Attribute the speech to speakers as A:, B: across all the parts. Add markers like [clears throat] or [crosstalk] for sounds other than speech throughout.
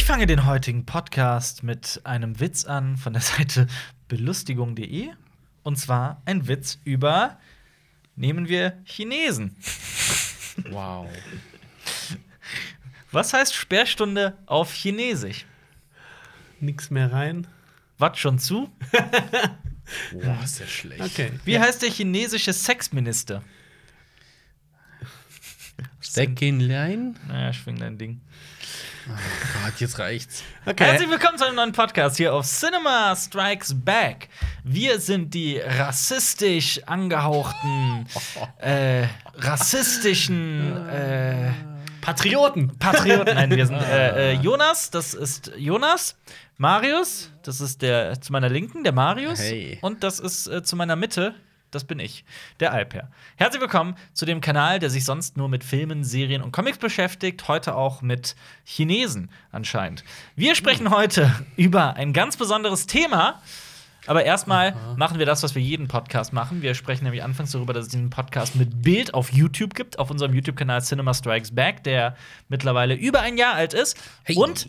A: fange den heutigen Podcast mit einem Witz an von der [laughs] Seite belustigung.de. Und zwar ein Witz über, nehmen wir Chinesen.
B: Wow.
A: Was heißt Sperrstunde auf Chinesisch?
C: Nix mehr rein.
A: Wat schon zu?
B: Wow, ist der schlecht.
C: Okay.
A: Wie heißt der chinesische Sexminister?
B: Back in line.
A: Naja, schwing dein Ding.
B: Oh Gott, jetzt reicht's.
C: Okay.
A: Herzlich willkommen zu einem neuen Podcast hier auf Cinema Strikes Back. Wir sind die rassistisch angehauchten, äh, rassistischen äh,
C: Patrioten.
A: Patrioten. Nein, wir sind äh, äh, Jonas, das ist Jonas. Marius, das ist der zu meiner Linken, der Marius.
B: Hey.
A: Und das ist äh, zu meiner Mitte, das bin ich, der Alper. Herzlich willkommen zu dem Kanal, der sich sonst nur mit Filmen, Serien und Comics beschäftigt, heute auch mit Chinesen anscheinend. Wir sprechen heute über ein ganz besonderes Thema. Aber erstmal machen wir das, was wir jeden Podcast machen. Wir sprechen nämlich anfangs darüber, dass es diesen Podcast mit Bild auf YouTube gibt, auf unserem YouTube-Kanal Cinema Strikes Back, der mittlerweile über ein Jahr alt ist.
B: Hey.
A: Und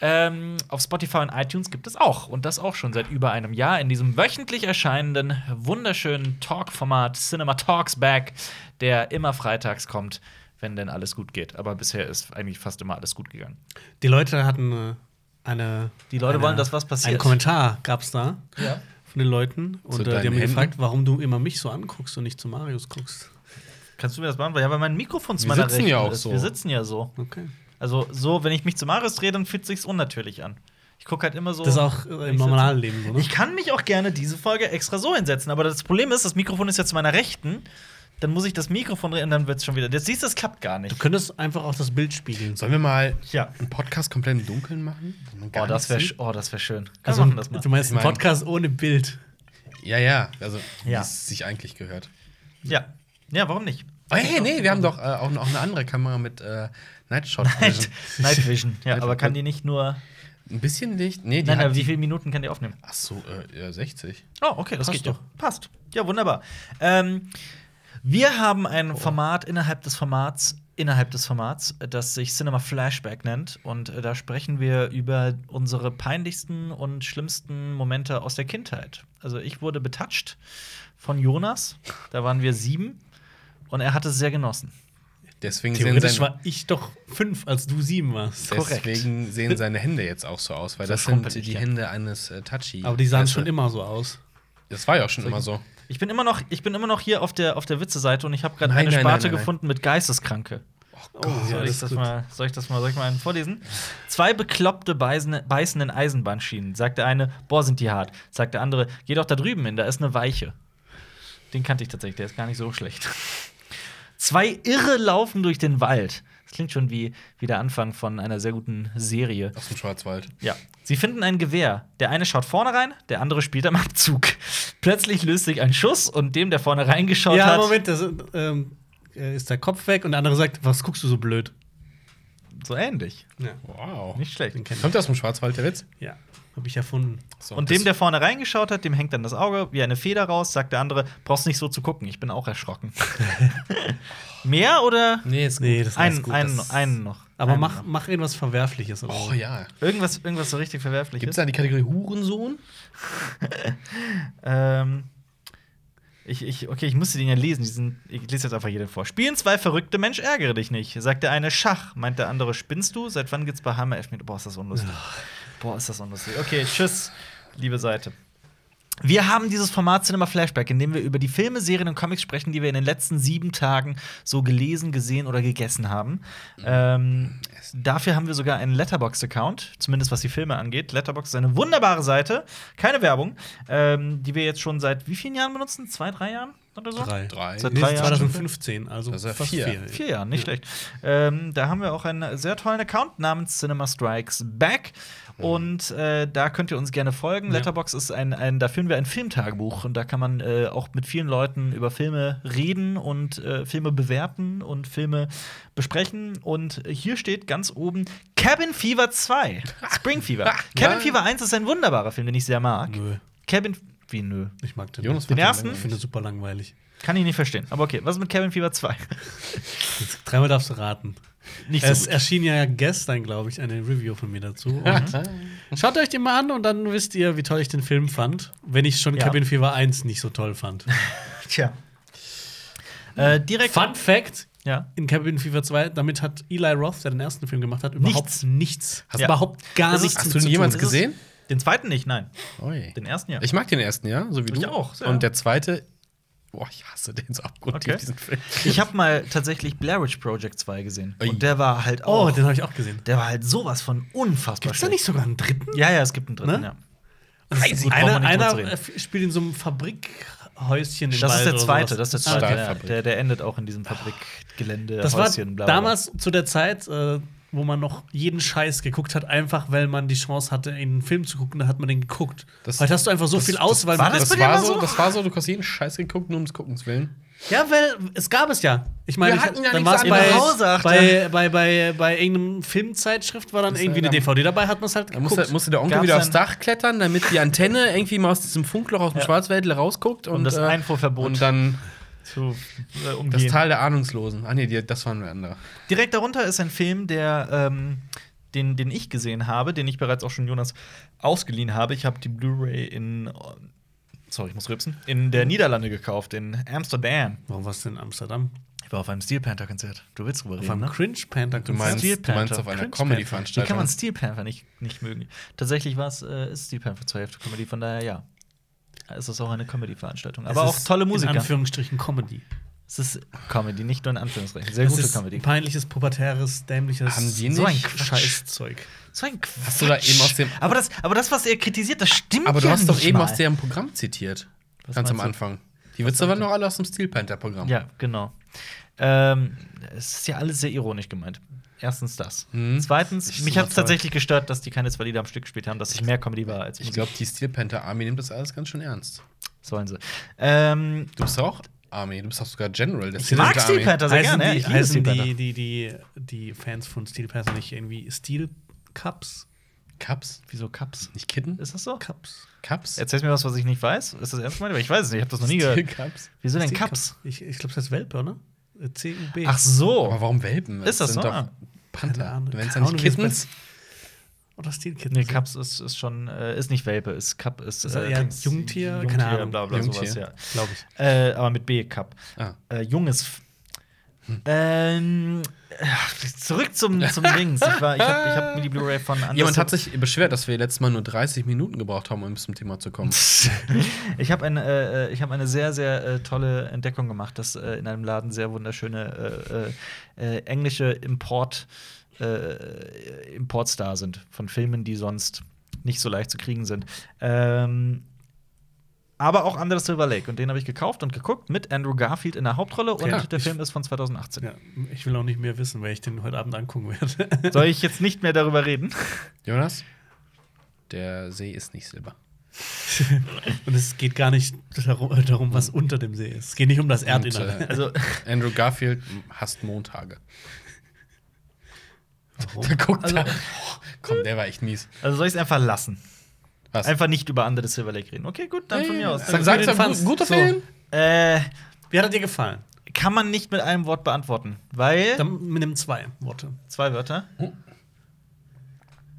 A: ähm, auf Spotify und iTunes gibt es auch. Und das auch schon seit über einem Jahr in diesem wöchentlich erscheinenden, wunderschönen Talk-Format Cinema Talks Back, der immer freitags kommt, wenn denn alles gut geht. Aber bisher ist eigentlich fast immer alles gut gegangen.
C: Die Leute hatten äh, eine.
A: Die Leute
C: eine,
A: wollen, dass was passiert.
C: Ein Kommentar gab's da
A: Ja.
C: von den Leuten. Und äh, die haben
B: deinen
C: mich
B: Händen?
C: gefragt, warum du immer mich so anguckst und nicht zu Marius guckst.
A: Kannst du mir das beantworten? Ja, weil mein Mikrofon zu
B: Wir
A: meiner
B: sitzen
A: Rechten
B: ja auch
A: ist.
B: so.
A: Wir sitzen ja so.
C: Okay.
A: Also so, wenn ich mich zu Marius drehe, dann fühlt sich's unnatürlich an. Ich gucke halt immer so.
C: Das ist auch äh, im
A: Ich
C: normalen Leben so, ne?
A: Ich kann mich auch gerne diese Folge extra so hinsetzen, aber das Problem ist, das Mikrofon ist ja zu meiner Rechten. Dann muss ich das Mikrofon drehen, dann wird's schon wieder. Jetzt siehst du, das klappt gar
C: Du
A: nicht.
C: könntest einfach auch das Bild spiegeln.
B: Sollen wir mal
A: Ja.
B: einen Podcast komplett im Dunkeln machen? Wo man gar
A: Oh, das wäre
B: nichts sieht?
A: oh, das wär schön. Komm,
C: Also,
A: machen das mal.
C: du meinst
B: Ich
C: einen
B: mein-
C: Podcast ohne Bild.
B: Ja, ja. Also, wie
A: Ja.
B: es sich eigentlich gehört.
A: Ja. Ja, warum nicht?
B: Oh, hey, nee, wir haben doch äh, auch, noch eine andere Kamera mit äh, Nightshot.
C: Also,
A: Night, [laughs] Night
C: [laughs]
A: Vision. Ja,
B: Night-
A: aber kann die nicht nur.
B: Ein bisschen Licht. Nee, die
A: Nein,
B: hat
A: aber wie viele Minuten kann die aufnehmen?
B: Ach so, äh, ja, 60.
A: Oh, okay, das
C: Passt
A: geht doch.
C: doch.
A: Passt. Ja, wunderbar. Ähm, wir haben ein Format innerhalb des Formats, innerhalb des Formats, das sich Cinema Flashback nennt. Und äh, da sprechen wir über unsere peinlichsten und schlimmsten Momente aus der Kindheit. Also ich wurde betatscht von Jonas. Da waren wir sieben. Und er hatte es sehr genossen.
B: Deswegen sehen,
C: Theoretisch
B: seine,
C: war ich doch fünf, als du sieben warst.
A: korrekt.
B: deswegen sehen seine Hände jetzt auch so aus, weil
A: So
B: das sind
A: schrumpelig,
B: die
A: ja.
B: Hände eines äh, Tachi.
C: Aber die sahen
B: Weißt du,
C: schon immer so aus.
B: Das war ja auch schon immer so.
A: Ich bin immer noch, ich bin immer noch hier auf der, auf der Witze-Seite und ich habe gerade
B: Nein,
A: eine
B: nein, nein,
A: Sparte
B: nein, nein.
A: gefunden mit Geisteskranke.
B: Oh
C: Ja,
A: Soll
C: das
A: ich
C: ist
A: das
C: gut.
A: mal, soll ich das mal, soll ich mal einen vorlesen? Zwei bekloppte beißende, beißenden Eisenbahnschienen. Sagt der eine, boah, sind die hart. Sagt der andere, geh doch da drüben hin, da ist eine Weiche. Den kannte ich tatsächlich, der ist gar nicht so schlecht. Zwei Irre laufen durch den Wald. Das klingt schon wie, wie der Anfang von einer sehr guten Serie.
B: Aus dem Schwarzwald.
A: Ja. Sie finden ein Gewehr. Der eine schaut vorne rein, der andere spielt am Abzug. Plötzlich löst sich ein Schuss und dem, der vorne reingeschaut
C: Ja,
A: hat.
C: Moment, das ähm, äh, ist der Kopf weg und der andere sagt, was guckst du so blöd?
A: So ähnlich.
C: Ja,
B: Wow.
A: Nicht schlecht.
C: den kenn ich.
B: Kommt aus dem Schwarzwald, der Witz?
C: Ja, hab ich erfunden.
B: So,
A: und
B: das-
A: dem, der vorne reingeschaut hat, dem hängt dann das Auge wie eine Feder raus, sagt der andere, brauchst nicht so zu gucken, ich bin auch
C: [laughs]
A: erschrocken. Mehr oder
B: Nee, ist gut.
C: Nee, das
A: einen,
C: ist gut.
A: einen,
C: das
A: einen noch?
C: aber
A: einen
C: mach,
A: noch.
C: mach irgendwas Verwerfliches. oder
B: Oh
C: so.
B: ja.
A: Irgendwas, irgendwas so richtig Verwerfliches.
B: Gibt's da die Kategorie Hurensohn?
A: Ähm, ich, ich, okay, ich musste den ja lesen. Diesen, ich lese jetzt einfach jeden vor. Spielen zwei verrückte Mensch, ärgere dich nicht. Sagt der eine Schach, meint der andere, spinnst du? Seit wann geht's bei Hammer Elfmeter? Boah, ist das unlustig. Boah, ist das unlustig. Okay, tschüss, liebe Seite. Wir haben dieses Format Cinema Flashback, in dem wir über die Filme, Serien und Comics sprechen, die wir in den letzten sieben Tagen so gelesen, gesehen oder gegessen haben. Ähm, dafür haben wir sogar einen Letterboxd-Account, zumindest was die Filme angeht. Letterboxd ist eine wunderbare Seite, keine Werbung, ähm, die wir jetzt schon seit wie vielen Jahren benutzen? Zwei, drei Jahren oder so?
C: Drei.
B: Drei.
A: Seit
C: Nee,
A: drei Jahren.
C: 2015, also
B: Das ist ja
C: fast
B: vier.
C: vier.
A: Vier Jahren, nicht schlecht. Ähm, da haben wir auch einen sehr tollen Account namens Cinema Strikes Back. Und äh, da könnt ihr uns gerne folgen.
C: Ja.
A: Letterbox ist ein, ein, da führen wir ein Filmtagebuch und da kann man äh, auch mit vielen Leuten über Filme reden und äh, Filme bewerten und Filme besprechen. Und hier steht ganz oben Cabin Fever [laughs] 2, Spring Fever. Cabin
B: Ja.
A: Fever 1 ist ein wunderbarer Film, den ich sehr mag.
C: Nö,
A: Cabin, wie nö?
C: ich mag den.
B: Jonas
C: nicht.
B: fand
A: Den ersten?
C: ich finde das super langweilig.
A: Kann ich nicht verstehen. Aber okay, was ist mit Cabin Fever 2?
C: Dreimal darfst du raten.
A: [laughs] Nicht
C: es
A: so gut.
C: erschien ja gestern, glaube ich, eine Review von mir dazu.
B: Oh, [laughs]
C: Und schaut euch den mal an und dann wisst ihr, wie toll ich den Film fand. Wenn ich schon
A: Ja.
C: Cabin Fever 1 nicht so
A: [laughs]
C: toll fand.
A: Tja. Äh, direkt.
C: Fun Fact:
A: Ja.
C: In Cabin Fever 2, damit hat Eli Roth, der den ersten Film gemacht hat, überhaupt
A: Nichts.
C: nichts. Hat
A: Ja.
C: überhaupt gar
A: Das ist-
C: nichts
A: Hast
B: Hast
C: mit
B: du
C: zu
B: ihn jemals
C: tun.
A: Das ist-
B: gesehen?
A: Den zweiten nicht, nein.
B: Oi.
A: Den ersten ja.
B: Ich mag den ersten, ja, so wie
A: Ich
B: du.
A: auch, sehr.
B: Und der zweite, boah, ich hasse den so abgrundtief,
A: Okay.
B: diesen Film.
A: Ich habe mal tatsächlich Blair Witch Project 2 gesehen.
B: Ui.
A: Und der war halt
C: Oh,
A: auch.
C: den habe ich auch gesehen.
A: der war halt sowas von unfassbar
C: Gibt's da nicht sogar einen dritten?
A: Ja, ja, es gibt einen dritten,
C: Ne?
A: ja.
C: Das
A: Weiß
C: ist
A: ich
C: gut,
A: nicht,
C: einer
A: brauchen wir nicht drüber
C: einer
A: zu reden.
C: äh, spielt in so einem Fabrikhäuschen im
A: Das
C: Wald
A: ist der
C: oder
A: zweite,
C: sowas.
A: das ist der
C: Ah,
A: zweite.
C: okay.
A: ja.
B: Stahlfabrik.
A: Der, der endet auch in diesem Fabrikgelände.
C: Das war
A: Häuschen, bla, bla, bla.
C: damals zu der Zeit, äh, wo man noch jeden Scheiß geguckt hat, einfach weil man die Chance hatte, einen Film zu gucken, dann hat man den geguckt.
B: Das-
C: Heute hast du einfach so
B: das-
C: viel
B: das-
C: Auswahl.
A: war
C: mit-
A: das
B: Das,
A: bei dir
B: war
A: mal
B: so,
A: so?
B: das war so, du hast jeden Scheiß geguckt, nur ums Guckens willen.
C: ja, weil es gab es ja. Ich meine,
B: Wir
C: ich,
B: hatten ja
C: dann
B: nichts
C: war es bei,
A: anderes. Zu Hause,
C: bei, bei, bei, bei irgendeinem Filmzeitschrift war dann
B: Das, äh,
C: irgendwie eine
B: dann-
C: DVD dabei, hat man es halt
B: Da
C: geguckt.
B: musste, musste der Onkel
A: Gab's
B: wieder aufs
A: ein-
B: Dach klettern, damit die Antenne irgendwie mal aus diesem Funkloch aus dem Schwarzwäldle rausguckt. Und,
A: Und das
B: äh,
A: Einfuhrverbot
B: Und dann
A: zu äh,
B: das
A: umgehen.
B: Tal der Ahnungslosen. Ah, nee, die, das waren wir andere.
A: Direkt darunter ist ein Film, der ähm, den, den ich gesehen habe, den ich bereits auch schon Jonas ausgeliehen habe. Ich habe die Blu-ray in oh, sorry, ich muss rübsen, in
C: Mhm.
A: der Niederlande gekauft, in Amsterdam.
C: Warum warst du in Amsterdam?
A: Ich war auf einem Steel Panther Konzert. Du willst drüber
C: Auf einem
A: ne?
C: Cringe Panther
B: Du meinst,
A: Steel
B: du meinst
A: Panther,
B: auf einer
A: Cringe Wie
B: Comedy-Veranstaltung.
A: kann man Steel Panther nicht, nicht mögen? Tatsächlich war es äh, ist Steel Panther zur Hälfte Comedy, von daher ja. Es ist auch eine Comedy-Veranstaltung. Aber auch tolle
C: In
A: Musiker.
C: Anführungsstrichen Comedy.
A: Es ist Comedy, nicht nur in Anführungsstrichen. Sehr
C: Es
A: gute
C: ist
A: Comedy.
C: peinliches, pubertäres, dämliches
B: Haben die
A: So ein
B: nicht?
A: Quatsch.
C: Scheißzeug.
A: So ein Quatsch.
B: Hast du da eben aus dem-
A: aber, das, aber das, was er kritisiert, das stimmt
B: Aber du
A: ja
B: hast doch
A: nicht
B: eben
A: mal.
B: aus deren Programm zitiert.
A: Was
B: ganz am
A: meinst
B: Anfang. Die Witze waren doch alle aus dem Steel Panther-Programm.
A: Ja, genau. Ähm, es ist ja alles sehr ironisch gemeint. Erstens das.
B: Hm.
A: Zweitens,
B: Ich-
A: mich
B: so
A: hat es
B: toll.
A: tatsächlich gestört, dass die keine zwei Lieder am Stück gespielt haben, dass ich mehr Comedy war als
B: Ich
A: Musik.
B: glaube, die Steel Panther Army nimmt das alles ganz schön ernst.
A: Sollen sie. Ähm,
B: Du bist auch Army, du bist auch sogar General. Der
A: ich mag Steel Panther sehr
C: heißen
A: gerne.
C: die,
A: ich liebe
C: heißen
A: Steel Panther.
C: die, die, die, die Fans von Steel Panther nicht irgendwie Steel Cups?
B: Cups?
A: Wieso Cups?
B: Nicht Kitten?
A: Ist das so?
C: Cups.
B: Cups?
A: Erzählst mir was, was ich nicht weiß? Ist das ernst gemeint? Aber ich weiß es nicht, ich habe das noch nie
B: Steel
A: gehört.
B: Cups?
A: Wieso denn
C: Steel
A: Cups?
C: Ich, ich glaube, das heißt Welpe, oder? Äh, C und B.
A: Ach so.
B: Aber warum Welpen?
A: Ist das
B: sind
A: so?
B: Doch
A: Ah.
C: Keine
B: Panther.
C: Ahnung.
B: Wenn es
C: Keine
B: nicht
C: Ahnung, wie
B: Kittens.
C: das Oder Steel Kittens.
A: Nee, Cups ist, ist schon, äh, ist nicht Welpe, ist Cup ist.
C: Ist er eher ein
A: Dings-
C: Jungtier? Keine Ahnung.
A: bla bla sowas, ja.
B: Jungtier.
C: glaube ich.
A: Äh, aber mit B, Cup.
B: Ah.
A: Äh, junges. F
B: Hm.
A: Ähm, äh, zurück zum,
B: [laughs]
A: zum Dings. Ich, war- ich habe ich hab mir die Blu-ray von Anders
B: Jemand hat sich beschwert, dass wir letztes Mal nur 30 Minuten gebraucht haben, um zum Thema
A: [laughs]
B: zu kommen.
A: Ich habe ein, äh, äh, ich hab eine sehr, sehr äh, tolle Entdeckung gemacht, dass äh, in einem Laden sehr wunderschöne äh, äh, äh, englische Import, äh, Imports da sind von Filmen, die sonst nicht so leicht zu kriegen sind. Ähm, aber auch Under the Silver Lake. Und den habe ich gekauft und geguckt mit Andrew Garfield in der Hauptrolle. Und
B: Ja,
A: der
B: ich-
A: Film ist von 2018.
C: Ja, ich will auch nicht mehr wissen, wer ich den heute Abend angucken werde. [laughs]
A: Soll ich jetzt nicht mehr darüber reden?
B: Jonas? Der See ist nicht silber.
C: Und es geht gar nicht darum, äh, darum
A: Hm.
C: was unter dem See ist. Es geht nicht um das
B: Und,
C: Erdinnerste.
B: äh,
A: Also,
B: [laughs] Andrew Garfield hasst Montage.
C: Warum?
B: Der guckt
A: Also-
B: da. Oh, komm, der war echt mies.
A: also soll ich es einfach lassen?
B: Was?
A: Einfach nicht über Under the Silver Lake reden. Okay, gut, dann von mir aus.
B: Sag,
C: Also,
B: sag's
C: den
B: doch,
C: fand's-
B: gu- guter
C: so.
B: Film.
A: Äh,
C: Wie hat er dir gefallen?
A: kann man nicht mit einem Wort beantworten, weil
C: Dann mit einem zwei Worte.
A: zwei Wörter.
B: Hm.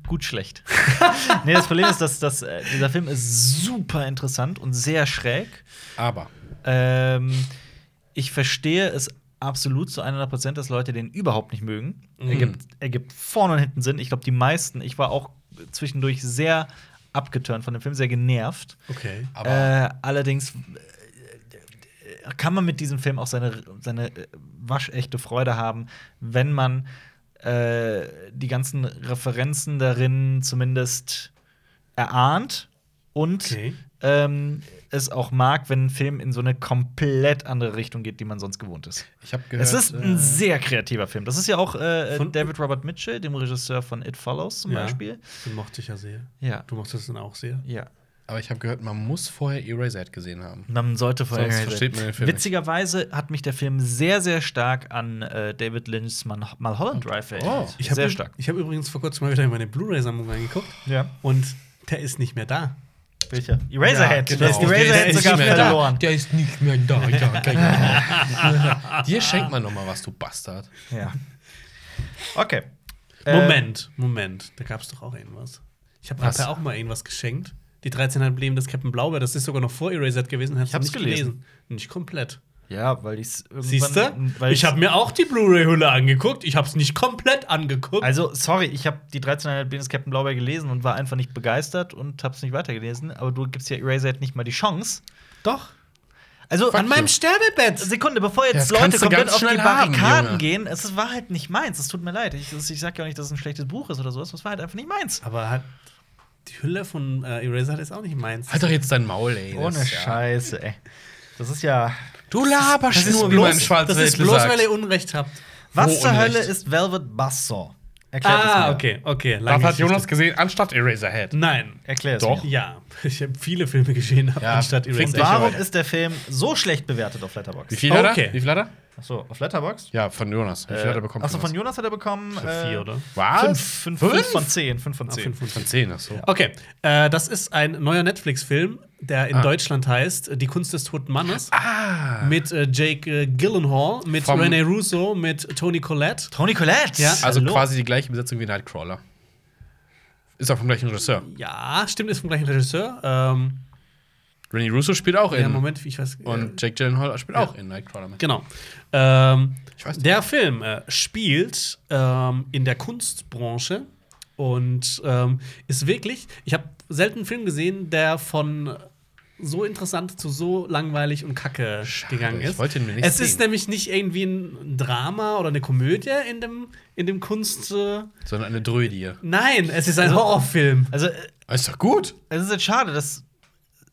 A: Gut schlecht. [laughs] nee, das Problem ist, dass, dass äh, dieser Film ist super interessant und sehr schräg.
B: Aber
A: Ähm, ich verstehe es absolut zu 100 Prozent, dass Leute den überhaupt nicht mögen. Er, gibt, er gibt vorne und hinten Sinn. Ich glaube, die meisten, ich war auch zwischendurch sehr abgeturnt von dem Film, sehr genervt.
C: Okay.
B: Aber-
A: äh, allerdings äh, kann man mit diesem Film auch seine, seine äh, waschechte Freude haben, wenn man äh, die ganzen Referenzen darin zumindest erahnt und
C: Okay.
A: ähm, es auch mag, wenn ein Film in so eine komplett andere Richtung geht, die man sonst gewohnt ist.
B: ich habe gehört. äh,
A: es ist ein sehr kreativer Film. Das ist ja auch äh,
C: Von-
A: David Robert Mitchell, dem Regisseur von It Follows zum
C: Ja.
A: Beispiel.
C: Den mochte ich ja sehr.
A: Ja.
C: Du mochtest den auch sehr.
A: Ja.
B: aber ich habe gehört, man muss vorher Eraserhead
A: [laughs]
B: gesehen haben.
A: Man sollte vorher
B: Sonst
A: gesehen.
B: versteht man den Film nicht.
A: Witzigerweise hat mich der Film sehr, sehr stark an äh, David Lynchs Man Mulholland Drive erinnert.
B: Oh.
C: Ich hab
A: sehr
C: ü-
A: stark.
C: Ich habe übrigens vor kurzem mal wieder in meine Blu-ray-Sammlung reingeguckt
A: Ja.
C: und der ist nicht mehr da.
A: Welcher? Eraserhead.
B: Ja,
A: Der ist
B: genau.
C: Der
A: Eraserhead
C: ist
A: sogar
C: nicht mehr da.
A: verloren.
B: Der ist nicht mehr da. Ja, genau. Dir schenkt man noch mal was, du Bastard.
A: Ja. Okay. Äh,
C: Moment, Moment, da gab es doch auch irgendwas. Ich habe
B: Was?
C: Rappe auch mal irgendwas geschenkt. Die 13,5 Leben des Captain Blaubeer, das ist sogar noch vor Erased gewesen, hast
A: Ich
C: du
A: hab's
C: nicht
A: gelesen.
C: gelesen. Nicht komplett.
A: Ja, weil ich es irgendwann.
C: Siehst du?
A: weil
C: Ich habe mir auch die Blu-ray-Hülle angeguckt. Ich habe es nicht komplett angeguckt.
A: Also, sorry, ich habe die 13,5 Blinden des Captain Blaubeer gelesen und war einfach nicht begeistert und habe es nicht weitergelesen. Aber du gibst ja Eraserhead nicht mal die Chance.
C: doch.
A: Also,
B: Fuck
A: an meinem
B: you.
A: Sterbebett. Sekunde, bevor jetzt
B: Das
A: Leute
B: kannst du
A: komplett
B: ganz
A: auf die
B: schnell haben,
A: Barrikaden
B: Junge.
A: gehen, es ist- war halt nicht meins. Es tut mir leid. Ich, ich sage ja auch nicht, dass es ein schlechtes Buch ist oder sowas. Es war halt einfach nicht meins.
C: Aber hat die Hülle von äh, Eraser ist auch nicht meins.
B: Halt doch jetzt dein Maul, ey.
A: Ohne
B: Das-
A: Scheiße, ey. Das ist ja.
B: Du laberst
C: das ist
B: nur, wie man im
C: bloß,
B: Schwarzwäldle
C: das ist bloß
B: sagt.
C: weil ihr Unrecht habt.
A: Was zur
B: Unrecht.
A: Hölle ist Velvet Buzzsaw? Erklärt es
C: Ah,
A: mir.
C: okay, okay. lange
B: Das hat
C: Geschichte.
B: Jonas gesehen, anstatt Eraserhead.
C: Nein.
A: Erklär es
B: Doch.
A: mir.
C: Ja, [laughs] ich habe viele Filme gesehen,
B: Ja,
C: [laughs] anstatt
B: fängt
A: Und
C: Eraser.
B: an.
A: warum
B: heute.
A: ist der Film so schlecht bewertet auf Letterboxd?
B: Wie viel hat
C: Okay.
B: er? Wie viel hat er?
A: Achso, auf Letterboxd?
B: Ja, von Jonas. Wie viel hat er bekommen?
A: Achso, von Jonas hat er bekommen. äh,
C: Vier, oder?
B: Was?
A: Fünf, fünf, fünf? von zehn. Fünf
B: Ah,
A: von zehn.
C: fünf von
B: Von zehn, ach so.
C: Okay, äh, das ist ein neuer Netflix-Film, der in
B: Ah.
C: Deutschland heißt äh, Die Kunst des toten Mannes.
B: Ah.
C: Mit äh, Jake äh, Gyllenhaal, mit
B: Vom-
C: René Russo, mit Tony Collette.
A: Tony Collette!
C: Ja.
B: Also
C: Hallo?
B: quasi die gleiche Besetzung wie Nightcrawler. Ist auch vom gleichen Regisseur.
C: Ja, stimmt, ist vom gleichen Regisseur. Ähm,
B: Renny Russo spielt auch in.
C: ja, Moment, ich weiß.
B: Und
C: äh,
B: Jake Gyllenhaal spielt
C: Ja.
B: auch in Nightcrawler. mit.
C: genau. Ähm,
B: Ich weiß nicht.
C: der Film äh, spielt ähm, in der Kunstbranche und ähm, ist wirklich. Ich habe selten einen Film gesehen, der von so interessant zu so langweilig und kacke gegangen
B: ich
C: ist.
B: wollte ihn mir nicht
C: es
B: sehen.
C: ist nämlich nicht irgendwie ein Drama oder eine Komödie in dem, in dem Kunst. Äh,
B: Sondern eine Drödie.
C: nein, es ist ein Horrorfilm.
A: Also, äh,
B: Ist doch gut.
A: es ist jetzt schade, dass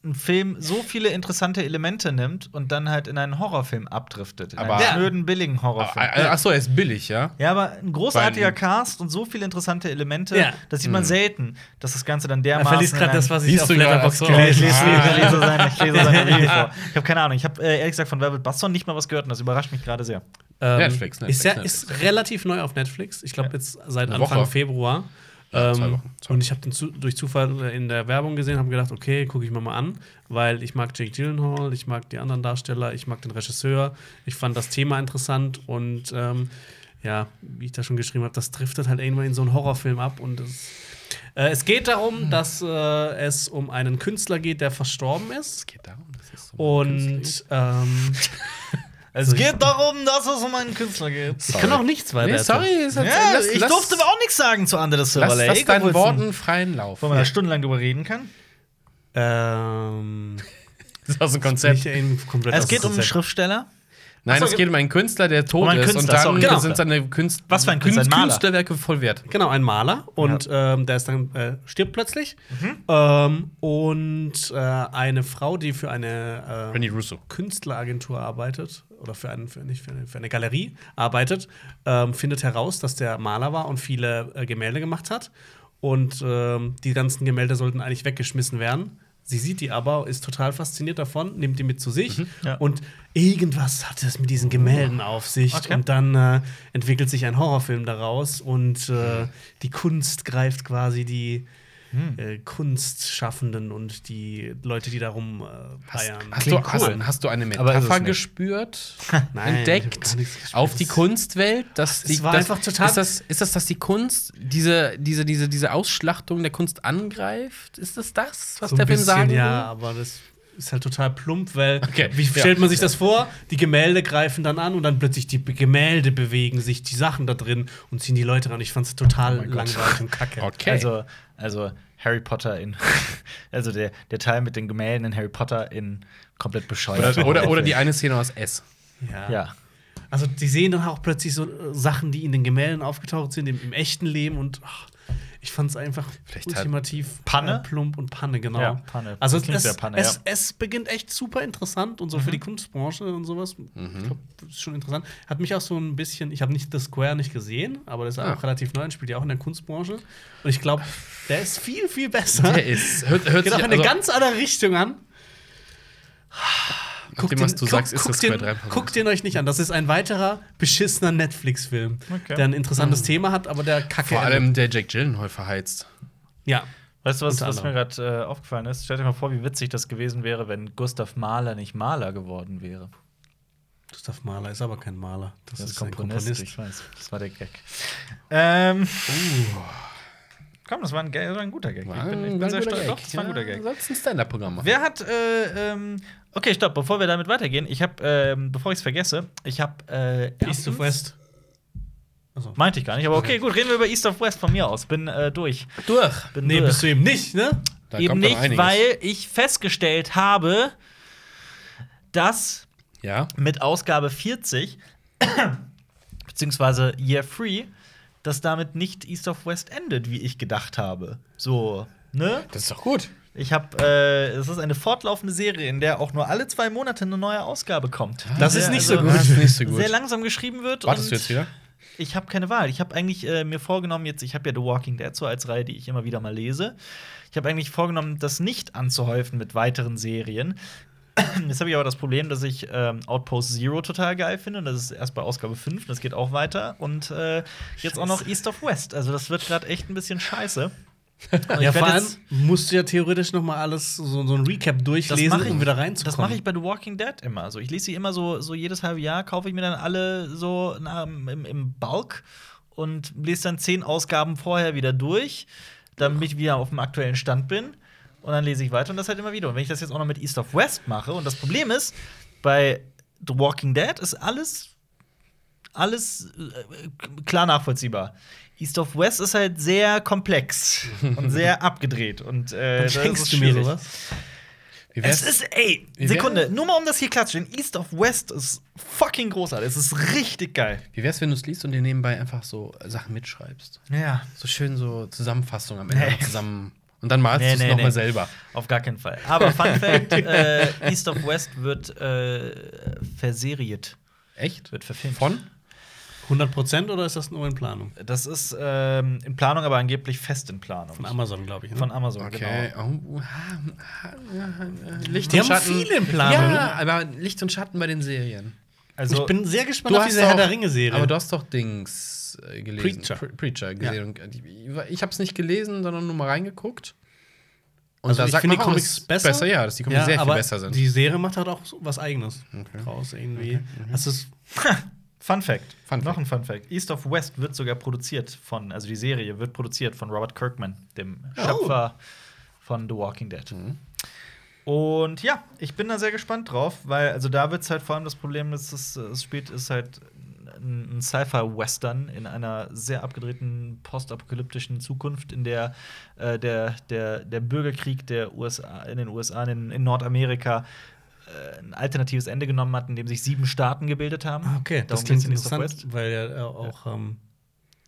A: ein Film so viele interessante Elemente nimmt und dann halt in einen Horrorfilm abdriftet. In
B: Aber-
A: einen schnöden, billigen Horrorfilm.
B: Achso, Ah, er ist billig, ja?
A: ja, aber ein großartiger
B: Weil- Hm.
A: Cast und so viele interessante Elemente,
C: Ja.
A: das sieht man selten, dass das Ganze dann
C: Er
A: dermaßen.
C: verliest gerade
A: in
C: das,
A: einen-
C: was ich
B: Siehst
C: auf
B: du gerade, Ah,
C: Letterboxd
B: ach
A: [laughs]
B: so.
A: Ja,
C: gelesen
A: ich lese, ich
C: habe.
A: lese seine, ich lese seine [laughs] Review vor. Ich habe keine Ahnung. Ich habe äh, ehrlich gesagt von Velvet Buster nicht mal was gehört und das überrascht mich gerade sehr.
C: Ähm,
B: Netflix, Netflix,
C: ist, ja,
B: Netflix.
C: ist relativ neu auf Netflix. Ich glaube, jetzt seit
B: Eine
C: Anfang
B: Woche.
C: Februar.
B: Ja, zwei
C: Ähm,
B: Wochen, zwei
C: Und ich habe den zu, durch Zufall in der Werbung gesehen, habe gedacht, okay, gucke ich mir mal an, weil ich mag Jake Gyllenhaal, ich mag die anderen Darsteller, ich mag den Regisseur, ich fand das Thema interessant und ähm, ja, wie ich da schon geschrieben habe, das driftet halt irgendwann in so einen Horrorfilm ab und das, äh, es geht darum,
B: Hm.
C: dass äh, es um einen Künstler geht, der verstorben ist
B: Geht darum, das ist so.
A: Oh,
C: und ähm,
A: Es geht darum, dass es um einen Künstler geht.
C: ich kann auch nichts weiter.
B: Nee,
C: erzählen.
B: sorry, ist
A: Ja, ich durfte aber auch nichts sagen zu Anderes
B: Lass,
A: Silverlake.
B: lass deinen
A: obwohl's ein-
B: Worten freien Lauf.
A: Wollen wir da stundenlang drüber reden können?
C: Ähm,
B: Das ist aus dem
C: bin ich
B: Konzept.
C: ja eben komplett
A: Es
C: aus
A: geht
C: dem
A: um einen
C: Konzept.
A: Schriftsteller.
B: Nein,
A: Ach so,
B: es geht um einen Künstler, der tot
A: Um einen
B: ist
A: Künstler, sorry,
B: und
A: genau.
B: dann sind seine Künst
A: Was für ein Künstler? Ein Maler?
B: Künstlerwerke voll wert.
C: Genau, ein Maler und ähm, der ist dann äh, stirbt plötzlich ähm, und äh, eine Frau, die für eine
B: Randy
C: äh,
B: Russo.
C: Künstleragentur arbeitet oder für, einen, für nicht für eine, für eine Galerie arbeitet, ähm, findet heraus, dass der Maler war und viele äh, Gemälde gemacht hat und ähm, die ganzen Gemälde sollten eigentlich weggeschmissen werden. Sie sieht die aber, ist total fasziniert davon, nimmt die mit zu sich
B: Mhm,
A: Ja.
C: und irgendwas hat es mit diesen Gemälden
B: Oh.
C: auf sich
A: Okay.
C: und dann äh, entwickelt sich ein Horrorfilm daraus und äh, die Kunst greift quasi die
B: Hm.
C: äh, Kunstschaffenden und die Leute, die darum äh,
B: Hast,
C: feiern.
B: hast, du,
C: Klingt
B: hast, hast du eine
A: Aber ist es
B: Metapher
A: nicht. [laughs]
B: gespürt,
C: Nein, ich hab
B: entdeckt
C: gar nichts gespürt.
B: auf die Kunstwelt? Dass
C: Es
B: die,
C: war
B: dass,
C: einfach total-
B: Ist das, ist das, dass die Kunst diese, diese, diese, diese Ausschlachtung der Kunst angreift? Ist das das, was
C: so
B: der
C: ein
B: Film
C: bisschen,
B: sagen will?
C: ja, aber das ist halt total plump, weil
B: Okay,
C: wie
B: ja.
C: stellt man sich das vor? Die Gemälde greifen dann an und dann plötzlich die Be- Gemälde bewegen sich, die Sachen da drin und ziehen die Leute ran. Ich fand's total
B: Oh mein Gott. Oh,
C: langweilig und kacke.
B: Okay.
A: Also, also Harry Potter in. [laughs] also der, der Teil mit den Gemälden in Harry Potter in komplett bescheuert.
B: oder,
A: [laughs]
B: oder, oder die eine Szene aus S.
C: Ja.
A: Ja.
C: Also die sehen dann auch plötzlich so äh, Sachen, die in den Gemälden aufgetaucht sind, im, im echten Leben und ach, ich fand's einfach
B: Vielleicht halt
C: ultimativ
A: Panne?
C: äh, plump und Panne, genau.
A: Ja, Panne.
C: Also
A: Das klingt
C: es,
A: sehr Panne,
C: es,
A: ja. Mhm.
C: es beginnt echt super interessant und so für die Kunstbranche und sowas. Ich glaub, das ist schon interessant. Hat mich auch so ein bisschen, ich habe nicht The Square nicht gesehen, aber das ist
B: Ah.
C: auch relativ neu und spielt ja auch in der Kunstbranche. Und ich glaube, der ist viel, viel besser.
B: Der ist. Hört,
A: Genau,
B: hört
C: Geht
B: sich
C: auch in eine
B: also-
C: ganz andere Richtung an.
B: Nachdem, was du sagst, ist
C: guckt
B: das Square
C: den,
B: 3 verrückt.
C: Guckt den euch nicht an. Das ist ein weiterer beschissener Netflix-Film,
A: Okay.
C: der ein interessantes Thema hat, aber der kacke.
B: Hm. Vor
C: endet.
B: allem der Jack Gyllenhaal verheizt.
C: Ja.
A: Weißt du, was,
C: Unter
A: was mir
C: anderem.
A: gerade äh, aufgefallen ist? Stell dir mal vor, wie witzig das gewesen wäre, wenn Gustav Mahler nicht Maler geworden wäre.
C: Gustav Mahler ist aber kein Maler. Das,
A: Das
C: ist
A: ist
C: ein
A: Komponist,
C: Komponist.
A: ich weiß. Das war der Gag. Ähm, Komm, das war ein, ge- das war ein guter Gag. ich bin, ich bin sehr stolz. Doch, das war ein guter Gag.
B: Sonst ein Stand-Up-Programm machen.
A: Wer hat, äh, ähm, okay, stopp, bevor wir damit weitergehen, ich habe, ähm, bevor ich es vergesse, ich habe, äh,
C: East
A: erstens-
C: of West. Also, Achso.
A: Meinte ich gar nicht, aber okay,
B: Mhm.
A: gut, reden wir über East of West von mir aus. Bin äh, durch.
B: durch.
A: Bin
C: Nee,
A: durch.
C: bist du eben nicht, ne?
B: Da
A: eben
B: kommt doch
A: nicht,
B: einiges.
A: weil ich festgestellt habe, dass
B: Ja.
A: mit Ausgabe 40, [coughs] beziehungsweise Year Free, dass damit nicht East of West endet, wie ich gedacht habe. So, ne?
B: Das ist doch gut.
A: Ich habe, äh, es ist eine fortlaufende Serie, in der auch nur alle zwei Monate eine neue Ausgabe kommt.
C: Das
A: Die
C: ist
A: sehr-
C: nicht so
A: also
C: gut.
B: Das ist nicht so
A: [laughs]
B: gut.
A: Sehr langsam geschrieben wird.
B: Wartest
A: und
B: du jetzt wieder?
A: Ich habe keine Wahl. Ich habe eigentlich äh, mir vorgenommen, jetzt, ich habe ja The Walking Dead so als Reihe, die ich immer wieder mal lese. Ich habe eigentlich vorgenommen, das nicht anzuhäufen mit weiteren Serien. [clears throat] Jetzt habe ich aber das Problem, dass ich ähm, Outpost Zero total geil finde. Und das ist erst bei Ausgabe 5, das geht auch weiter. Und äh, jetzt auch noch East of West. Also, das wird gerade echt ein bisschen
C: [laughs]
A: scheiße. Und ich
C: Ja,
A: werd
C: vor allem
A: jetzt-
C: musst du ja theoretisch noch mal alles, so, so ein Recap durchlesen,
A: mach ich-
C: um wieder reinzukommen.
A: Das mache ich bei The Walking Dead immer. Also ich lese sie immer so, so jedes halbe Jahr, kaufe ich mir dann alle so na, im, im Bulk und lese dann zehn Ausgaben vorher wieder durch, damit ich wieder auf dem aktuellen Stand bin. Und dann lese ich weiter und das halt immer wieder. Und wenn ich das jetzt auch noch mit East of West mache, und das Problem ist, bei The Walking Dead ist alles alles äh, klar nachvollziehbar. East of West ist halt sehr
C: [laughs]
A: komplex und sehr abgedreht. Und äh,
C: Dann
A: da ist es
C: schenkst du mir
A: schwierig.
C: sowas.
B: Wie
A: Es
B: wär's?
A: ist, ey,
B: Wie
A: Sekunde,
B: wär's?
A: nur mal um das hier klatschen. East of West ist fucking großartig. Es ist richtig geil.
B: Wie wär's, wenn du es liest und dir nebenbei einfach so Sachen mitschreibst?
A: Ja.
B: So schön so Zusammenfassung am Ende
A: Nee.
B: zusammen. Und dann malst
A: Nee,
B: du es
A: nee,
B: nochmal
A: nee.
B: selber.
A: Auf gar keinen Fall. Aber Fun Fact: äh, East of West wird äh, verseriert,
B: Echt?
A: wird verfilmt.
B: Von?
C: 100 Prozent oder ist das nur in Planung?
A: Das ist ähm, in Planung, aber angeblich fest in Planung.
C: Von Amazon, glaube ich. Ne?
A: Von Amazon,
B: Okay.
A: genau.
B: Oh, uh, ha, ha, ha, Licht
C: Die
B: und
C: haben
B: Schatten.
C: viele in Planung.
B: Ja, aber Licht und Schatten bei den Serien.
A: Also,
C: ich bin sehr gespannt auf diese Herr der Ringe-Serie.
B: Aber du hast doch Dings äh, gelesen.
C: Preacher.
B: Pre Preacher gesehen. Und ich- Ich habe es nicht gelesen, sondern nur mal reingeguckt. Und
C: Also
B: da
C: ich
B: sagt
C: finde
B: man auch,
C: die Comics
B: dass-
C: besser.
B: besser, ja, dass die Comics sehr viel
C: aber
B: besser sind.
C: Die Serie macht halt auch so was Eigenes draus irgendwie.
A: mhm.
C: Also Das ist
A: Fun Fact:
B: Fun
A: Noch
B: Fact.
A: ein Fun Fact. East of West wird sogar produziert von, also die Serie wird produziert von Robert Kirkman, dem Schöpfer von The Walking Dead. Und ja, ich bin da sehr gespannt drauf, weil also da wird es halt vor allem das Problem, dass es, äh, es spielt, ist halt ein ein Sci-Fi-Western in einer sehr abgedrehten postapokalyptischen Zukunft, in der äh, der, der, der Bürgerkrieg der USA in den USA, in, in Nordamerika äh, ein alternatives Ende genommen hat, in dem sich sieben Staaten gebildet haben.
C: Ah, okay, das
A: Darum geht's
C: klingt
A: in East of West.
C: interessant, weil ja äh, auch ähm,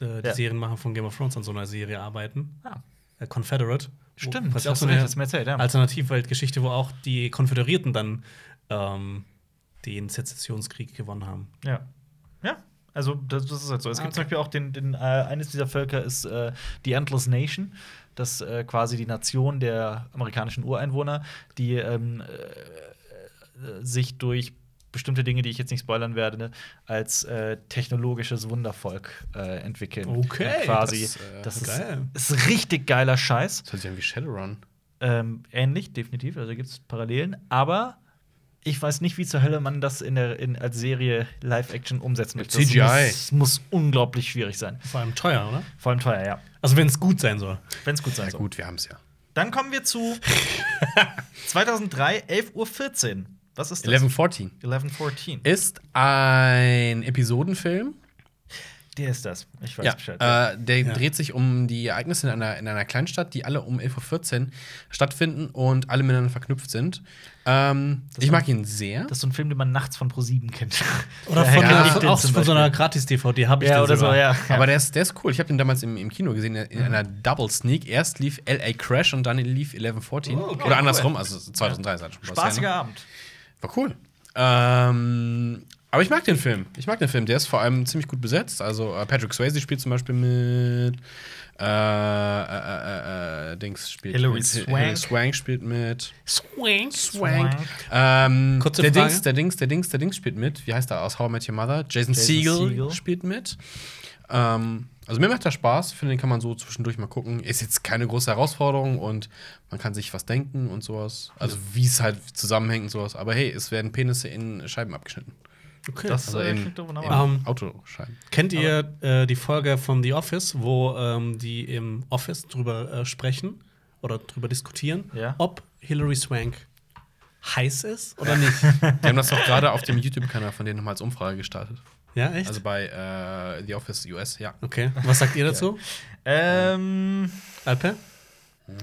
C: äh, die
A: Ja.
C: Serienmacher von Game of Thrones an so einer Serie arbeiten.
A: Ah.
C: Äh, Confederate.
A: Stimmt,
C: was auch
A: hast
C: so
A: du
C: eine
A: recht, hast du mir erzählt, ja.
C: Alternativweltgeschichte, wo auch die Konföderierten dann ähm, den Sezessionskrieg gewonnen haben.
A: Ja. Ja. Also, das, das ist halt so. Es gibt zum Beispiel auch den, den äh, eines dieser Völker ist äh, die Endless Nation. Das äh, quasi die Nation der amerikanischen Ureinwohner, die ähm, äh, äh, sich durch bestimmte Dinge, die ich jetzt nicht spoilern werde, ne, als äh, technologisches Wundervolk äh, entwickeln.
C: Okay,
A: Und quasi.
B: das, äh,
A: Das, ist,
C: geil.
A: ist richtig geiler Scheiß.
B: Das hört sich an wie Shadowrun.
A: Ähm, ähnlich, definitiv. Also gibt es Parallelen. Aber ich weiß nicht, wie zur Hölle man das in der, in, als Serie Live-Action umsetzen möchte.
B: Mit CGI.
A: Das muss, muss unglaublich schwierig sein.
C: Vor allem teuer, oder?
A: Vor allem teuer, ja.
C: Also wenn es gut sein soll.
A: Wenn es gut sein
B: Ja,
A: soll.
B: gut, wir haben es ja.
A: Dann kommen wir
B: [laughs]
A: zu 2003, 11.14 Uhr. Was ist das?
B: 1114
A: 11.14 Uhr.
B: ist ein Episodenfilm.
A: Der ist das. Ich weiß
B: Ja,
A: Bescheid.
B: äh, der dreht sich um die Ereignisse in einer, in einer Kleinstadt, die alle um 11.14 Uhr stattfinden und alle miteinander verknüpft sind. Ähm, ich mag ihn sehr.
A: das ist so ein Film, den man nachts von ProSieben kennt. [laughs] Da
C: Oder von,
A: hätte
B: ja,
A: ich
C: auch
A: den
C: auch
A: zum
C: von so einer
A: Beispiel.
C: Gratis-DVD habe ich
A: Ja,
C: den
A: oder so,
C: sogar.
A: ja.
B: [laughs]
A: Mhm.
B: Aber der ist, der ist cool. Ich habe den damals im, im Kino gesehen, in einer Double Sneak. Erst lief LA Crash und dann lief 1114.
C: Oh, okay,
B: Oder andersrum, also 2003 ist halt schon was her, ne?
A: Spaßiger Abend.
B: War cool. Ähm, aber ich mag den Film. Ich mag den Film. Der ist vor allem ziemlich gut besetzt. Also äh, Patrick Swayze spielt zum Beispiel mit. Äh, äh, äh, äh, Dings spielt
A: Hilary
B: mit.
A: Swank.
B: Hilary Swank spielt mit.
C: Swank.
A: Swank.
B: Ähm,
C: Kurze
B: der
C: Frage.
B: Dings, der Dings, der Dings, der Dings spielt mit. Wie heißt er aus How I Met Your Mother? Jason, Segel
A: Segel.
B: spielt mit. Ähm, also mir macht das Spaß. Ich finde, den kann man so zwischendurch mal gucken. Ist jetzt keine große Herausforderung und man kann sich was denken und sowas. Also wie es halt zusammenhängt und sowas. Aber hey, es werden Penisse in Scheiben abgeschnitten.
C: Okay.
A: Das
B: Also
A: äh,
B: in,
A: klingt doch wunderbar.
B: im
C: Ähm,
B: Autoschein.
C: Kennt ihr äh, die Folge von The Office, wo ähm, die im Office drüber äh, sprechen oder drüber diskutieren,
A: Ja.
C: ob Hillary Swank heiß ist oder nicht?
B: [laughs] Die haben das doch gerade auf dem YouTube-Kanal von denen nochmal als Umfrage gestartet.
C: ja, echt?
B: Also bei äh, The Office US, ja.
C: okay. Was
A: [laughs]
C: sagt ihr dazu,
A: Ähm,
C: Alper?
A: Hm.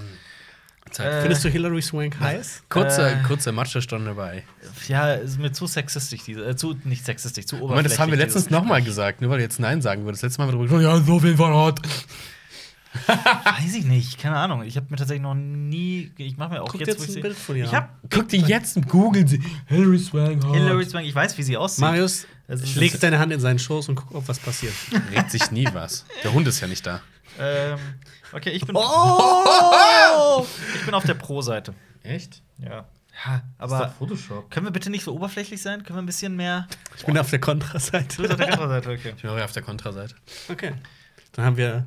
A: Äh,
C: Findest du Hillary Swank heiß?
B: Kurze,
A: äh,
B: kurze Matschestunde bei.
A: ja, ist mir zu sexistisch, diese, äh, zu, nicht sexistisch, zu oberflächlich.
B: Moment, das haben wir
A: dieses-
B: letztens nochmal gesagt, nur weil du jetzt Nein sagen würdest. Letztes Mal haben wir darüber gesprochen, ja, so viel von Ort.
A: [laughs] Weiß ich nicht, keine Ahnung. Ich habe mir tatsächlich noch nie, ich mache mir auch
C: Guck
A: jetzt,
C: dir
A: wo
C: jetzt
A: ich
C: ein
A: seh-
C: Bild von ihr
A: Ich
C: an.
A: habe
B: Guck dir jetzt, googeln sie. Hillary Swank Hort.
A: Hillary Swank, ich weiß, wie sie aussieht.
C: Marius,
A: Also, es
C: leg
A: ist-
C: deine Hand in seinen Schoß und guck, ob was passiert.
B: Regt sich nie was. Der Hund ist ja nicht da.
A: Ähm, okay, ich bin,
C: Oh!
A: ich bin auf der Pro-Seite.
B: Echt?
A: Ja. ja aber
B: Photoshop.
A: können wir bitte nicht so oberflächlich sein? Können wir ein bisschen mehr.
C: Ich bin auf der
A: Du bist auf
C: Kontraseite.
A: der Kontraseite, okay.
B: Ich bin auch auf der Kontraseite. [laughs]
C: Okay. Dann haben wir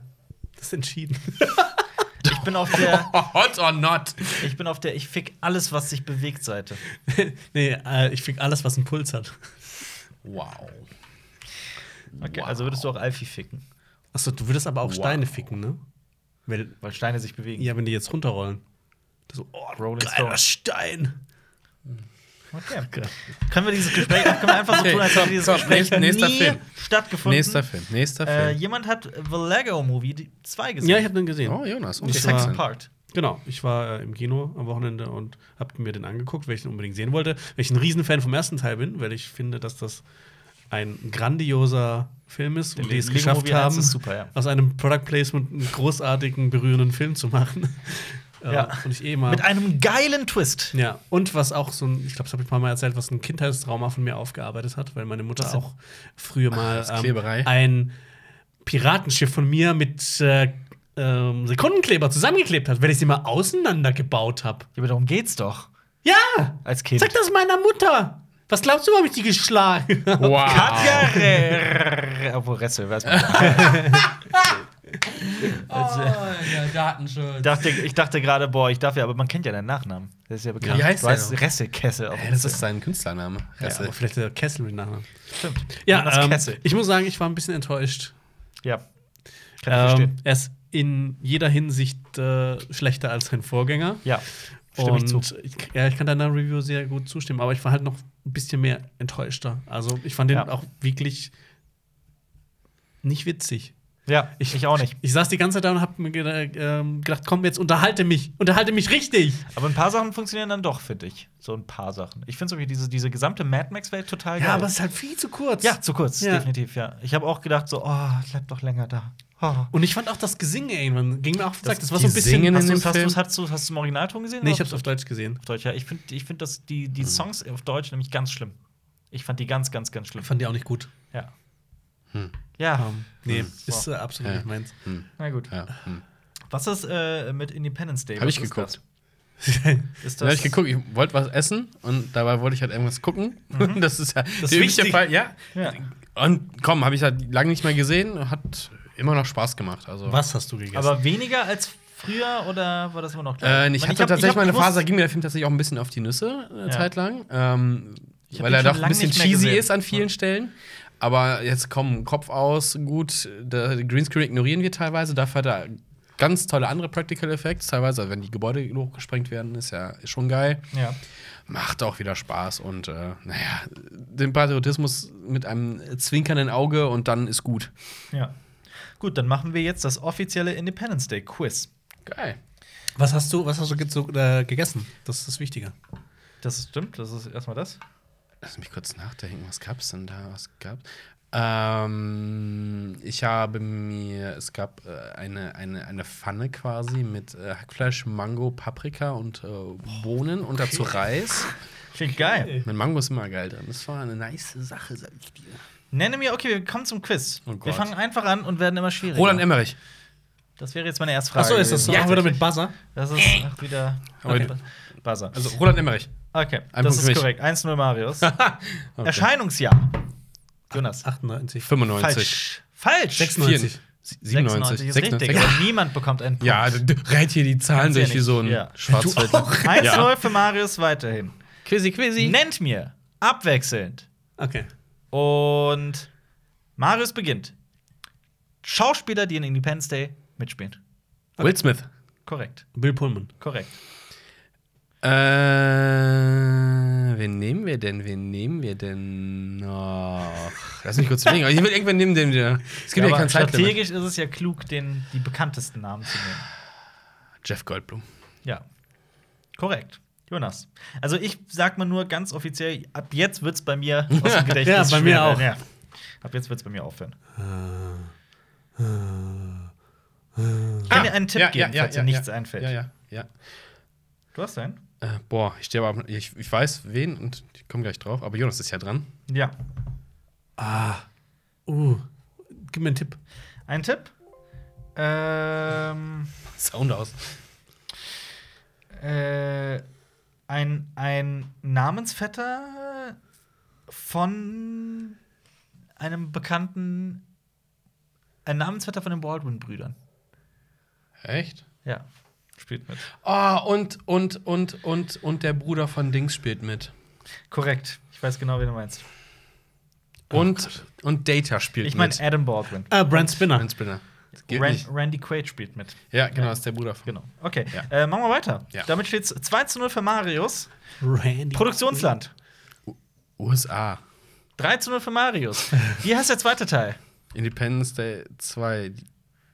C: das entschieden. [laughs]
A: Ich bin auf der,
B: Hot or not?
A: ich bin auf der, ich fick alles, was sich bewegt, Seite.
C: nee, äh, ich fick alles, was einen Puls hat.
B: Wow.
A: Okay,
B: Wow.
A: also würdest du auch Alfie ficken,
C: Achso, du würdest aber auch
B: Wow.
C: Steine ficken, ne? Weil,
A: weil Steine sich bewegen.
C: ja, wenn die jetzt runterrollen. Das so, oh,
A: Rolling Stone.
C: geiler Stein.
A: Okay. Können wir dieses Gespräch, können wir einfach so
B: Okay,
A: tun, als hätte
B: komm,
A: dieses
B: komm,
A: Gespräch
B: nächster- nächster
A: nie
B: Film.
A: stattgefunden.
B: Nächster Film, nächster
A: Äh,
B: Film.
A: jemand hat The Lego Movie 2 gesehen.
C: Ja, ich habe den gesehen.
B: oh, Jonas.
A: Und
B: Und
C: zwar-
A: Sex
B: Sexen.
A: Part.
C: Genau, ich war äh, im Kino am Wochenende und habe mir den angeguckt, weil ich den unbedingt sehen wollte. Weil ich ein Riesenfan vom ersten Teil bin, weil ich finde, dass das ein grandioser Film ist und die es
A: Lego
C: geschafft
A: Movie 1
C: haben,
A: ist super, ja.
C: aus einem Product Placement einen großartigen, berührenden Film zu machen. Äh,
A: Ja.
C: Und ich eh mal.
A: Mit einem geilen Twist.
C: Ja, und was auch so ein, ich glaube, das habe ich ein paar Mal erzählt, was ein Kindheitstrauma von mir aufgearbeitet hat, weil meine Mutter auch früher mal ähm,
B: das Kleberei.
C: ein Piratenschiff von mir mit äh, ähm, Sekundenkleber zusammengeklebt hat, weil ich sie mal auseinandergebaut habe.
A: Ja, aber darum geht's doch.
C: Ja!
A: Als Kind.
C: Sag das meiner Mutter! Was glaubst du, habe ich die geschlagen? [laughs]
B: Wow.
A: Katja Rrrr. Obwohl, Ressel, weiß man.
B: der Datenschutz.
A: Ich dachte, ich dachte gerade, boah, ich darf ja, aber man kennt ja deinen Nachnamen. Das ist ja bekannt.
B: Wie heißt
A: du
B: der
A: heißt
B: noch?
A: Resselkessel. auf
B: Ey,
A: dem
B: das ist sein Künstlername.
C: Ja,
B: Ressel.
C: aber vielleicht der Kessel mit Nachnamen.
A: Stimmt.
C: Ja,
A: Jonas
C: ähm,
A: Kessel.
C: ich muss sagen, ich war ein bisschen enttäuscht.
A: Ja. Kann ich
C: Ähm,
A: verstehen.
C: er ist in jeder Hinsicht äh, schlechter als sein Vorgänger.
A: Ja. Stimme ich
C: Und
A: zu.
C: ich, ja, ich kann deiner Review sehr gut zustimmen, aber ich war halt noch ein bisschen mehr enttäuschter. Also ich fand den
A: Ja.
C: auch wirklich nicht witzig.
A: Ja, ich, ich auch nicht.
C: Ich saß die ganze Zeit da und hab mir geda- ähm, gedacht, komm jetzt, unterhalte mich, unterhalte mich richtig.
A: Aber ein paar Sachen funktionieren dann doch, finde ich. So ein paar Sachen. Ich finde so diese, diese gesamte Mad Max-Welt total geil.
C: Ja, aber es ist halt viel zu kurz.
A: ja, zu kurz,
C: Ja.
A: definitiv, ja. Ich habe auch gedacht, so, oh, bleib doch länger da. Oh.
C: Und ich fand auch das Gesingen irgendwann, ging mir auch auf den Sack. Das war so
B: die
C: ein bisschen.
B: singen-
A: Hast
B: in
A: du
B: dem
A: es hast
B: Film?
A: du's- hast du's- hast du's im Originalton gesehen?
C: Nee,
A: oder
C: ich hab's Mhm. auf Deutsch gesehen.
A: auf Deutsch, ja. Ich finde, ich find, dass die, die Songs auf Deutsch nämlich ganz schlimm. Ich fand die ganz, ganz, ganz schlimm.
C: Fand die auch nicht gut.
A: Ja.
B: Hm.
A: Ja,
C: Ähm, nee,
A: Wow.
C: ist äh, absolut
B: Ja.
C: nicht meins.
B: Hm.
A: na gut.
B: Ja, hm.
A: Was ist äh, mit Independence Day?
B: Hab
A: Was
B: ich
A: ist
B: geguckt.
A: Das? Ist
B: Dann
A: das
B: hab ich geguckt, ich wollte was essen und dabei wollte ich halt irgendwas gucken. [laughs] Das ist ja
C: Das
B: der übliche
C: Wichtige.
B: Fall. Ja.
A: Ja.
B: Und komm, habe ich halt lange nicht mehr gesehen, hat immer noch Spaß gemacht. Also.
C: Was hast du gegessen?
A: Aber weniger als früher oder war das immer noch
B: Äh, ich
A: Man,
B: hatte
A: hab-
B: tatsächlich
A: hab
B: meine
A: gewusst-
B: Phase, da ging mir der Film tatsächlich auch ein bisschen auf die Nüsse, eine
A: Ja.
B: Zeit lang. Ähm,
A: Ich hab
B: weil
A: ihn
B: er
A: schon
B: doch ein
A: lange
B: bisschen
A: nicht mehr
B: cheesy
A: gesehen.
B: ist an vielen Stellen. Aber jetzt kommen Kopf aus, gut, der Greenscreen ignorieren wir teilweise, dafür hat er ganz tolle andere Practical Effects. Teilweise, also wenn die Gebäude hochgesprengt werden, ist ja ist schon geil.
A: Ja.
B: Macht auch wieder Spaß und äh, naja, den Patriotismus mit einem zwinkernden Auge und dann ist gut.
A: ja. Gut, dann machen wir jetzt das offizielle Independence Day Quiz.
B: Geil.
C: Was hast du, was hast du ge- so, äh, gegessen? Das ist das Wichtige.
A: Das stimmt, das ist erstmal das.
B: Lass mich kurz nachdenken, was gab's denn da? Was gab's? Ähm, ich habe mir, es gab äh, eine, eine, eine Pfanne quasi mit äh, Hackfleisch, Mango, Paprika und äh, Bohnen und dazu Reis.
A: Klingt geil.
B: Mit Mango ist immer geil drin. Das war eine nice Sache, sag ich dir.
A: Nenne mir, okay, wir kommen zum Quiz.
B: Oh
A: wir
B: Gott.
A: fangen einfach an und werden immer schwieriger.
B: Roland ähm, Emmerich.
A: das wäre jetzt meine erste Frage.
C: Achso, ist das
A: gewesen.
C: so auch wieder mit Buzzer?
A: Das ist auch wieder.
B: Äh. Aber
A: Okay.
B: du-
A: Buzzer.
B: Also Roland Emmerich.
A: Okay,
B: Ein
A: das
B: Punkt für
A: ist
B: mich.
A: korrekt. 1-0 Marius.
B: [laughs] Okay. Ah,
A: Erscheinungsjahr. Jonas.
C: 98.
B: 95.
A: Falsch. Falsch.
C: 96.
B: 97.
A: ist richtig.
B: 96.
A: Und niemand bekommt einen Punkt.
B: Ja, [laughs] d- d- rät hier die Zahlen
A: Kannst ja
B: durch wie
A: nicht.
B: so ein
A: Ja.
B: Schwarzwald.
A: Eins
B: Ja.
A: für Marius weiterhin.
B: Quizzy, quizzy.
A: Nennt mir abwechselnd
C: Okay.
A: Und Marius beginnt. Schauspieler, die in Independence Day mitspielen.
B: Will Smith.
A: Korrekt,
C: Bill Pullman.
A: korrekt.
B: Äh, wen nehmen wir denn? Wen nehmen wir denn noch? Lass mich kurz überlegen. Ich will irgendwann nehmen, den wir. Es gibt ja,
A: aber
B: keine Zeit.
A: strategisch ist es ja klug, den, die bekanntesten Namen zu nehmen.
B: Jeff Goldblum.
A: Ja. Korrekt. Jonas. Also ich sag mal nur ganz offiziell, ab jetzt wird's bei mir aus
B: [laughs]
A: dem Gedächtnis
C: Ja, bei mir
A: schwer
C: auch.
A: werden. Ja. Ab jetzt wird's bei mir aufhören. Ich kann dir einen Tipp geben, falls dir nichts einfällt.
B: Ah. Ja, ja, ja.
A: Du hast einen?
B: Äh, boah, ich stehe aber. Ich, ich weiß wen und ich komme gleich drauf. Aber Jonas ist ja dran. [laughs]
A: Ja.
C: Uh, gib mir einen Tipp.
A: Ein Tipp? Ähm,
B: Sound aus.
A: äh, ein, ein Namensvetter von einem bekannten. Ein Namensvetter von den Baldwin-Brüdern.
B: Echt?
A: Ja. Spielt mit.
B: Oh, und, und, und, und, und der Bruder von Dings spielt mit.
A: Korrekt. Ich weiß genau, wen du meinst.
B: Und, und Data spielt
A: Oh Ich meine
B: mit.
A: Adam Baldwin.
C: Ah, Brent Spinner.
B: Brent Spinner. Das geht
A: Ran
B: nicht.
A: Randy Quaid spielt mit.
B: Ja, genau, das ist der Bruder von.
A: Genau. Okay.
B: Ja.
A: Äh, machen wir weiter.
B: Ja.
A: Damit steht es 2 zu 0 für Marius.
C: Randy.
A: Produktionsland.
B: USA.
A: 3 zu 0 für Marius. Wie heißt der zweite
B: [laughs]
A: Teil?
B: Independence Day 2, die-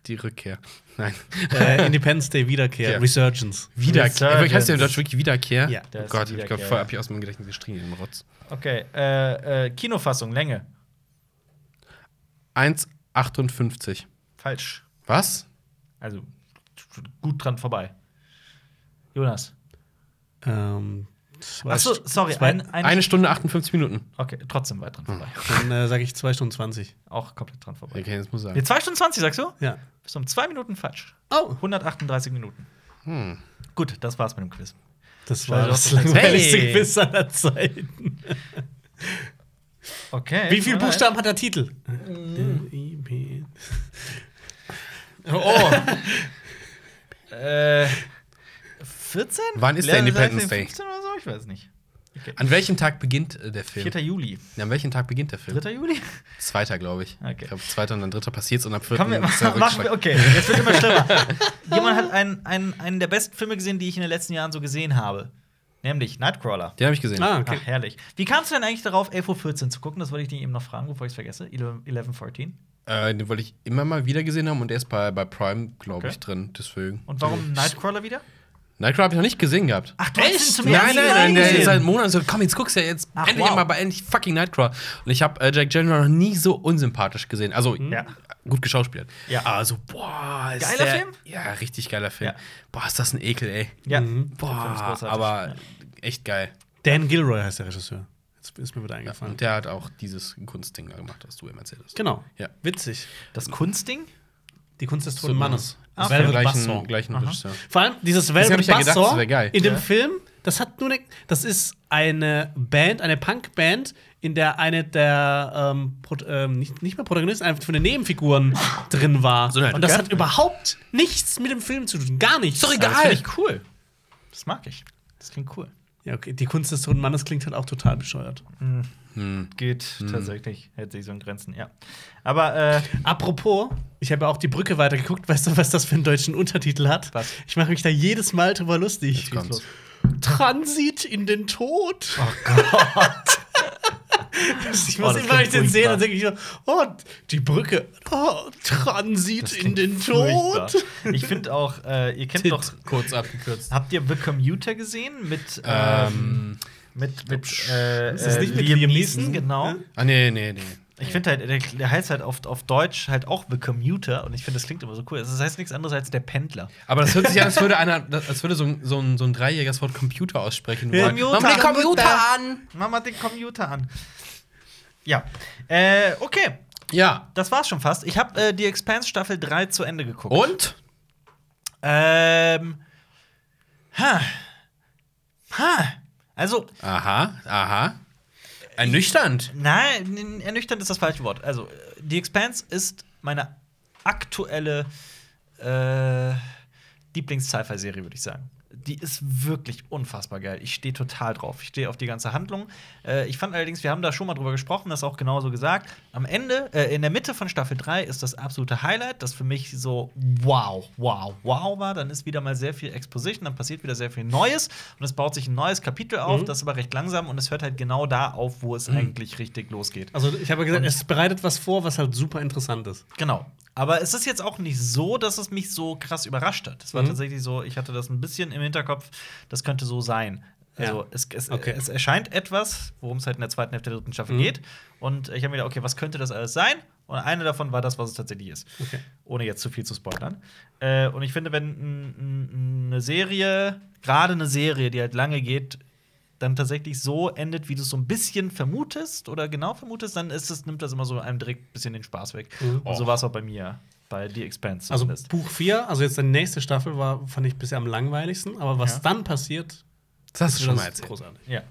B: die Rückkehr. [laughs]
A: [laughs]
B: Nein.
C: Äh, Independence Day Wiederkehr.
B: Ja.
C: Resurgence.
B: Wiederkehr.
A: Resurgence.
B: Ich heißt der in Deutsch wirklich Wiederkehr?
C: Ja,
A: der
B: oh
A: ist
B: Gott, ich
A: Wiederkehr,
B: glaube, vorher
A: ja.
B: hab ich aus meinem Gedächtnis gestrichen, den Rotz.
A: Okay. Äh, äh, Kinofassung, Länge.
B: 1,58.
A: Falsch.
B: Was?
A: Also gut dran vorbei. Jonas.
C: Ähm, zwei
A: Achso,
C: St-
A: sorry.
C: Zwei,
A: Ein, ein,
B: Eine Hm. Stunde 58 Minuten.
A: okay, trotzdem weit dran vorbei.
C: dann äh, sage ich 2 Stunden 20.
A: Auch komplett dran vorbei.
B: Okay, das muss ich
A: Nee, [laughs]
B: sagen.
A: 2 Stunden 20, sagst du?
C: Ja.
A: Bist du um 2 Minuten falsch.
C: Oh,
A: 138 Minuten.
B: Hm.
A: Gut, das war's mit dem Quiz.
C: das war das
A: Scheiße.
C: langweiligste
B: Hey!
C: Quiz aller Zeiten.
A: Okay.
C: Wie viele
A: alright.
C: Buchstaben hat der Titel? Der
B: Mhm.
C: IP.
B: Oh,
A: Äh, 14?
B: Wann ist der
A: Leer- 16,
B: Independence Day?
A: 15 oder so? Ich weiß nicht. Okay.
B: an welchem Tag beginnt äh, der Film?
A: 4. Juli.
B: An welchem Tag beginnt der Film?
A: 3. Juli?
B: Zweiter, glaube ich.
A: Okay.
B: Ich glaube, zweiter und dann dritter passiert's und am vierten
A: Komm, wir
B: ist
A: [laughs]
B: der
A: machen wir,
B: Rückschlag.
A: okay, jetzt wird immer
B: [laughs]
A: schlimmer. Jemand hat einen, einen, einen der besten Filme gesehen, die ich in den letzten Jahren so gesehen habe. Nämlich Nightcrawler.
B: Den habe ich gesehen.
C: Ah, okay.
A: Ach, herrlich. Wie kamst du denn eigentlich darauf, 11.14 zu gucken? Das wollte ich dir eben noch fragen, bevor ich es vergesse. 11.14.
B: Äh, den wollte ich immer mal wieder gesehen haben und der ist bei, bei Prime, glaube
A: Okay.
B: ich, drin. Deswegen.
A: Und warum Nightcrawler wieder?
B: Nightcrawler habe ich noch nicht gesehen gehabt.
A: Ach, du hast ihn zum
B: Nein,
A: ersten
B: nein,
A: Mal
B: nein, der
A: gesehen.
B: ist seit Monaten so, komm, jetzt guckst du ja jetzt
A: Ach,
B: endlich
A: wow.
B: mal bei endlich fucking Nightcrawler. Und ich habe äh, Jack General noch nie so unsympathisch gesehen. Also,
A: Ja.
B: gut geschauspielt.
A: Mhm. Ja.
B: Also, boah, ist
A: Geiler
B: der,
A: Film?
B: Ja, richtig geiler Film.
A: Ja.
B: Boah, ist das ein Ekel, ey.
A: Ja,
C: Mhm.
A: Film ist
B: Boah,
A: großartig.
B: aber echt geil.
C: Dan Gilroy heißt der Regisseur. Jetzt ist mir wieder
B: Ja,
C: eingefallen.
B: und der hat auch dieses Kunstding da gemacht, was du eben erzählt hast.
C: Genau.
B: Ja.
C: Witzig.
A: das Kunstding?
C: Die Kunst des toten Mannes.
A: Ah,
B: Ist der
C: Velvet
B: gleichen,
C: Buzzsaw.
B: gleichen
A: Aha.
B: Regisseur.
C: Vor allem dieses
B: hab ich
C: Velvet
B: ja gedacht, das
C: Buzzsaw
B: wär geil.
C: in dem
A: Ja.
C: Film, das hat nur ne, das ist eine Band, eine Punkband, in der eine der ähm, Pro, ähm, nicht, nicht mehr Protagonisten, einfach von den Nebenfiguren drin war.
B: So eine
C: Und das hat
B: Girlband.
C: überhaupt nichts mit dem Film zu tun, gar nichts.
B: Sorry,
A: Das
B: Geil.
A: finde ich cool. Das mag ich. Das klingt cool.
C: Ja, okay. Die Kunst des toten Mannes klingt halt auch total bescheuert.
A: Geht
C: Mhm.
A: tatsächlich, hält sich so in Grenzen, ja. Aber äh,
C: Apropos, ich habe ja auch die Brücke weitergeguckt. Weißt du, was das für einen deutschen Untertitel hat?
A: Was?
C: Ich mache mich da jedes Mal drüber lustig.
B: kommt's.
A: los.
C: Transit in den Tod.
A: Oh Gott. Oh,
C: Ich muss
A: das
C: immer, wenn ich
A: klingt
C: den sehe,
A: furchtbar.
C: dann denke ich so, oh, die Brücke, oh, Transit [laughs] in den Tod.
A: Furchtbar. Ich finde auch, äh, ihr kennt
C: Tit.
A: doch.
B: Kurz abgekürzt.
A: Habt ihr The Commuter gesehen? Mit, ähm,
B: Ähm,
A: mit, mit, äh,
C: Ist das
A: äh,
C: nicht mit Liam Neeson?
A: Genau.
C: Ja.
B: ah, nee, nee, nee.
A: Ich finde halt, der, der heißt halt oft auf Deutsch halt auch The Commuter und ich finde, das klingt immer so cool. Also, Das heißt nichts anderes als der Pendler.
B: Aber das hört sich an, als würde einer, das- als würde so ein, so ein, so ein Dreijähriger das Wort Computer aussprechen.
C: Ja.
B: Mach mal den Computer an!
A: Mach mal den Commuter an. Ja. Äh, okay.
B: Ja.
A: Das war's schon fast. Ich habe äh, die Expanse Staffel 3 zu Ende geguckt.
B: Und?
A: Ähm. Ha. Ha. Also,
B: Aha, aha. Ernüchternd.
A: nein, n- ernüchternd ist das falsche Wort. Also, äh, die Expanse ist meine aktuelle äh, Lieblings-Sci-Fi-Serie, würde ich sagen. die ist wirklich unfassbar geil. Ich stehe total drauf. Ich stehe auf die ganze Handlung. Äh, ich fand allerdings, wir haben da schon mal drüber gesprochen, das auch genauso gesagt. Am Ende, äh, in der Mitte von Staffel 3 ist das absolute Highlight, das für mich so wow, wow, wow war. Dann ist wieder mal sehr viel Exposition, dann passiert wieder sehr viel Neues und es baut sich ein neues Kapitel auf,
C: Mhm.
A: das ist aber recht langsam und es hört halt genau da auf, wo es eigentlich richtig losgeht.
C: Also ich habe ja gesagt,
A: Und-
C: es bereitet was vor, was halt super interessant ist.
A: Genau. Aber es ist jetzt auch nicht so, dass es mich so krass überrascht hat. Es war
C: Mhm.
A: tatsächlich so, ich hatte das ein bisschen im Hinterkopf, das könnte so sein. Also
C: Ja.
A: es, es,
C: Okay.
A: es erscheint etwas, worum es halt in der zweiten Hälfte der dritten Staffel
C: Mhm.
A: geht. Und ich habe mir gedacht, okay, was könnte das alles sein? Und eine davon war das, was es tatsächlich ist.
C: Okay.
A: Ohne jetzt zu viel zu spoilern. Äh, und ich finde, wenn n- n- eine Serie, gerade eine Serie, die halt lange geht, dann tatsächlich so endet, wie du es so ein bisschen vermutest oder genau vermutest, dann ist es, nimmt das immer so einem direkt ein bisschen den Spaß weg.
C: Mhm.
A: Und so war es auch bei mir, bei The Expanse
C: Also
A: zumindest.
C: Buch 4, also jetzt die nächste Staffel war, fand ich bisher am langweiligsten, aber was
A: Ja.
C: dann passiert,
B: Das hast du schon
C: das
B: mal
C: ist
B: erzählt.
C: großartig.
A: ja.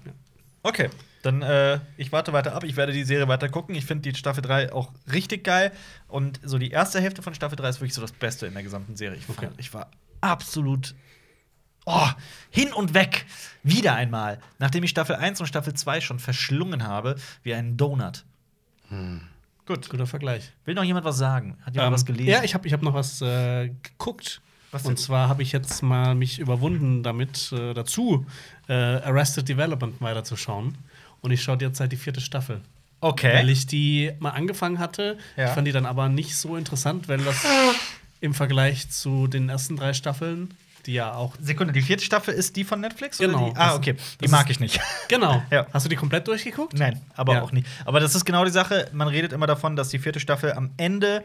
A: Okay, dann äh, ich warte weiter ab, ich werde die Serie weiter gucken. Ich finde die Staffel 3 auch richtig geil. Und so die erste Hälfte von Staffel 3 ist wirklich so das Beste in der gesamten Serie. Ich, fand,
C: Okay.
A: ich war absolut oh, hin und weg. Wieder einmal. Nachdem ich Staffel 1 und Staffel 2 schon verschlungen habe, wie einen Donut. Gut.
C: Guter Vergleich.
A: Will noch jemand was sagen? Hat jemand
C: Ähm,
A: was gelesen?
C: Ja, ich habe ich hab noch was äh, geguckt.
A: Was denn?
C: und zwar habe ich jetzt mal mich überwunden damit äh, dazu, äh, Arrested Development weiterzuschauen. Und ich schaue derzeit die vierte Staffel. Weil
A: okay.
C: ich die mal angefangen hatte.
A: Ja.
C: Ich fand die dann aber nicht so interessant, weil das im Vergleich zu den ersten drei Staffeln, die ja auch.
A: Sekunde, die vierte Staffel ist die von Netflix? Oder
C: Genau.
A: die? Ah,
C: Das-
A: okay. Die
C: das
A: mag
C: ist-
A: ich nicht.
C: Genau.
A: Ja.
C: Hast du die komplett durchgeguckt?
A: Nein, aber
C: Ja.
A: auch nicht. Aber das ist genau die Sache. Man redet immer davon, dass die vierte Staffel am Ende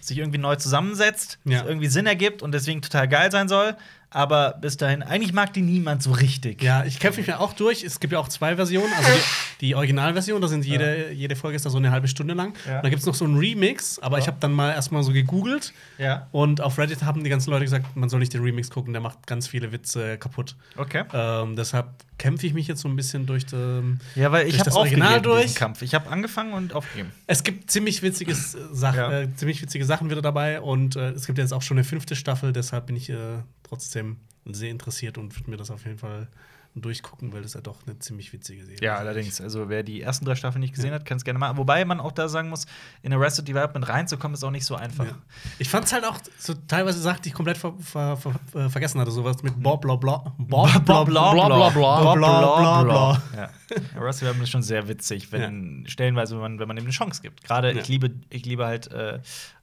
A: sich irgendwie neu zusammensetzt,
C: Ja.
A: dass irgendwie Sinn ergibt und deswegen total geil sein soll. Aber bis dahin, eigentlich mag die niemand so richtig.
C: Ja, ich kämpfe mich ja auch durch. Es gibt ja auch zwei Versionen. Also die, die Originalversion, da sind jede, jede Folge ist da so eine halbe Stunde lang.
A: Ja.
C: Und da gibt es noch so einen Remix, aber ich
A: Ja.
C: habe dann mal erstmal so gegoogelt.
A: Ja.
C: Und auf Reddit haben die ganzen Leute gesagt, man soll nicht den Remix gucken, der macht ganz viele Witze kaputt.
A: Okay.
C: Ähm, deshalb kämpfe ich mich jetzt so ein bisschen durch. Ähm,
A: Ja, weil
C: Durch
A: ich habe
C: das
A: aufgegeben
C: Original durch?
A: diesen Kampf. Ich habe angefangen und aufgegeben.
C: Es gibt ziemlich, witziges äh, Sach
A: Ja.
C: äh, ziemlich witzige Sachen wieder dabei und äh, es gibt jetzt auch schon eine fünfte Staffel, deshalb bin ich äh, trotzdem sehr interessiert und würde mir das auf jeden Fall durchgucken, weil das ja doch eine ziemlich witzige Serie
A: Ja, allerdings. Also wer die ersten drei Staffeln nicht gesehen hat, kann es gerne machen. Wobei man auch da sagen muss, in Arrested Development reinzukommen, ist auch nicht so einfach.
C: Ja. Ich fand's halt auch so teilweise Sachen, die ich komplett ver ver ver ver vergessen hatte. Sowas mit Bob, bla, bla, Bob, bla, bla, bla, bla, bla, bla, bla.
A: Ja. Arrested Development ist schon sehr witzig, wenn stellenweise, wenn man, wenn man ihm eine Chance gibt. Gerade
C: Ja.
A: ich liebe, ich liebe halt äh,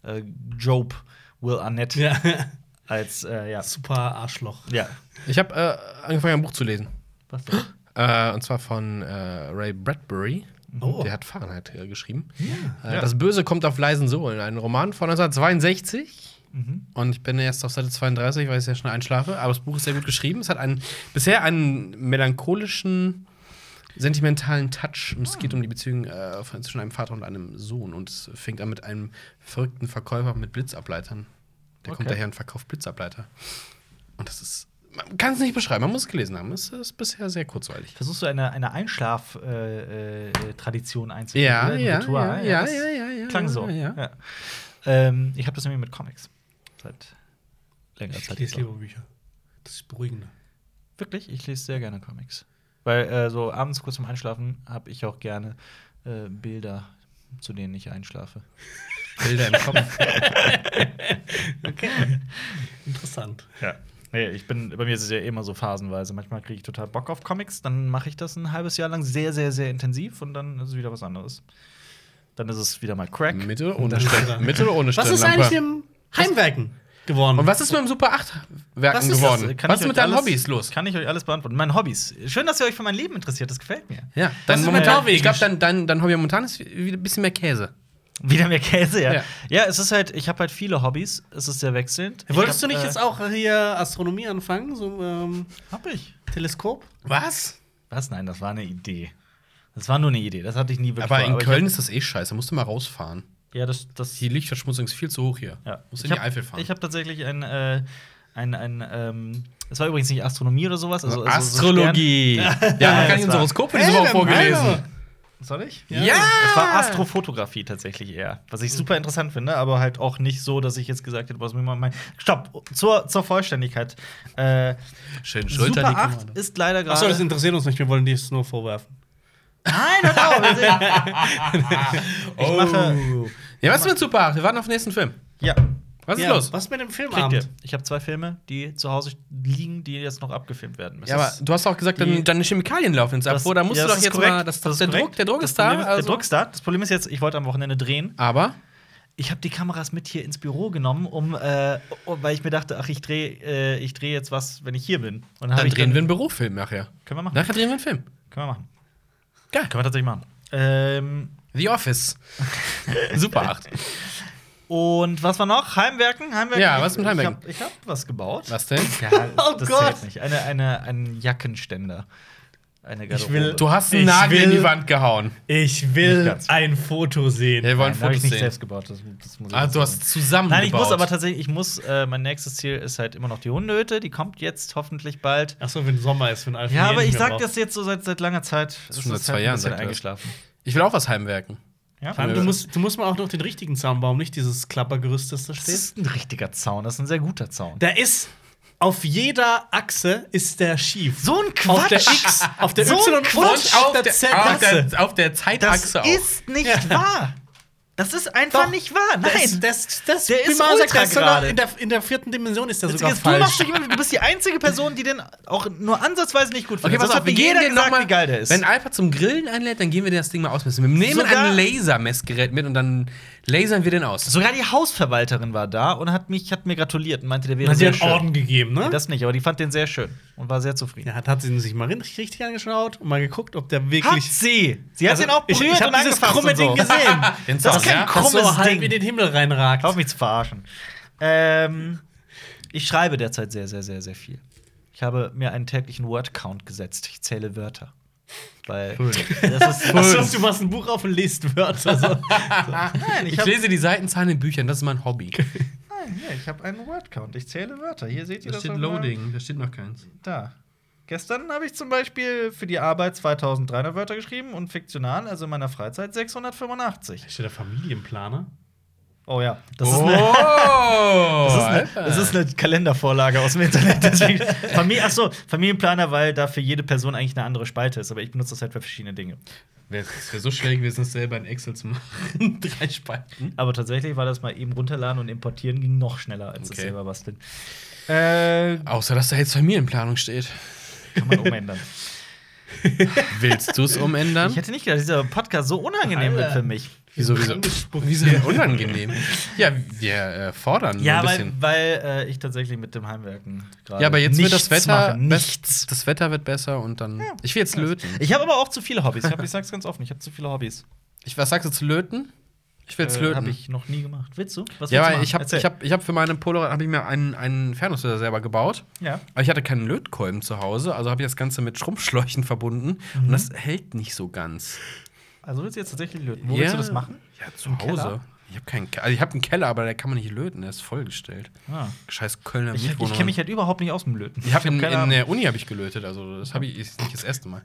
A: äh, Job, Will Arnett
C: Ja, [laughs]
A: als äh, ja.
C: super Arschloch.
A: ja.
B: Ich habe äh, angefangen, ein Buch zu lesen.
A: Was denn?
B: Äh, und zwar von äh, Ray Bradbury.
C: Oh.
B: Der hat Fahrenheit äh, geschrieben.
A: Ja.
B: Äh, das Böse kommt auf leisen Sohlen. Ein Roman von 1962.
A: Mhm.
B: Und ich bin erst auf Seite 32, weil ich sehr schnell einschlafe. Aber das Buch ist sehr gut geschrieben. Es hat einen, bisher einen melancholischen, sentimentalen Touch.
A: Ah.
B: Und es geht um die Beziehung äh, von- zwischen einem Vater und einem Sohn. Und es fängt an mit einem verrückten Verkäufer mit Blitzableitern. Der kommt
A: Okay.
B: daher und verkauft Blitzableiter. Und das ist. Man kann es nicht beschreiben, man muss es gelesen haben. Es ist bisher sehr kurzweilig.
A: Versuchst du eine, eine Einschlaf-Tradition einzuführen?
B: Ja,
A: eine
B: ja,
A: Ritual?
B: ja, ja,
A: das
B: ja, ja, ja,
A: Klang
B: ja,
A: so. [laughs]
B: ja.
A: Ja. Ähm, ich habe das nämlich mit Comics. Seit längerer
C: Ich
A: Zeit.
C: lese
A: jetzt auch.
C: lieber Bücher. Das ist beruhigender.
A: Wirklich, ich lese sehr gerne Comics. Weil äh, so abends kurz zum Einschlafen habe ich auch gerne äh, Bilder, zu denen ich einschlafe.
B: Bilder im Kopf.
C: Okay. Interessant.
A: Ja. Nee, ich bin, bei mir ist es ja immer so phasenweise. Manchmal kriege ich total Bock auf Comics, dann mache ich das ein halbes Jahr lang sehr, sehr, sehr intensiv und dann ist es wieder was anderes. Dann ist es wieder mal Crack.
B: Mit oder ohne
C: Dann-
B: Stern, mit oder ohne
C: Was ist
B: Stirnlampe?
C: eigentlich mit dem Heimwerken geworden?
B: Und was ist mit dem Super 8 Werken
A: Was ist das?
B: geworden?
A: Kann
B: Was
A: ich
B: ist mit
A: euch
B: deinen
A: alles-
B: Hobbys los?
A: Kann ich euch alles beantworten? Meine Hobbys. Schön, dass ihr euch für mein Leben interessiert, das gefällt mir.
B: Ja,
C: ist
B: dein
C: mit
B: momentan,
C: Norwegisch?
B: ich glaube, dein, dein, dein Hobby momentan ist wieder ein bisschen mehr Käse.
A: Wieder mehr Käse, ja. Ja,
B: Ja.
A: es ist halt, ich habe halt viele Hobbys, es ist sehr wechselnd. Ich
C: Wolltest du
A: hab,
C: nicht
A: äh,
C: jetzt auch hier Astronomie anfangen? So ähm,
A: Hab ich.
C: Teleskop?
B: Was?
A: Was? Nein, das war eine Idee. Das war nur eine Idee. Das hatte ich nie wirklich
B: Aber
A: vor,
B: in
A: ich
B: Köln ist das eh scheiße. Da musst du mal rausfahren.
A: Hab, ja, das, das
B: Die Lichtverschmutzung ist viel zu hoch hier.
A: ja.
B: Musst
A: Ich
B: in die
A: hab-
B: Eifel fahren.
A: Ich habe tatsächlich ein, äh, ein, ein ähm, es war übrigens nicht Astronomie oder sowas. Also, also so Stern-
B: Astrologie. ja, man
A: das
B: kann ich
A: war-
B: unser Horoskop in diesem Woche vorgelesen.
A: Soll ich?
B: Ja!
A: Es war Astrofotografie tatsächlich eher, was ich super interessant finde, aber halt auch nicht so, dass ich jetzt gesagt hätte, was mir mal mein. Stopp, zur, zur Vollständigkeit. Äh,
B: Schön
A: Super
B: Schulter
A: 8 ist leider gerade.
C: Achso, das interessiert uns nicht, wir wollen dir es nur vorwerfen.
A: Nein, hört auf! wir
B: [laughs]
A: sind-
B: Ich
A: Oh. mache-
B: Ja, was ist mit Super 8? Wir warten auf den nächsten Film.
A: ja,
B: Was ist
C: Ja,
B: los?
C: Was ist mit dem
A: kriegt ihr.
C: Filmabend?
A: Ich habe zwei Filme, die zu Hause liegen, die jetzt noch abgefilmt werden müssen.
B: Ja, aber du hast auch gesagt,
A: Die-
B: dann, deine Chemikalien laufen jetzt ab.
A: Das-
B: Wo, da musst
A: ja,
B: du
A: das
B: doch
A: ist
B: jetzt
A: korrekt.
B: mal. Das, das
A: ist
B: der
A: korrekt.
B: Druck, der Druck
A: Das
B: ist da.
A: Problem ist-
B: also-
A: Der Druck ist da. Das Problem ist jetzt, ich wollte am Wochenende drehen.
B: Aber
A: Ich habe die Kameras mit hier ins Büro genommen, um, äh, um- weil ich mir dachte, ach, ich drehe äh, ich dreh jetzt was, wenn ich hier bin. Und hab
B: dann
A: ich
B: drehen wir einen Bürofilm nachher.
A: Können wir machen.
B: Nachher drehen wir Ne? einen Film.
A: Können wir machen.
B: Geil.
A: Können wir tatsächlich machen. Ähm, [laughs]
B: The Office. Super 8.
A: und was war noch? Heimwerken? Heimwerken?
B: Ja, was mit Heimwerken?
A: Ich habe ich hab was gebaut.
B: Was denn?
A: Ja,
B: [laughs]
C: Oh
A: das
C: Gott.
A: zählt nicht. Eine, eine, ein Jackenständer. Eine Garderobe.
B: Du hast einen
C: Ich
B: Nagel in
C: will-
B: die Wand gehauen.
C: Ich
A: Nicht
C: will
A: ganz.
C: ein Foto sehen.
B: Wir wollen
A: Nein, da hab
B: Fotos
A: ich nicht
B: sehen.
A: selbst gebaut. Das, das muss ich
B: Ah,
A: dazu
B: du hast zusammen.
A: Nein, ich muss aber tatsächlich, ich muss, äh, mein nächstes Ziel ist halt immer noch die Hundehütte, die kommt jetzt hoffentlich bald.
C: Achso, wenn Sommer ist, wenn Alpha
A: Ja, aber ich sag
C: sag
A: das jetzt so seit, seit langer Zeit. Das
B: ist schon seit zwei
A: ein
B: Jahren,
A: bisschen
B: sagt er.
A: eingeschlafen.
B: Ich will auch was heimwerken.
A: Ja?
C: Vor allem, du musst, du musst mal auch noch den richtigen Zaun bauen, nicht dieses Klappergerüst, das da
A: Das
C: steht.
A: ist ein richtiger Zaun, das ist ein sehr guter Zaun.
C: Da ist auf jeder Achse ist der schief.
A: So ein Quatsch!
C: auf der X, auf der
A: So ein
C: Y
A: Quatsch. Und
C: auf der Z.
B: auf
C: Achse.
B: der, auf der Zeitachse
A: das
B: auch.
A: ist nicht wahr! Das ist einfach
C: Doch.
A: nicht wahr! Nein!
C: Das, das, das,
A: Der ist
C: Prima sagt,
A: ultra
C: der sogar
A: gerade.
C: in, der, in der vierten Dimension ist der
A: Jetzt-
C: sogar
A: jetzt, du,
C: falsch.
A: machst dich immer, du bist die einzige Person, die den auch nur ansatzweise nicht gut
B: Okay,
A: findet.
B: pass
A: Sonst
B: auf,
A: hat
B: wir
A: mir
B: gehen
A: jeder
B: dir
A: gesagt,
B: nochmal.
A: wie geil der ist.
B: Wenn Alpha zum Grillen einlädt, dann gehen wir dir das Ding mal ausmessen. Wir nehmen
A: Sogar-
B: ein Lasermessgerät mit und dann lasern wir den aus.
A: Sogar die Hausverwalterin war da und hat, mich, hat mir gratuliert und meinte, der wäre
C: Hat sie
A: sehr
C: einen
A: schön.
C: Orden gegeben, ne?
A: Das nicht, aber die fand den sehr schön und war sehr zufrieden.
C: Ja, hat, hat sie sich mal richtig richtig angeschaut und mal geguckt, ob der wirklich.
A: Hat sie! Sie hat
C: Also,
A: ihn auch
C: ich-
A: berührt
C: ich hab
A: und
C: dieses
A: angefasst
C: krumme
A: und so. [laughs]
C: Ding gesehen. [laughs]
B: Den
A: Das
B: Zaun,
A: ist kein
B: ja?
C: das so
A: krummes
C: halb
A: Ding.
C: in den Himmel reinragt.
A: Hör auf mich zu verarschen. Ähm, ich schreibe derzeit sehr, sehr, sehr, sehr viel. Ich habe mir einen täglichen Word-Count gesetzt. Ich zähle Wörter. Weil das ist
C: Ach so, du machst ein Buch auf und liest Wörter. [laughs] So.
A: Nein,
B: Ich lese die Seitenzahlen in Büchern, das ist mein [laughs] Hobby.
A: nein, hier, ich habe einen Word-Count. Ich zähle Wörter. Hier seht ihr das. auf meinem-
B: da steht noch keins.
A: Da. Gestern habe ich zum Beispiel für die Arbeit 2300 Wörter geschrieben und fiktional, also in meiner Freizeit, 685.
C: Steht der Familienplaner?
A: Oh ja, das ist
B: Oh!
A: eine. Das ist, eine,
B: Alpha.
A: das ist eine Kalendervorlage aus dem Internet.
B: [laughs]
A: Deswegen, Familie, achso, Familienplaner, weil da für jede Person eigentlich eine andere Spalte ist. Aber ich benutze das halt für verschiedene Dinge.
B: Wäre wär so schwer gewesen, es selber in Excel zu machen. [laughs] Drei Spalten.
A: Aber tatsächlich war das mal eben runterladen und importieren ging noch schneller als das
B: Okay.
A: selber basteln. Äh,
B: Außer, dass da jetzt Familienplanung steht.
A: kann man umändern.
B: Willst du es
A: Ich
B: umändern?
A: hätte nicht gedacht, dass dieser Podcast so unangenehm wird für mich.
B: Wieso, wieso? Wieso denn unangenehm? Ja, wir äh, fordern
A: Ja,
B: ein
A: weil,
B: bisschen.
A: weil äh, ich tatsächlich mit dem Heimwerken gerade
B: ja, aber jetzt wird das
A: nichts
B: Wetter
A: mache.
B: nichts. Das Wetter wird besser und dann. Ich will jetzt löten.
A: Ich habe aber auch zu viele Hobbys. Ich, hab, ich sag's ganz offen, ich habe zu viele
B: [laughs]
A: Hobbys.
B: Ich, was sagst du zu löten? Äh, Ich will jetzt löten.
A: habe ich noch nie gemacht. Willst du? Was willst du
B: ja, weil
A: machen?
B: ich habe
A: Erzähl.
B: ich hab, ich hab für meine Polaroid hab ich mir einen, einen Fernauslöser selber gebaut.
A: Ja.
B: Aber ich hatte keinen Lötkolben zu Hause, also habe ich das Ganze mit Schrumpfschläuchen verbunden und das hält nicht so ganz.
A: Also willst du jetzt tatsächlich löten? Wo willst du das machen?
B: Ja, zu Hause.
A: Keller?
B: Ich habe keinen Ke- also ich hab einen Keller, aber da kann man nicht löten, der ist vollgestellt.
A: Ah.
B: Scheiß Kölner
A: Ich, ich
B: Mietwohnungen.
A: kenne mich halt überhaupt nicht aus dem Löten.
B: Ich habe in,
A: keine
B: in
A: Ahnung.
B: der Uni habe ich gelötet, also das habe ich ist nicht das erste [laughs] Mal.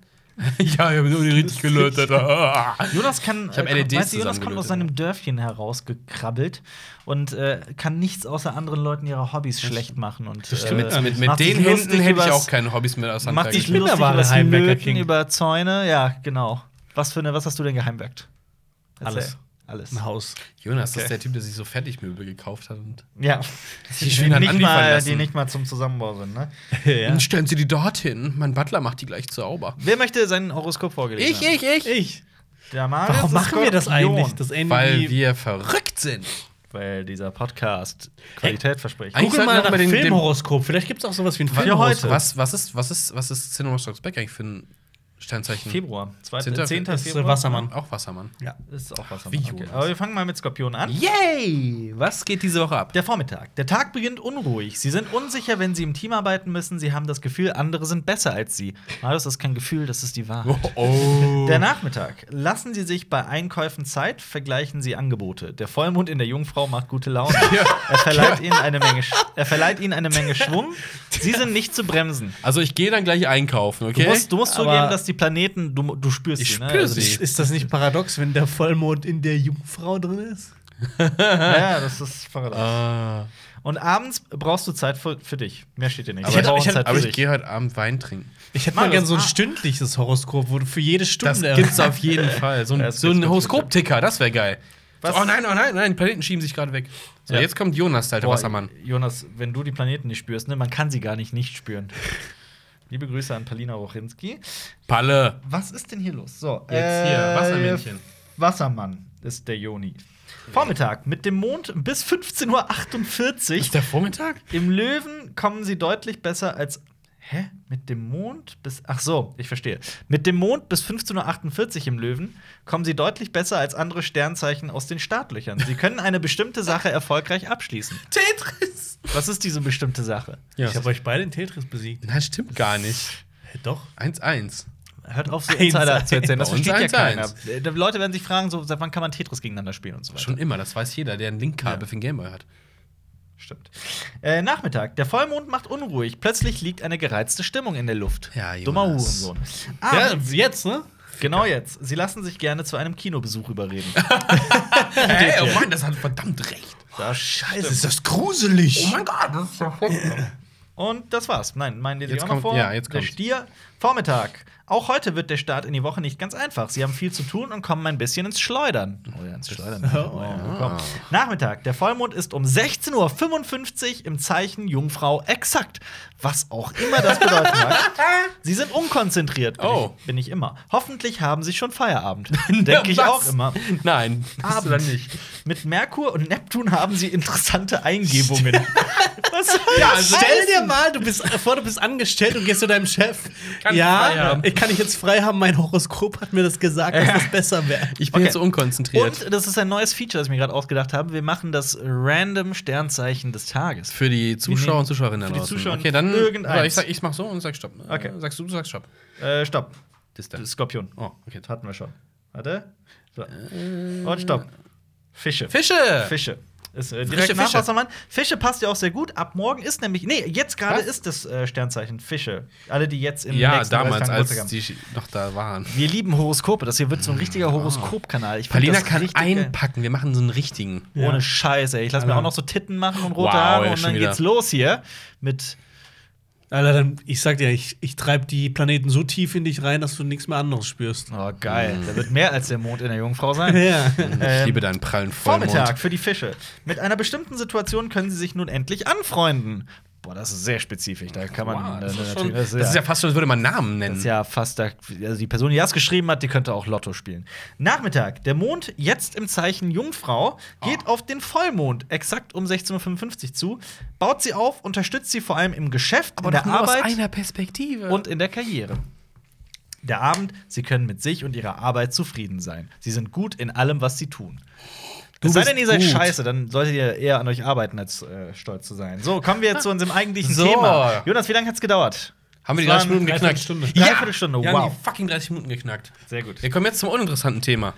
B: ja, ich habe in der Uni richtig gelötet. [laughs] ja,
A: Jonas kann,
B: Ich hab E
A: äh, kommt-
B: LEDs
A: weißt du, Jonas kommt
B: zusammengelötet,
A: aus seinem Dörfchen herausgekrabbelt und äh, kann nichts außer anderen Leuten ihre Hobbys schlecht machen und äh,
B: mit mit,
A: macht
B: mit
A: sich
B: den Händen
A: lustig
B: hätte ich
A: übers-
B: auch keine Hobbys mehr aus
A: macht sich
C: Ich bin
A: lustig
C: aber ein
A: über
C: Heimwerker
A: Löten,
C: King.
A: über Zäune, ja, genau. Was für eine, was hast du denn geheimwerkt?
C: Alles.
A: Alles.
C: Ein Haus.
B: Jonas, das
A: Okay.
B: ist der Typ, der sich so Fertigmöbel gekauft hat und
C: [laughs]
A: Ja.
B: Die schön hat
A: nicht
B: anliefern
A: mal,
B: lassen.
A: die nicht mal zum Zusammenbau sind, ne?
C: [laughs] ja.
B: Dann stellen Sie die dorthin. Mein Butler macht die gleich sauber.
A: Wer möchte sein Horoskop vorgelesen? haben?
B: ich.
C: Ich.
A: Der Marius
C: Warum
A: ist
C: machen wir das
A: Skorpion.
C: eigentlich? Das ähnlich
B: Weil
C: wie-
B: wir verrückt sind.
A: Weil dieser Podcast Qualität verspricht.
B: Eigentlich
C: Google
B: sollten
C: mal
B: wir
C: nach
B: mal den- den-
C: Filmhoroskop. Vielleicht gibt es auch sowas wie ein Filmhoroskop.
B: Was, was ist, was ist, was ist Cinema Strikes Back eigentlich für ein Sternzeichen?
A: Februar. 2.
B: Zehnter-
A: 10.
C: Das ist äh,
A: Februar.
C: Wassermann.
B: Auch Wassermann.
C: Ja.
A: Ist auch Wassermann.
B: Wie
A: okay.
B: Jonas.
A: Aber wir fangen mal mit Skorpion an.
B: Yay! Was geht diese Woche ab?
A: Der Vormittag. Der Tag beginnt unruhig. Sie sind unsicher, wenn sie im Team arbeiten müssen. Sie haben das Gefühl, andere sind besser als sie. Marius, das ist kein Gefühl, das ist die Wahrheit.
B: oh.
A: Der Nachmittag. Lassen Sie sich bei Einkäufen Zeit, vergleichen Sie Angebote. Der Vollmond in der Jungfrau macht gute
B: [laughs]
A: Laune. Er, verleiht Ihnen eine Menge, Sch- er verleiht Ihnen eine Menge Schwung. Sie sind nicht zu bremsen.
B: Also ich gehe dann gleich einkaufen, okay?
A: Du musst, du musst
C: Aber
A: zugeben, dass die Planeten, du, du spürst
B: Ich
A: sie. Ne?
B: spür
A: Also,
B: sie.
A: die-
D: Ist das nicht paradox, wenn der Vollmond in der Jungfrau drin ist?
A: Ja, das ist paradox.
B: Ah.
A: Und abends brauchst du Zeit für, für dich. Mehr steht dir nicht.
B: Aber
A: Wir
B: ich,
A: brauchen
B: ich,
A: Zeit
B: aber
A: für
B: ich
A: dich.
B: gehe heute Abend Wein trinken.
D: Ich hätte
A: Mal
D: mal gern
A: das-
D: so ein
A: ah.
D: stündliches Horoskop, wo du für jede
B: Das
D: Stunde.
C: ne-
B: gibt's
C: [laughs]
B: auf jeden Fall. So ein,
A: Ja, das
B: so
A: gibt's
B: ein
A: ganz
B: Horoskop-Ticker, das wäre geil. So,
A: Was-
B: oh nein, oh nein, nein, die Planeten schieben sich gerade weg. So,
A: Ja.
B: jetzt kommt Jonas, der alte
A: Boah,
B: Wassermann.
A: Jonas, wenn du die Planeten nicht spürst, ne, man kann sie gar nicht nicht spüren. Liebe Grüße an Palina Rochinski.
B: Palle.
A: Was ist denn hier los? So, äh,
B: Jetzt hier, Wassermännchen.
A: Wassermann ist der Joni. Vormittag mit dem Mond bis 15.48 Uhr.
B: der Vormittag?
A: Im Löwen kommen sie deutlich besser als. Hä? Mit dem Mond bis. Ach so, ich verstehe. Mit dem Mond bis 15.48 Uhr im Löwen kommen sie deutlich besser als andere Sternzeichen aus den Startlöchern. Sie können eine bestimmte Sache erfolgreich abschließen.
B: Tetris!
A: Was ist diese bestimmte Sache?
B: Ja.
C: Ich habe euch beide in Tetris besiegt.
B: Nein, stimmt gar nicht.
C: Hä, Äh, doch.
B: 1-1.
A: Hört auf, so
C: Eins,
A: Insider
C: eins.
A: zu erzählen. Das
B: Bei uns
A: versteht ja
B: eins,
A: keiner.
B: eins.
A: Äh, die Leute werden sich fragen, so, seit wann kann man Tetris gegeneinander spielen und so weiter.
B: Schon immer, das weiß jeder, der ein Linkkabel für den Gameboy hat.
A: Stimmt. Äh, Nachmittag. Der Vollmond macht unruhig. Plötzlich liegt eine gereizte Stimmung in der Luft.
B: Ja, Jonas.
A: Dummer Hurensohn.
C: Ja,
A: Abends.
C: jetzt, ne?
A: Genau jetzt. Sie lassen sich gerne zu einem Kinobesuch überreden.
B: Hey, oh Mann, das hat verdammt recht.
A: Das Scheiße.
D: das gruselig.
B: mein Gott, das ist ja
A: Und das war's. Nein, meinen lese ich
B: Jetzt
A: auch noch
B: kommt-
A: vor.
B: ja, jetzt
A: der
B: kommt's.
A: Stier. Vormittag. Auch heute wird der Start in die Woche nicht ganz einfach. Sie haben viel zu tun und kommen ein bisschen ins Schleudern. Oh ja, ins
B: [laughs]
A: Schleudern. Oh, ja. komm. Nachmittag. Der Vollmond ist um 16.55 Uhr im Zeichen Jungfrau exakt. Was auch immer das bedeuten
B: [laughs]
A: mag. Sie sind unkonzentriert. Bin,
B: Oh.
A: ich, bin ich immer. Hoffentlich haben Sie schon
B: [laughs]
A: Feierabend. Denke ich auch immer.
B: Nein, hast du dann nicht.
A: Mit Merkur und Neptun haben Sie interessante Eingebungen.
B: [laughs]
A: Was soll
B: Ja,
A: das?
B: also-
C: Stell dir mal, du bist äh, vor, du bist angestellt und gehst zu deinem Chef.
B: Kann ich frei
C: ja,
B: haben?
C: ich kann ich jetzt frei haben. Mein Horoskop hat mir das gesagt, dass das besser wäre.
B: Ich bin
A: Okay.
B: jetzt so unkonzentriert.
A: Und das ist ein neues Feature, das ich mir gerade ausgedacht habe. Wir machen das random Sternzeichen des Tages.
B: Für die Zuschauer und Zuschauerinnen
A: Für die
B: draußen.
A: Zuschauer und
B: okay, dann
A: irgendeins.
B: oder ich sag ich mach so und sag stopp. Äh,
A: Okay.
B: Sagst du, du sagst stopp.
A: Äh, stopp.
B: Das dann.
A: Skorpion.
B: Oh, okay.
A: Hatten wir schon. Warte. So. Und stopp. Fische.
B: Fische.
A: Fische. Ist äh, direkt
B: Frische
A: nach
B: Fische.
A: Wassermann. Fische passt ja auch sehr gut. Ab morgen ist nämlich. Nee, jetzt gerade
B: Was?
A: ist das äh, Sternzeichen Fische. Alle, die jetzt im
B: Ja,
A: nächsten
B: damals,
A: Dreistag Geburtstag
B: als die noch da waren.
A: haben. Wir lieben Horoskope. Das hier wird so ein richtiger Horoskopkanal. Ich find
B: Palina
A: das
B: kann
A: richtig geil.
B: einpacken. Wir machen so einen richtigen.
C: Ja.
A: Ohne Scheiß, ey. Ich lasse mir
C: Alter.
A: auch noch so Titten machen und rote
B: Wow,
A: Haare
B: ja,
A: und
B: schon
A: dann
B: wieder.
A: geht's los hier mit
C: Alter, dann, ich sag dir, ich, ich treibe die Planeten so tief in dich rein, dass du nichts mehr anderes spürst.
A: Oh, geil. Da wird mehr als der Mond in der Jungfrau [laughs] sein.
C: Ja.
B: ich
A: Ähm,
B: liebe deinen prallen Vollmond.
A: Vormittag für die Fische. Mit einer bestimmten Situation können sie sich nun endlich anfreunden. Boah, das ist sehr spezifisch. Da kann man.
B: Wow,
A: äh,
B: das, ist
A: natürlich-
B: schon, das ist ja fast so, als würde man Namen nennen.
A: das ist ja fast, da, also die Person, die das geschrieben hat, die könnte auch Lotto spielen. Nachmittag, der Mond, jetzt im Zeichen Jungfrau, geht auf den Vollmond exakt um 16.55 Uhr zu, baut sie auf, unterstützt sie vor allem im Geschäft, in der
B: doch nur
A: Arbeit
B: aus einer Perspektive.
A: und in der Karriere. Der Abend, sie können mit sich und ihrer Arbeit zufrieden sein. Sie sind gut in allem, was sie tun.
C: Du
A: es sei
C: bist
A: denn, ihr seid
C: gut.
A: scheiße, dann solltet ihr eher an euch arbeiten, als äh, stolz zu sein. So, kommen
B: [laughs]
A: wir zu unserem eigentlichen
B: So.
A: Thema. Jonas, wie lange hat's gedauert?
B: haben wir die
A: Das
B: 30 Minuten
C: waren
B: geknackt?
C: Dreiviertelstunde.
B: Ja,
A: Dreiviertelstunde,
B: Wir haben
A: wow.
B: die fucking 30 Minuten geknackt.
A: Sehr gut.
B: Wir kommen jetzt zum uninteressanten Thema.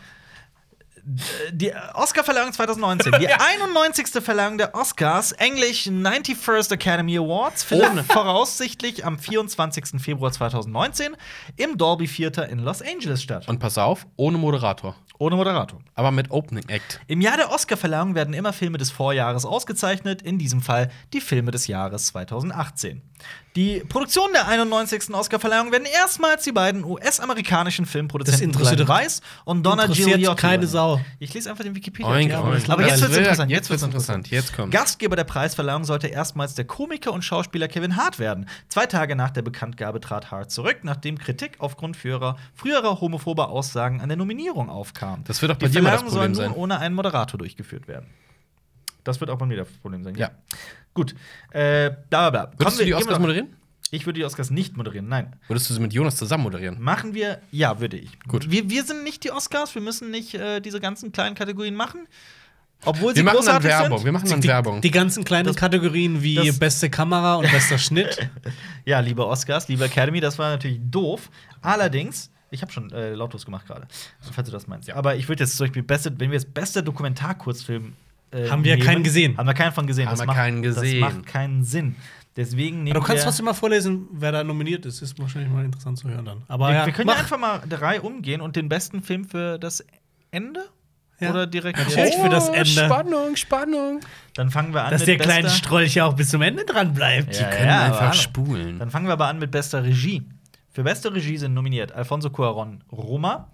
A: Die Oscar-Verleihung 2019.
B: [laughs]
A: Die 91. Verleihung der Oscars, Englisch 91st Academy Awards, findet voraussichtlich am 24. Februar 2019 im Dolby Theater in Los Angeles statt.
B: Und pass auf, ohne Moderator.
A: Ohne Moderator.
B: Aber mit Opening Act.
A: Im Jahr der Oscarverleihung werden immer Filme des Vorjahres ausgezeichnet, in diesem Fall die Filme des Jahres 2018. Die Produktionen der 91. Oscarverleihung werden erstmals die beiden US-amerikanischen
C: Das
A: Filmproduzenten
C: interessiert
A: Glenn
C: doch-
A: Weiss und Donna
C: interessiert
A: Giuliotti.
C: keine
A: übernehmen.
C: Sau.
A: Ich lese einfach den Wikipedia.
B: Oink,
C: ja, aber
B: oink.
C: das- aber
A: jetzt
B: Das
A: wird's
B: will-
A: interessant, jetzt
B: Jetzt wird's
A: wird's
B: interessant. Jetzt kommt.
A: Gastgeber der Preisverleihung sollte erstmals der Komiker und Schauspieler Kevin Hart werden. Zwei Tage nach der Bekanntgabe trat Hart zurück, nachdem Kritik aufgrund früherer, früherer homophober Aussagen an der Nominierung aufkam.
B: Das wird auch bei
A: Die
B: dir mal das
A: Verleihung
B: Problem
A: soll nun
B: sein.
A: ohne einen Moderator durchgeführt werden. Das wird auch bei mir das Problem sein.
B: Ja.
A: Gut. Äh, bla bla bla. Kommen
B: Würdest du
A: wir- gehen
B: die
A: wir
B: Oscars
A: doch-
B: moderieren?
A: Ich würde die Oscars nicht moderieren, nein.
B: Würdest du sie mit Jonas zusammen moderieren?
A: Machen wir, ja, würde ich.
B: Gut.
A: Wir, wir sind nicht die Oscars, wir müssen nicht äh, diese ganzen kleinen Kategorien machen. Obwohl sie
B: Wir machen dann
A: großartig
B: Werbung.
A: sind.
B: Wir machen dann
C: die,
B: Werbung.
C: Die ganzen kleinen Kategorien wie
A: das-
C: beste Kamera und bester [laughs] Schnitt.
A: Ja, lieber Oscars, lieber Academy, das war natürlich doof. Allerdings, ich habe schon äh, lautlos gemacht gerade, falls du das meinst. Aber ich würde jetzt zum Beispiel beste, wenn wir jetzt bester Dokumentarkurzfilm äh,
C: Haben wir keinen gesehen.
A: Haben wir keinen von gesehen.
B: Haben wir keinen gesehen.
A: Das macht keinen Sinn. Deswegen nehmen
C: Aber du
A: wir,
C: kannst trotzdem mal vorlesen, wer da nominiert ist. Ist wahrscheinlich mal interessant zu hören dann. Aber
A: wir,
C: Oh, ja,
A: wir können
C: mach.
A: ja einfach mal drei umgehen und den besten Film für das Ende
C: Ja.
A: oder direkt
C: Natürlich für das Ende.
B: Spannung, Spannung.
A: Dann fangen wir an
D: Dass der kleine
A: bester-
D: Strolch ja auch bis zum Ende dran bleibt.
A: Ja,
B: können
A: ja,
B: einfach
A: aber hallo.
B: spulen.
A: Dann fangen wir aber an mit bester Regie. Für beste Regie sind nominiert Alfonso Cuaron Roma,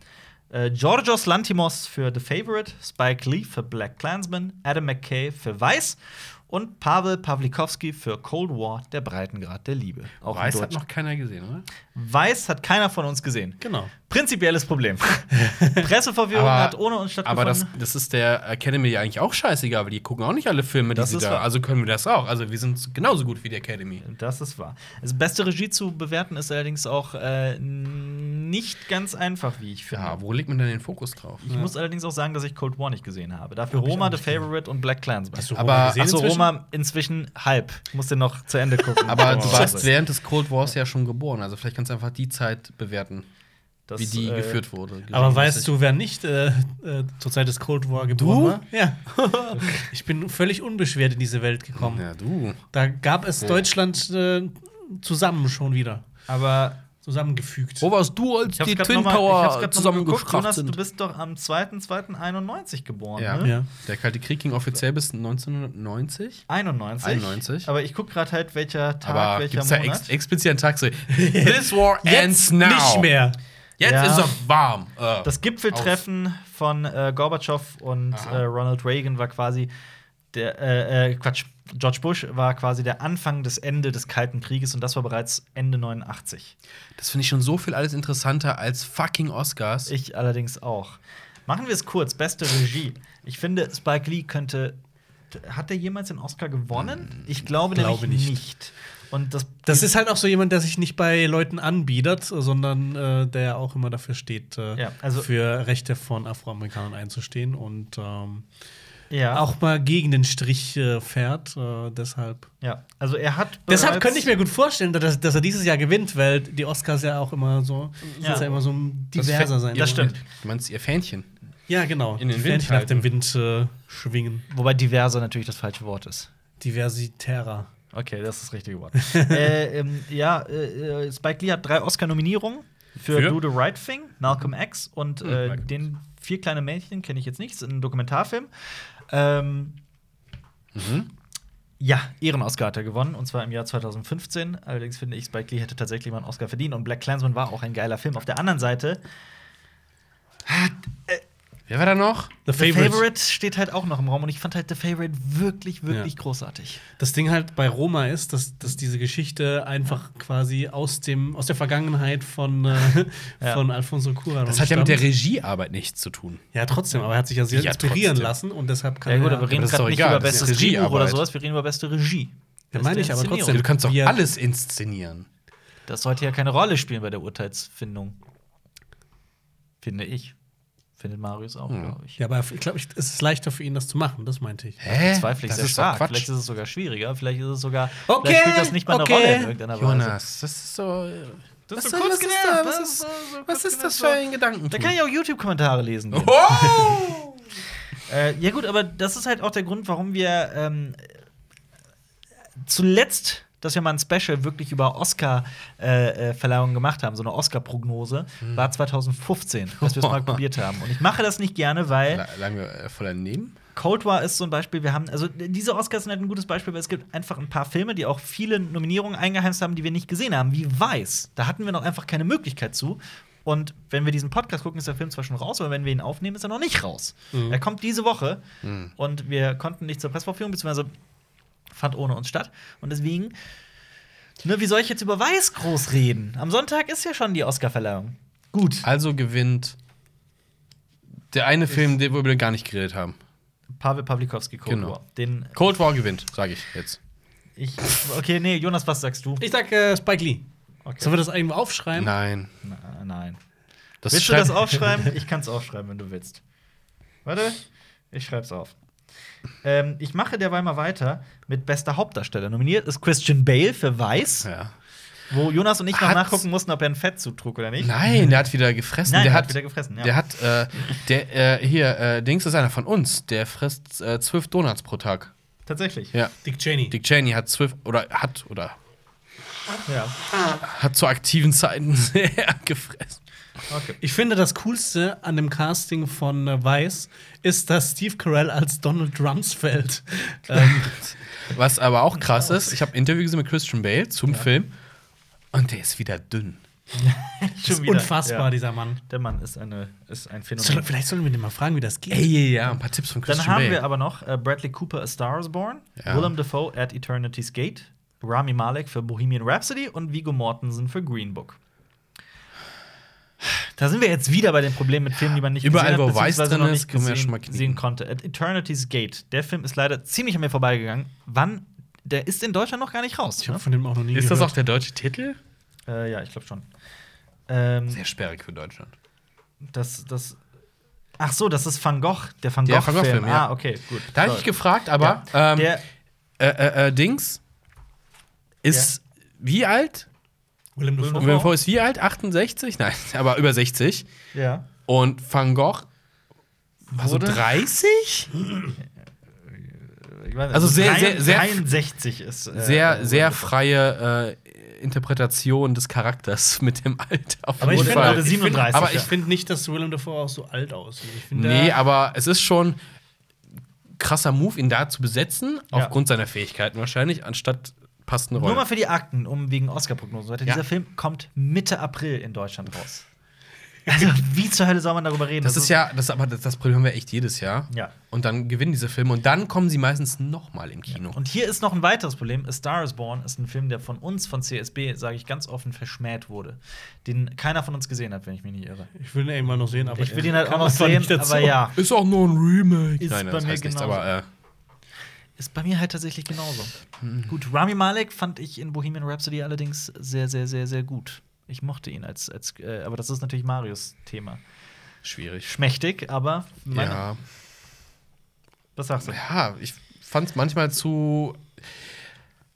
A: äh, Georgios Lantimos für The Favorite, Spike Lee für Black Klansman, Adam McKay für Weiß und Pavel Pawlikowski für Cold War, der Breitengrad der Liebe. Auch in
B: Weiß
A: Deutsch.
B: hat noch keiner gesehen, oder?
A: Weiß hat keiner von uns gesehen.
C: Genau.
A: Prinzipielles
B: [laughs]
A: Problem. Presseverwirrung
B: Aber-
A: hat ohne uns stattgefunden.
B: Aber das, das ist der Academy ja eigentlich auch scheißegal, weil die gucken auch nicht alle Filme, die
A: Das
B: sie
A: ist
B: da.
A: wahr.
B: Also können wir das auch. Also wir sind genauso gut wie die Academy.
A: Das ist wahr. Also beste Regie zu bewerten ist allerdings auch äh, nicht ganz einfach, wie ich finde.
B: Ja, wo legt man denn den Fokus drauf?
A: Ich muss allerdings auch sagen, dass ich Cold War nicht gesehen habe. Dafür Roma, The Favorite und Black Clansman.
C: Hast du
B: Aber-
C: Roma gesehen
A: Achso,
C: inzwischen?
A: Roma inzwischen halb. Ich muss den noch
B: [laughs]
A: zu Ende gucken.
B: Aber
A: Oh.
B: du warst während des Cold Wars ja schon geboren, also vielleicht kannst du einfach die Zeit bewerten,
A: Das,
B: wie die
A: äh,
B: geführt wurde.
C: Aber weißt du, wer nicht äh, äh, zur Zeit des Cold War geboren war? Ja. [laughs] ich bin völlig unbeschwert in diese Welt gekommen.
B: Ja, du.
C: Da gab es Deutschland äh, zusammen schon wieder.
A: Aber
C: Zusammengefügt.
B: Wo warst du, als
A: ich hab's
B: die
A: grad
B: Twin
A: noch mal- ich hab's grad noch
B: Tower
A: mal geguckt.
B: zusammengekracht
A: Jonas, du
B: sind?
A: bist doch am 2.2.91 geboren,
B: Ja.
A: ne?
C: Ja.
B: Der Kalte Krieg ging offiziell bis 1990.
A: 91.
B: 91.
A: Aber ich gucke gerade halt, welcher Tag,
B: Aber
A: welcher
B: gibt's da
A: Monat.
B: ex explizit einen Tag so,
A: [laughs]
B: This war ends now.
C: Nicht mehr.
B: Jetzt
A: Ja.
B: ist er warm. Äh,
A: Das Gipfeltreffen von äh, Gorbatschow und
B: Aha.
A: äh, Ronald Reagan war quasi der äh, äh, Quatsch, George Bush war quasi der Anfang des Ende des Kalten Krieges und das war bereits Ende 89.
B: Das finde ich schon so viel alles interessanter als fucking Oscars.
A: Ich allerdings auch. Machen wir es kurz, beste Regie. Ich finde, Spike Lee könnte. Hat er jemals den Oscar gewonnen? Ich glaube,
C: Hm, glaube
A: nämlich
C: nicht.
A: nicht. Und das,
C: Das ist halt auch so jemand, der sich nicht bei Leuten anbietet, sondern äh, der auch immer dafür steht, äh,
A: Ja, also-
C: für Rechte von Afroamerikanern einzustehen und ähm,
A: ja,
C: auch mal gegen den Strich äh, fährt. Äh, deshalb.
A: ja. Also er hat.
C: Deshalb
A: bereits-
C: könnte ich mir gut vorstellen, dass, dass er dieses Jahr gewinnt, weil die Oscars ja auch immer so,
A: Ja.
C: ja. Ja immer so diverser sein.
A: Ja,
C: wollen.
A: stimmt.
B: Du meinst ihr Fähnchen?
C: Ja, genau.
B: In den
C: Die
B: Wind
C: Fähnchen nach dem Wind äh, schwingen.
A: Wobei diverser natürlich das falsche Wort ist.
C: Diversitärer.
A: Okay, das ist das richtige Wort. äh, ähm, ja, äh, äh, Spike Lee hat drei Oscar-Nominierungen für,
B: Für?
A: Do the Right Thing, Malcolm X und
B: Hm,
A: äh,
B: Malcolm
A: den vier kleine Mädchen kenne ich jetzt nicht, ist ein Dokumentarfilm. Ähm, Ja, Ehren-Oscar hat er gewonnen, und zwar im Jahr 2015. Allerdings finde ich, Spike Lee hätte tatsächlich mal einen Oscar verdient und Black Klansman war auch ein geiler Film. Auf der anderen Seite,
B: Wer war da noch?
C: The
A: The Favorite steht halt auch noch im Raum und ich fand halt The Favorite wirklich, wirklich
C: Ja.
A: großartig.
C: Das Ding halt bei Roma ist, dass, dass diese Geschichte einfach quasi aus, dem, aus der Vergangenheit
B: [laughs]
C: von, äh,
A: Ja.
C: von Alfonso Cuarón
B: Das hat ja mit der
C: stammt.
B: Regiearbeit nichts zu tun.
C: Ja, trotzdem, aber er hat sich ja sehr
B: Ja,
C: inspirieren
B: trotzdem.
C: lassen und deshalb kann
A: Ja, gut,
C: er.
A: aber wir
B: aber
A: reden
B: das ist
A: gerade
B: doch
A: nicht
B: egal,
A: über
B: das ist
A: bestes Drehbuch oder
B: Regiearbeit.
A: sowas, wir reden über beste Regie.
C: Ja,
A: Beste
C: meine ich aber
A: Inszenierung.
C: trotzdem.
B: Du kannst doch
C: Ja.
B: alles inszenieren.
A: Das sollte ja keine Rolle spielen bei der Urteilsfindung. Finde ich. Findet Marius auch,
B: Hm.
A: glaube ich.
C: ja, aber ich glaube, ich- es ist leichter für ihn, das zu machen, das meinte ich.
B: Hä?
A: Zweifle ich
B: das
A: sehr
B: ist
A: stark.
B: doch
A: Vielleicht
B: Quatsch.
A: ist es sogar schwieriger. Vielleicht ist es sogar.
C: Okay,
A: vielleicht spielt das nicht mal
C: okay.
A: eine Rolle in irgendeiner Weise.
B: Jonas, das ist so. äh,
A: Das
B: was
A: ist
B: ist
A: so kurz
B: was ist
A: genervt,
B: da-
A: das ist
B: was ist-
A: so- so kurz
B: was ist das für
A: genervt.
B: ein Gedanken?
A: Da kann ich auch YouTube-Kommentare lesen. gehen.
B: [laughs] Oh!
A: Äh, ja, gut, aber das ist halt auch der Grund, warum wir ähm, zuletzt, dass wir mal ein Special wirklich über Oscar-Verleihungen gemacht haben, so eine Oscar-Prognose, war 2015, dass wir es mal probiert haben. Und ich mache das nicht gerne, weil.
B: La- Lagen wir äh, voll daneben?
A: Cold War ist so ein Beispiel. Wir haben, also diese Oscars sind halt ein gutes Beispiel, weil es gibt einfach ein paar Filme, die auch viele Nominierungen eingeheimst haben, die wir nicht gesehen haben, wie Weiß. Da hatten wir noch einfach keine Möglichkeit zu. Und wenn wir diesen Podcast gucken, ist der Film zwar schon raus, aber wenn wir ihn aufnehmen, ist er noch nicht raus. Er kommt diese Woche und wir konnten nicht zur Pressvorführung, beziehungsweise fand ohne uns statt. Und deswegen, ne, wie soll ich jetzt über Weiß groß reden? Am Sonntag ist ja schon die Oscarverleihung. Gut.
B: Also gewinnt der eine Film, den wir über den gar nicht geredet haben.
A: Pavel Pawlikowski, Cold
B: Genau.
A: War. Den
B: Cold War gewinnt, sage ich jetzt.
A: ich. Okay, nee, Jonas, was sagst du?
C: Ich sag äh, Spike Lee.
A: Okay.
C: Sollen wir das irgendwo aufschreiben?
B: Nein.
A: Na, nein.
B: Das
A: willst du das
B: schreibt- [laughs]
A: aufschreiben? ich kann es aufschreiben, wenn du willst. Warte, ich schreib's auf. Ähm, ich mache derweil mal weiter mit bester Hauptdarsteller. Nominiert ist Christian Bale für Weiß,
B: Ja.
A: wo Jonas und ich noch
B: Hat's-
A: nachgucken mussten, ob er einen Fettzug trug oder nicht.
B: Nein, der hat wieder gefressen.
A: Nein,
B: der
A: der
B: hat,
A: hat wieder gefressen, ja.
B: Der hat, äh, der, äh, hier, äh, Dings ist einer von uns, der frisst äh, zwölf Donuts pro Tag.
A: Tatsächlich.
B: Ja.
C: Dick Cheney.
B: Dick Cheney hat Swift oder hat oder
A: Ja.
B: hat zu aktiven Zeiten [laughs] sehr gefressen.
A: Okay.
C: Ich finde, das Coolste an dem Casting von äh, Weiß ist, dass Steve Carell als Donald
A: [laughs]
C: Rumsfeld. ähm,
B: Was aber auch krass ist, ich habe ein Interview gesehen mit Christian Bale zum Film und der ist wieder dünn.
C: ist unfassbar,
A: Ja.
C: dieser Mann.
A: Der Mann ist, eine, ist ein
C: Soll,
A: Phänomen.
C: vielleicht sollen wir den mal fragen, wie das geht.
B: Ey, ja, ein paar Tipps von
A: Dann
B: Christian
A: haben
B: Bale.
A: wir aber noch äh, Bradley Cooper, A Star is Born,
B: Ja.
A: Willem Dafoe, At Eternity's Gate, Rami Malek für Bohemian Rhapsody und Vigo Mortensen für Green Book. Da sind wir jetzt wieder bei dem Problem mit Filmen, die man nicht
B: Überall,
A: gesehen
B: wo
A: hat,
B: Weiß
A: beziehungsweise
B: drin
A: noch
B: ist,
A: nicht
B: können wir ja
A: gesehen,
B: schon mal knicken.
A: sehen konnte. At Eternity's Gate. Der Film ist leider ziemlich an mir vorbeigegangen. Wann? Der ist in Deutschland noch gar nicht raus.
C: Ich
A: Ne?
C: habe von dem auch noch nie
B: ist das auch
C: gehört.
B: der deutsche Titel?
A: Äh, ja, ich glaube schon. Ähm,
B: Sehr sperrig für Deutschland.
A: das, das. Ach so, das ist Van Gogh, der Van
B: Ja,
A: Gogh-Film.
B: Van Gogh-Film, ja.
A: Ah, okay, gut.
B: Da habe ich
A: Sorry.
B: dich gefragt, aber
A: Ja.
B: ähm,
A: der,
B: äh, äh, äh, Dings ist wie alt?
C: Willem
A: Willem
C: Dafoe.
B: Willem Dafoe ist wie alt? 68? [laughs] Nein, aber über 60.
A: ja.
B: Und Van
A: Äh,
B: Gogh war so
A: Wurde?
B: 30?
A: Ich weiß nicht,
B: Also sehr, sehr, sehr-
A: 63 ist. äh,
B: Sehr,
A: äh,
B: sehr freie äh, Interpretation des Charakters [laughs] mit dem Alter. Auf
C: Aber ich
A: Wurde
C: finde
A: gerade 37,
C: aber ich find, aber
A: ja.
C: ich find nicht, dass Willem Dafoe auch so alt aussieht. Ich finde,
B: Nee, aber es ist schon krasser Move, ihn da zu besetzen,
A: Ja.
B: aufgrund seiner Fähigkeiten wahrscheinlich, anstatt passende
A: Nur mal
B: Rolle.
A: für die Akten, um wegen Oscar-Prognosen und so weiter.
B: Ja.
A: Dieser Film kommt Mitte April in Deutschland
B: [laughs]
A: raus. Also, wie zur Hölle soll man darüber reden?
B: Das ist ja, das, aber das, das Problem haben wir echt jedes Jahr.
A: also Ja.
B: Und dann gewinnen diese Filme und dann kommen sie meistens nochmal im Kino.
A: Und hier ist noch ein weiteres Problem. A Star is Born ist ein Film, der von uns, von CSB, sage ich ganz offen, verschmäht wurde. Den keiner von uns gesehen hat, wenn ich mich nicht irre.
C: ich will ihn irgendwann noch sehen, aber
A: Ich will ihn halt
C: kam
A: auch noch
C: einfach
A: sehen,
C: nicht dazu.
A: aber ja.
B: Ist auch nur ein Remake.
A: Ist
B: Nein,
A: bei
B: das
A: mir
B: heißt nichts,
A: genauso.
B: aber äh,
A: Ist bei mir halt tatsächlich genauso.
B: Mhm.
A: Gut, Rami Malek fand ich in Bohemian Rhapsody allerdings sehr, sehr, sehr, sehr gut. Ich mochte ihn als, als äh, aber das ist natürlich Marius Thema.
B: schwierig.
A: Schmächtig, aber meine,
B: Ja.
A: was sagst du?
B: ja, ich fand es manchmal zu.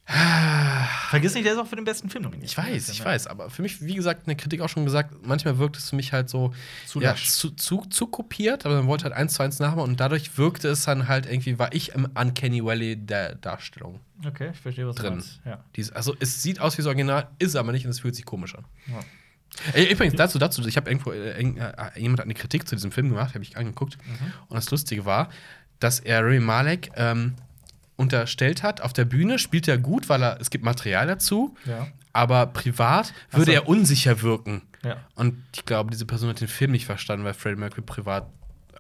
A: Vergiss nicht, der ist auch für den besten Film nominiert.
B: Ich weiß, ich weiß, aber für mich, wie gesagt, eine Kritik auch schon gesagt, manchmal wirkt es für mich halt so
A: Zu
B: ja,
A: lasch.
B: zu, zu, zu kopiert, aber man wollte halt eins zu eins nachmachen und dadurch wirkte es dann halt irgendwie, war ich im Uncanny Valley der Darstellung
A: Okay, ich verstehe, was
B: drin.
A: du meinst. Ja.
B: Dies- also es sieht aus wie das Original, ist aber nicht und es fühlt sich komisch an.
A: Ja.
B: Ey, Übrigens, dazu, dazu, ich habe irgendwo, äh, irgend- äh, jemand hat eine Kritik zu diesem Film gemacht, habe ich angeguckt.
A: Mhm.
B: Und das Lustige war, dass er Rami Malek ähm, unterstellt hat, auf der Bühne spielt er gut, weil er, es gibt Material dazu,
A: Ja.
B: aber privat
A: so.
B: würde er unsicher wirken.
A: Ja.
B: Und ich glaube, diese Person hat den Film nicht verstanden, weil Freddie Mercury privat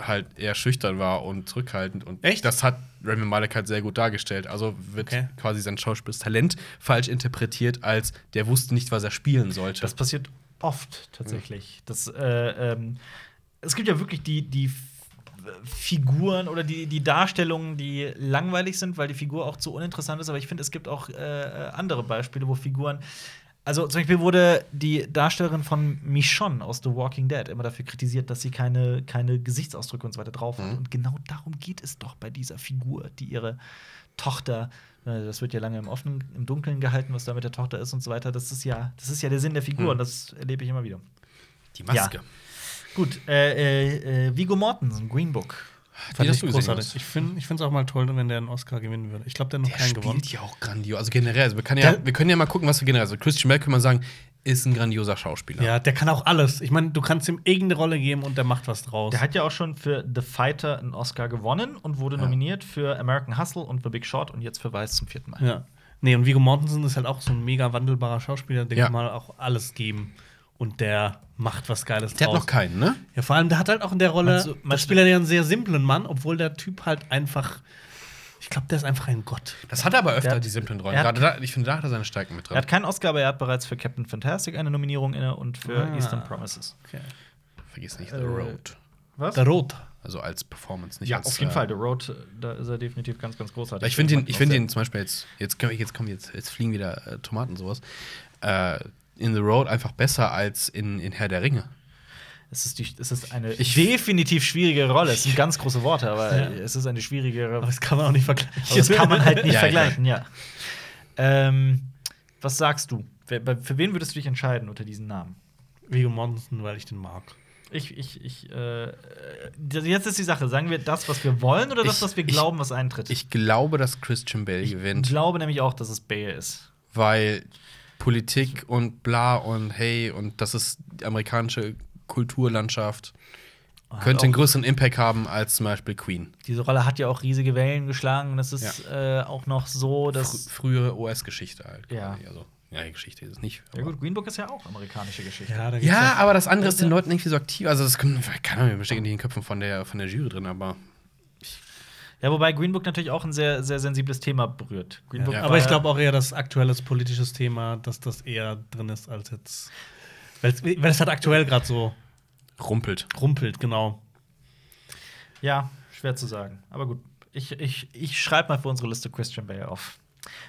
B: halt eher schüchtern war und zurückhaltend. Und
C: Echt?
B: Das hat Rami Malek halt sehr gut dargestellt. Also wird
C: Okay.
B: quasi sein Schauspielstalent falsch interpretiert, als der wusste nicht, was er spielen sollte.
A: Das passiert oft tatsächlich. Das, äh, ähm, es gibt ja wirklich die, die F- Figuren oder die, die Darstellungen, die langweilig sind, weil die Figur auch zu uninteressant ist. Aber ich finde, es gibt auch äh, äh, andere Beispiele, wo Figuren. Also zum Beispiel wurde die Darstellerin von Michonne aus The Walking Dead immer dafür kritisiert, dass sie keine, keine Gesichtsausdrücke und so weiter drauf hat. Und genau darum geht es doch bei dieser Figur, die ihre Tochter, äh, das wird ja lange im Offenen, im Dunkeln gehalten, was da mit der Tochter ist und so weiter. Das ist ja, das ist ja der Sinn der Figur und das erlebe ich immer wieder.
B: die
A: ja. Gut, äh, äh, äh, Vigo Mortensen, Green Book.
B: Die
C: Fand
B: hast
C: ich
B: du gesehen.
C: großartig.
B: Jonas.
C: Ich finde es auch mal toll, wenn der einen Oscar gewinnen würde. Ich glaube, der hat noch
B: Der
C: keinen
B: spielt
C: gewonnen.
B: ja auch grandios. Also generell, also wir, können ja,
C: Der-
B: wir können ja mal gucken, was wir generell. Also Christian Bale kann man sagen, ist ein grandioser Schauspieler.
C: Ja, der kann auch alles. Ich meine, du kannst ihm irgendeine Rolle geben und der macht was draus.
A: Der hat ja auch schon für The Fighter einen Oscar gewonnen und wurde nominiert für American Hustle und The Big Short und jetzt für Weiß zum vierten Mal.
C: ja. Nee, und Viggo Mortensen ist halt auch so ein mega wandelbarer Schauspieler, der
B: Ja.
C: kann mal auch alles geben. Und der macht was Geiles
B: Der hat
C: draus.
B: noch keinen, ne?
C: ja, vor allem, der hat halt auch in der Rolle,
A: Meinst du-
C: da
A: meinst
C: spielt er ja einen sehr simplen Mann, obwohl der Typ halt einfach, ich glaube, der ist einfach ein Gott.
B: Das hat er aber öfter,
A: Der hat-
B: die simplen Rollen.
A: er hat-
B: Gerade da, ich finde, da hat er seine Stärken mit
A: Er
B: drin.
A: hat keinen Oscar, aber er hat bereits für Captain Fantastic eine Nominierung inne und für
C: Ah.
A: Eastern Promises.
B: Vergiss nicht,
A: äh,
B: The Road.
A: Was?
C: Der Rot.
B: Also als Performance, nicht
A: ja,
B: als
A: auf jeden
B: äh,
A: Fall. The Road, äh, da ist er definitiv ganz, ganz großartig. Also,
B: Ich finde ihn, ich find
A: mag
B: ihn zum Beispiel jetzt, jetzt, können wir- jetzt kommen jetzt, jetzt fliegen wieder äh, Tomaten sowas. Äh, in The Road einfach besser als in, in Herr der Ringe.
A: auch sehr. Es ist, die, es ist eine definitiv schwierige Rolle. Es sind ganz große Worte, aber
C: Ja.
A: es ist eine schwierigere
C: Aber das kann man auch nicht vergleichen.
A: Aber das kann man halt nicht
B: [laughs] Ja, ich
A: vergleichen, ja. Ähm, was sagst du? Wer, bei, für wen würdest du dich entscheiden unter diesen Namen?
C: Viggo Mortensen, weil ich den mag.
A: Ich, ich, ich, äh, äh, jetzt ist die Sache, sagen wir das, was wir wollen oder das,
B: Ich-
A: was wir
B: ich-
A: glauben, was eintritt?
B: Ich glaube, dass Christian Bale
A: Ich
B: gewinnt,
A: glaube nämlich auch, dass es Bale ist.
B: weil Politik und bla und hey und das ist die amerikanische Kulturlandschaft. Könnte einen
A: auch,
B: größeren Impact haben als zum Beispiel Queen.
A: diese Rolle hat ja auch riesige Wellen geschlagen und es ist äh, auch noch so,
B: Frü-
A: dass.
B: frühere US-Geschichte halt.
A: Ja.
B: quasi. Also, ja, die Geschichte ist es nicht.
A: Ja
B: aber-
A: gut, Green Book ist ja auch amerikanische Geschichte.
C: Ja, da gibt's
B: Ja, aber das andere ist
C: Äh,
B: den Leuten irgendwie so aktiv. Also, das kann keine Ahnung, wir bestecken nicht in den Köpfen von der, von der Jury drin, aber
A: Ja, wobei Green Book natürlich auch ein sehr, sehr sensibles Thema berührt. Green Book
C: Ja.
A: war
C: Aber ich
A: ja-
C: glaube auch eher das aktuelles politisches Thema, dass das eher drin ist als jetzt. Weil es- Weil es halt aktuell gerade so
B: rumpelt.
C: rumpelt, genau.
A: Ja, schwer zu sagen. Aber gut, ich, ich, ich schreibe mal für unsere Liste Christian Bale auf.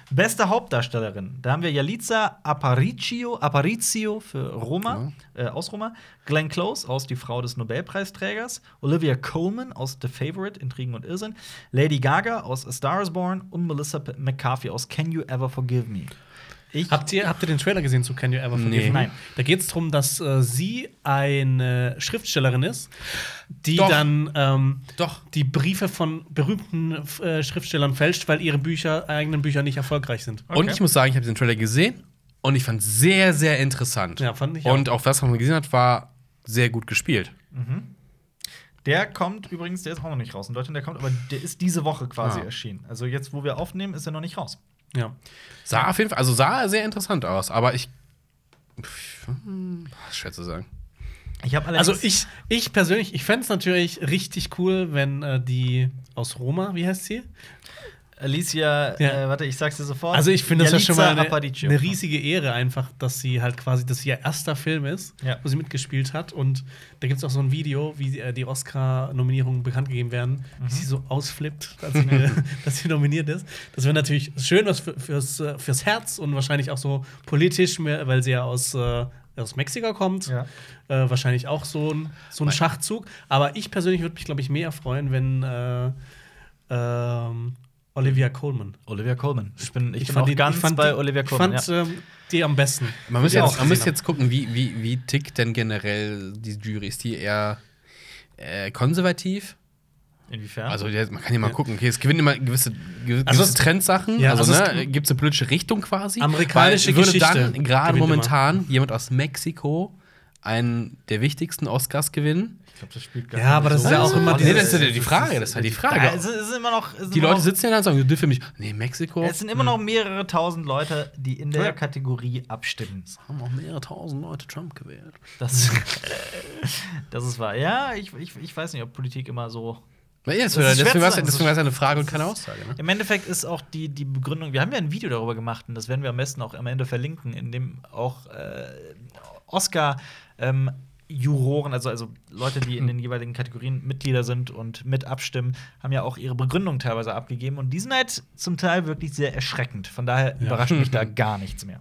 A: Beste Hauptdarstellerin. Da haben wir Yalitza Aparicio, Aparicio für Roma, äh, aus Roma, Glenn Close aus Die Frau des Nobelpreisträgers, Olivia Colman aus The Favorite, Intrigen und Irrsinn, Lady Gaga aus A Star is Born und Melissa P- McCarthy aus Can You Ever Forgive Me? Ich
C: Habt ihr, habt ihr den Trailer gesehen zu Can You Ever Forgive
B: Nee.
C: Me?
A: Nein.
C: Da geht es darum, dass äh, sie eine Schriftstellerin ist, die
B: Doch.
C: dann ähm,
B: Doch.
C: die Briefe von berühmten äh, Schriftstellern fälscht, weil ihre Bücher, eigenen Bücher nicht erfolgreich sind.
A: Okay.
B: Und ich muss sagen, ich habe den Trailer gesehen und ich fand sehr, sehr interessant.
C: Ja, fand ich auch.
B: Und auch das, was man gesehen hat, war sehr gut gespielt.
A: Der kommt übrigens, der ist auch noch nicht raus in Deutschland, der kommt, aber der ist diese Woche quasi
B: Ah.
A: erschienen. Also jetzt, wo wir aufnehmen, ist er noch nicht raus.
C: Ja.
B: Sah auf jeden Fall, also sah sehr interessant aus, aber ich. Pff, hm, schwer zu sagen.
A: Ich habe
C: Also ich, ich persönlich, ich fände es natürlich richtig cool, wenn äh, die aus Roma, wie heißt sie?
A: Alicia,
C: Ja.
A: äh, warte, ich sag's dir sofort.
C: Also ich finde das ja schon mal eine,
A: Aparicio.
C: eine riesige Ehre einfach, dass sie halt quasi, dass sie ihr erster Film ist,
A: Ja.
C: wo sie mitgespielt hat. Und da gibt es auch so ein Video, wie äh, die Oscar-Nominierungen bekannt gegeben werden, wie
A: Mhm.
C: sie so ausflippt, [laughs] dass sie,
A: [laughs]
C: dass sie nominiert ist. Das wäre natürlich schön was für, fürs, äh, fürs Herz und wahrscheinlich auch so politisch, mehr, weil sie ja aus, äh, aus Mexiko kommt.
A: Ja.
C: Äh, wahrscheinlich auch so ein, so ein Schachzug. Aber ich persönlich würde mich, glaube ich, mehr freuen, wenn äh, ähm, Olivia Coleman
A: Olivia Colman. Ich bin, ich bin
C: fand
A: auch
C: die-
A: ganz
C: ich fand
A: bei
C: die-
A: Olivia
C: Ich
A: Colman.
C: fand
A: ja.
C: ähm, die am besten.
B: Man muss,
C: die ich
B: jetzt, man muss
C: gesehen
B: jetzt gucken, wie, wie, wie tickt denn generell die Jury? Ist die eher äh, konservativ?
A: Inwiefern?
B: Also jetzt- man kann ja mal gucken, okay, es gewinnen immer gewisse, gewisse
C: Also es-
B: Trendsachen,
C: ja,
B: also,
C: also es-
B: ne, gibt es eine politische Richtung quasi.
C: Amerikanische
B: Weil würde
C: Geschichte
B: dann gerade
C: gewinnt
B: momentan jemand aus Mexiko einen der wichtigsten Oscars gewinnen.
A: ich glaube, das spielt
C: Ja, aber das ist ja auch immer
B: nee, das ist ja die Frage, das ist ja die
A: Ja, es
B: Frage.
A: ist immer noch. es ist
B: Die
A: immer
B: Leute
A: noch,
B: sitzen ja da und sagen, du für mich. Nee, Mexiko.
A: Es sind immer noch mehrere tausend Leute, die in der Kategorie abstimmen.
B: haben auch mehrere tausend Leute Trump gewählt.
C: [laughs]
A: Das, [laughs] das ist wahr. Ja, ich, ich, ich weiß nicht, ob Politik immer so
B: Ja, das
A: Das ist schwer
B: deswegen
A: zu
B: war es
A: sagen.
B: deswegen war es ja eine Frage und keine Aussage. Ne?
A: Im Endeffekt ist auch die, die Begründung, wir haben ja ein Video darüber gemacht und das werden wir am besten auch am Ende verlinken, in dem auch äh, Oscar ähm, Juroren, also, also Leute, die in den jeweiligen Kategorien Mitglieder sind und mit abstimmen, haben ja auch ihre Begründung teilweise abgegeben und die sind halt zum Teil wirklich sehr erschreckend. Von daher überrascht mich [laughs] da gar nichts mehr.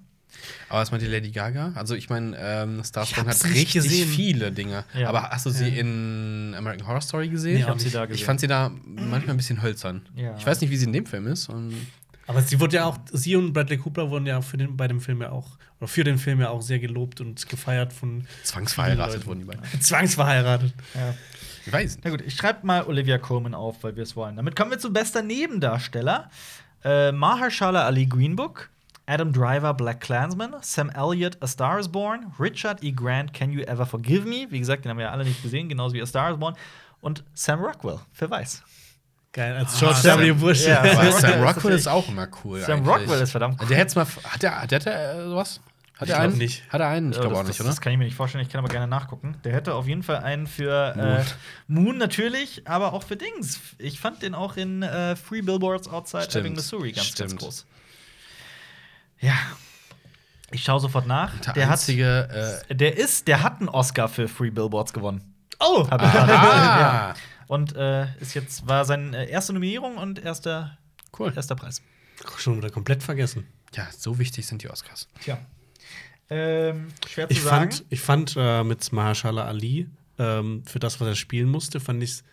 B: Aber was meint die Lady Gaga? Also ich meine, ähm, Star
C: Ich
B: Spawn
C: hab's
B: hat
C: nicht
B: richtig
C: gesehen.
B: viele Dinge.
A: Ja.
B: Aber hast du sie in American Horror Story gesehen?
C: Nee,
A: Ich
C: auch
A: hab sie
C: nicht.
A: da gesehen.
B: Ich fand sie da manchmal ein bisschen hölzern.
A: Ja.
B: Ich weiß nicht, wie sie in dem Film ist. Und
C: haben. Aber sie wurde ja auch, sie und Bradley Cooper wurden ja für den, bei dem Film ja auch, oder für den Film ja auch sehr gelobt und gefeiert von [laughs]
B: zwangsverheiratet wurden die beiden.
C: zwangsverheiratet.
A: ja.
B: Ich weiß nicht.
A: Na gut, ich schreibe mal Olivia Colman auf, weil wir es wollen. Damit kommen wir zum bester Nebendarsteller. Äh, Mahershala Ali Greenbook, Adam Driver Black Klansman, Sam Elliott A Star is Born, Richard E. Grant Can You Ever Forgive Me? Wie gesagt, den haben wir ja alle nicht gesehen, genauso wie A Star is Born. Und Sam Rockwell für Weiß.
C: Geil, als George
B: Sam-
C: W. Bush.
A: Ja. Sam
B: Aber Sam
C: [laughs]
A: Rockwell ist
B: Rockwell ist auch immer cool.
A: Sam
B: eigentlich.
A: Rockwell ist verdammt cool.
B: Der hätt's mal. Hat der, hat der, hat der äh, sowas? Hat
C: Ich
B: er
C: glaub
B: einen?
C: nicht.
B: Hat er einen? Ich glaube
A: das,
B: auch nicht,
A: das,
B: oder?
A: Das kann ich mir nicht vorstellen, ich kann aber gerne nachgucken. Der hätte auf jeden Fall einen für äh, Moon natürlich, aber auch für Dings. Ich fand den auch in äh, Free Billboards Outside
B: Stimmt.
A: Ebbing, Missouri ganz, ganz
B: Stimmt.
A: groß. Ja. Ich schaue sofort nach. Der, hat,
B: einzige. Äh,
A: der ist, der hat einen Oscar für Free Billboards gewonnen.
C: Oh!
A: Hab ich [laughs]
B: äh,
A: gerade-
B: ah!
A: ja. Und äh, ist jetzt war seine äh, erste Nominierung und erster,
B: Cool.
A: erster Preis.
C: Schon wieder komplett vergessen.
B: Ja, so wichtig sind die Oscars.
A: Tja. Ähm, schwer zu
C: Ich
A: sagen.
C: fand, ich fand äh, mit Mahershala Ali, ähm, für das, was er spielen musste, fand ich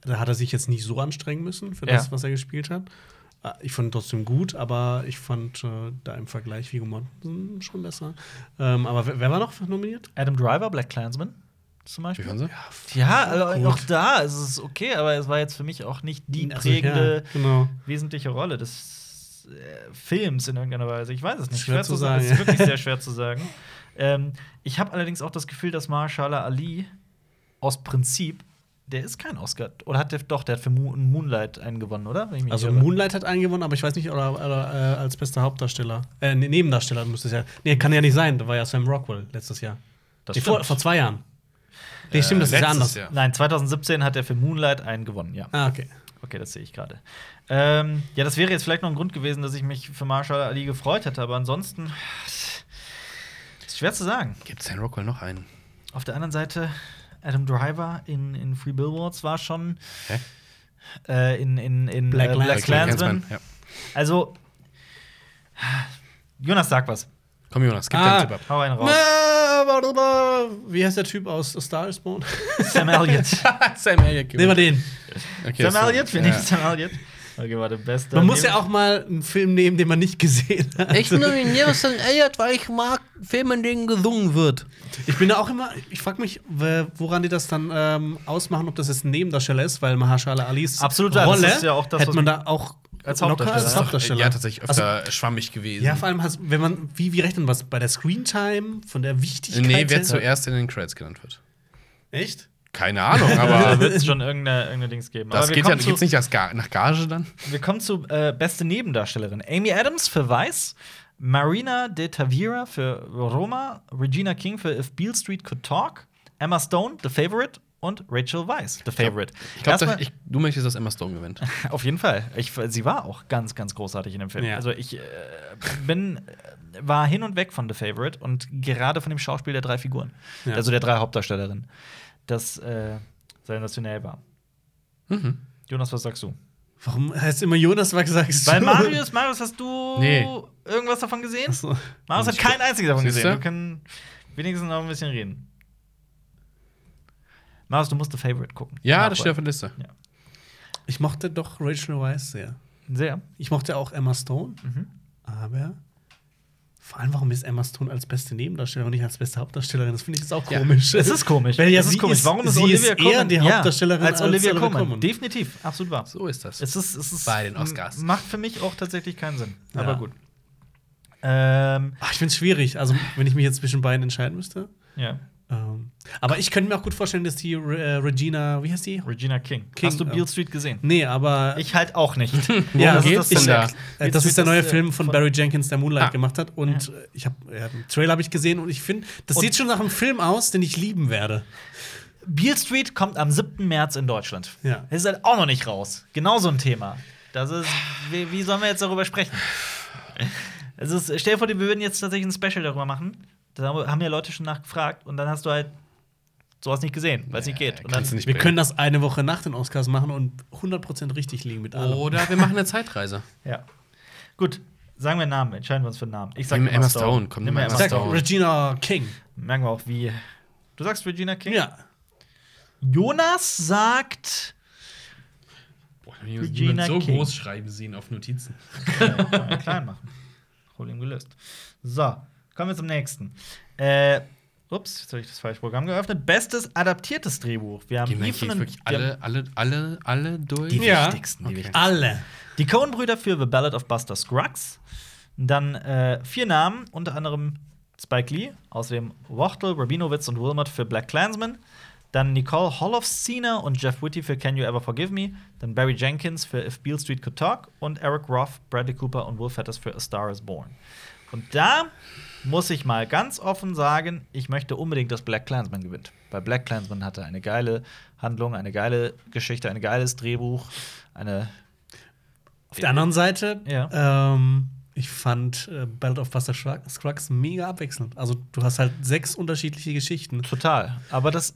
C: da hat er sich jetzt nicht so anstrengen müssen für
A: Ja.
C: das, was er gespielt hat. Äh, Ich fand ihn trotzdem gut, aber ich fand äh, da im Vergleich Viggo Mortensen schon besser. Ähm, aber wer, wer war noch nominiert?
A: Adam Driver, Black Klansman. zum
B: Wie
A: Beispiel.
B: fanden sie?
A: Ja, also auch
C: Ah, Gut.
A: da ist es okay, aber es war jetzt für mich auch nicht die
C: Also,
A: prägende,
C: ja, genau.
A: wesentliche Rolle des äh, Films in irgendeiner Weise. Ich weiß es nicht.
C: Schwer zu
A: sa-
C: sagen,
A: Ist
C: ja.
A: wirklich
C: [laughs]
A: sehr schwer zu sagen. Ähm, ich habe allerdings auch das Gefühl, dass Mahershala Ali aus Prinzip, der ist kein Oscar. Oder hat der doch, der hat für Moon- Moonlight einen gewonnen, oder? Wenn ich mich
C: Also
A: nicht irre.
C: Moonlight hat einen gewonnen, aber ich weiß nicht, oder, oder äh, als bester Hauptdarsteller. Äh, nee, Nebendarsteller müsste es ja. Nee, kann ja nicht sein, da war ja Sam Rockwell letztes Jahr.
A: Das
C: nee, vor,
A: stimmt. Äh,
C: vor zwei Jahren. Nee, stimmt, das ist ja
B: Äh, letztes
C: anders.
B: Jahr.
A: Nein, 2017 hat er für Moonlight einen gewonnen, ja.
C: Ah, okay.
A: Okay, das sehe ich gerade. Ähm, ja, das wäre jetzt vielleicht noch ein Grund gewesen, dass ich mich für Marshall Ali gefreut hätte, aber ansonsten ist schwer zu sagen.
B: Gibt Sam Rockwell noch einen?
A: Auf der anderen Seite, Adam Driver in, in Free Billboards war schon
B: Hä?
A: äh, in, in, in
C: Black
A: äh,
C: Black
A: Klansman.
B: Ja.
A: Also, Jonas, sag was.
B: Komm, Jonas, gib
C: Ah.
B: deinen Tipp ab.
A: Hau einen
C: [laughs]
A: raus.
C: Na, warte mal. Wie heißt der Typ aus A Star is Born?
A: Sam Elliott.
B: Sam Elliott.
C: Nehmen wir den.
B: Okay,
A: Sam
B: so,
A: Elliott, wir nehmen
B: ja.
A: Sam Elliott. Okay, war der Beste.
C: Man muss ja auch mal einen Film nehmen, den man nicht gesehen hat.
E: Ich nominiere Sam Elliott, weil ich mag Filme, in denen gesungen wird.
C: Ich bin da auch immer, ich frage mich, w- woran die das dann ähm, ausmachen, ob das jetzt ein Nebendarsteller ist, weil Mahershala Alis
A: Absolut, ja, das
C: Rolle
A: ist ja auch das,
C: hätte
A: was-
C: man da auch
A: Als
C: locker
A: Hauptdarsteller,
C: als
A: ja.
C: Hauptdarsteller. Also,
B: Ja, tatsächlich öfter schwammig gewesen.
C: Ja, vor allem, hast, wenn man, wie, wie rechnet man was? Bei der Screentime, von der Wichtigkeit?
B: nee, wer
C: her?
B: zuerst in den Credits genannt wird.
C: Echt?
B: Keine Ahnung,
A: Da [laughs]
B: aber
A: wird es schon irgendeine, irgendeine Dings geben.
B: das
A: Aber wir
B: geht ja
A: kommen zu-
B: gibt's nicht als Ga nach Gage dann.
A: Wir kommen zu äh, beste Nebendarstellerin. Amy Adams für Weiß, Marina de Tavira für Roma, Regina King für If Beale Street Could Talk, Emma Stone, The Favorite und Rachel Weisz, The Favorite.
B: Ich glaube,
A: Erstmal-
B: du möchtest, dass Emma
A: [laughs]
B: Stone gewinnt.
A: auf jeden Fall. Ich, sie war auch ganz, ganz großartig in dem Film.
C: Ja.
A: Also ich äh, bin, äh, war hin und weg von The Favorite und gerade von dem Schauspiel der drei Figuren,
C: Ja.
A: also der drei Hauptdarstellerinnen, das äh, sensationell war. Jonas, was sagst du?
C: Warum heißt immer Jonas, was sagst
B: [laughs]
C: du?
A: Weil Marius, Marius, hast du
B: Nee.
A: irgendwas davon gesehen?
C: So.
A: Marius hat keinen einzigen davon
B: Siehste?
A: gesehen. Wir können wenigstens noch ein bisschen reden. Marius, du musst The Favorite gucken.
B: Ja,
A: Nachholen.
B: das steht auf der Liste.
C: Ich mochte doch Rachel Weisz sehr.
A: Sehr.
C: Ich mochte auch Emma Stone, aber vor allem, warum ist Emma Stone als beste Nebendarstellerin und nicht als beste Hauptdarstellerin? Das finde ich jetzt auch
B: Ja.
C: komisch.
A: Es
C: [laughs]
A: ist komisch.
C: Weil ja,
A: es
C: sie
A: ist komisch.
C: ist-
A: Warum ist
C: sie
A: Olivia
C: ist eher
A: Colman
C: die Hauptdarstellerin
A: ja, als,
C: als
A: Olivia
C: Olivia
A: Colman?
C: Colman.
A: Definitiv, absolut wahr.
B: So ist das.
A: Es ist, es ist
B: Bei den Oscars.
A: m- Macht für mich auch tatsächlich keinen Sinn.
C: Ja.
A: Aber gut. Ähm,
C: Ach, ich finde es schwierig. Also, wenn ich mich jetzt zwischen beiden entscheiden müsste.
A: ja.
C: Ähm, aber ich könnte mir auch gut vorstellen, dass die Re äh, Regina, wie heißt die?
A: Regina King.
C: King,
A: Hast du
C: ja.
A: Beale Street gesehen?
C: Nee, aber.
A: Ich halt auch nicht.
B: [laughs]
C: Ja,
A: das ist das
B: geht's denn
A: Ding.
B: da?
C: Äh, das
A: Beale
C: ist der
A: Street
C: neue
A: äh,
C: Film von, Barry Jenkins, der Moonlight
B: Ah.
C: gemacht hat. Und äh, ich habe ja, den Trailer habe ich gesehen und ich finde, das
A: Und-
C: sieht schon nach einem Film aus, den ich lieben werde.
A: Beale Street kommt am 7. März in Deutschland.
C: Ja.
A: Es Ist halt auch noch nicht raus. Genau so ein Thema. Das ist, wie, wie sollen wir jetzt darüber
B: [laughs]
A: sprechen? Es ist, stell dir vor, wir würden jetzt tatsächlich ein Special darüber machen. Da haben ja Leute schon nachgefragt und dann hast du halt sowas nicht gesehen, weil es nicht
B: Ja,
A: geht. Und dann,
B: kannst du nicht
C: Wir
B: bringen.
C: können das eine Woche nach den Oscars machen und 100% richtig liegen mit allem.
B: Oder wir machen
A: [laughs]
B: eine Zeitreise.
A: ja. Gut, sagen wir einen Namen, entscheiden wir uns für einen Namen. Ich sag
B: Nimm Emma Stone, komm,
A: Nimm
B: nimm
A: Emma
C: Sag
A: Stone.
B: Stone.
C: Regina King.
A: Merken wir auch, wie. Du sagst Regina King?
C: Ja.
A: Jonas sagt.
B: Boah,
A: Regina so King. groß
B: schreiben sie ihn auf Notizen.
A: Kann man [laughs] klein machen. Problem gelöst. So, kommen wir zum nächsten. Äh, ups, jetzt habe ich das falsche Programm geöffnet. Bestes adaptiertes Drehbuch. Wir haben
B: Gehen wir hier
A: Ethan und-
B: wirklich
A: wir haben
B: alle, alle, alle, alle durch?
A: die
C: Ja.
A: wichtigsten. Die, wichtigsten.
C: Alle.
A: die Coen-Brüder für The Ballad of Buster Scruggs. Dann äh, vier Namen, unter anderem Spike Lee, außerdem Wachtel, Rabinowitz und Wilmot für Black Klansman. Dann Nicole Holofcener und Jeff Whitty für Can You Ever Forgive Me? Dann Barry Jenkins für If Beale Street Could Talk und Eric Roth, Bradley Cooper und Will Fertis für A Star Is Born. Und da muss ich mal ganz offen sagen, ich möchte unbedingt, dass Black Klansman gewinnt. Weil Black Klansman hatte eine geile Handlung, eine geile Geschichte, ein geiles Drehbuch, eine
C: Auf der anderen Seite,
A: Ja.
C: ähm, ich fand äh, Battle of Buster Schrug- Scruggs mega abwechselnd. Also, du hast halt sechs unterschiedliche Geschichten.
A: Total. Aber das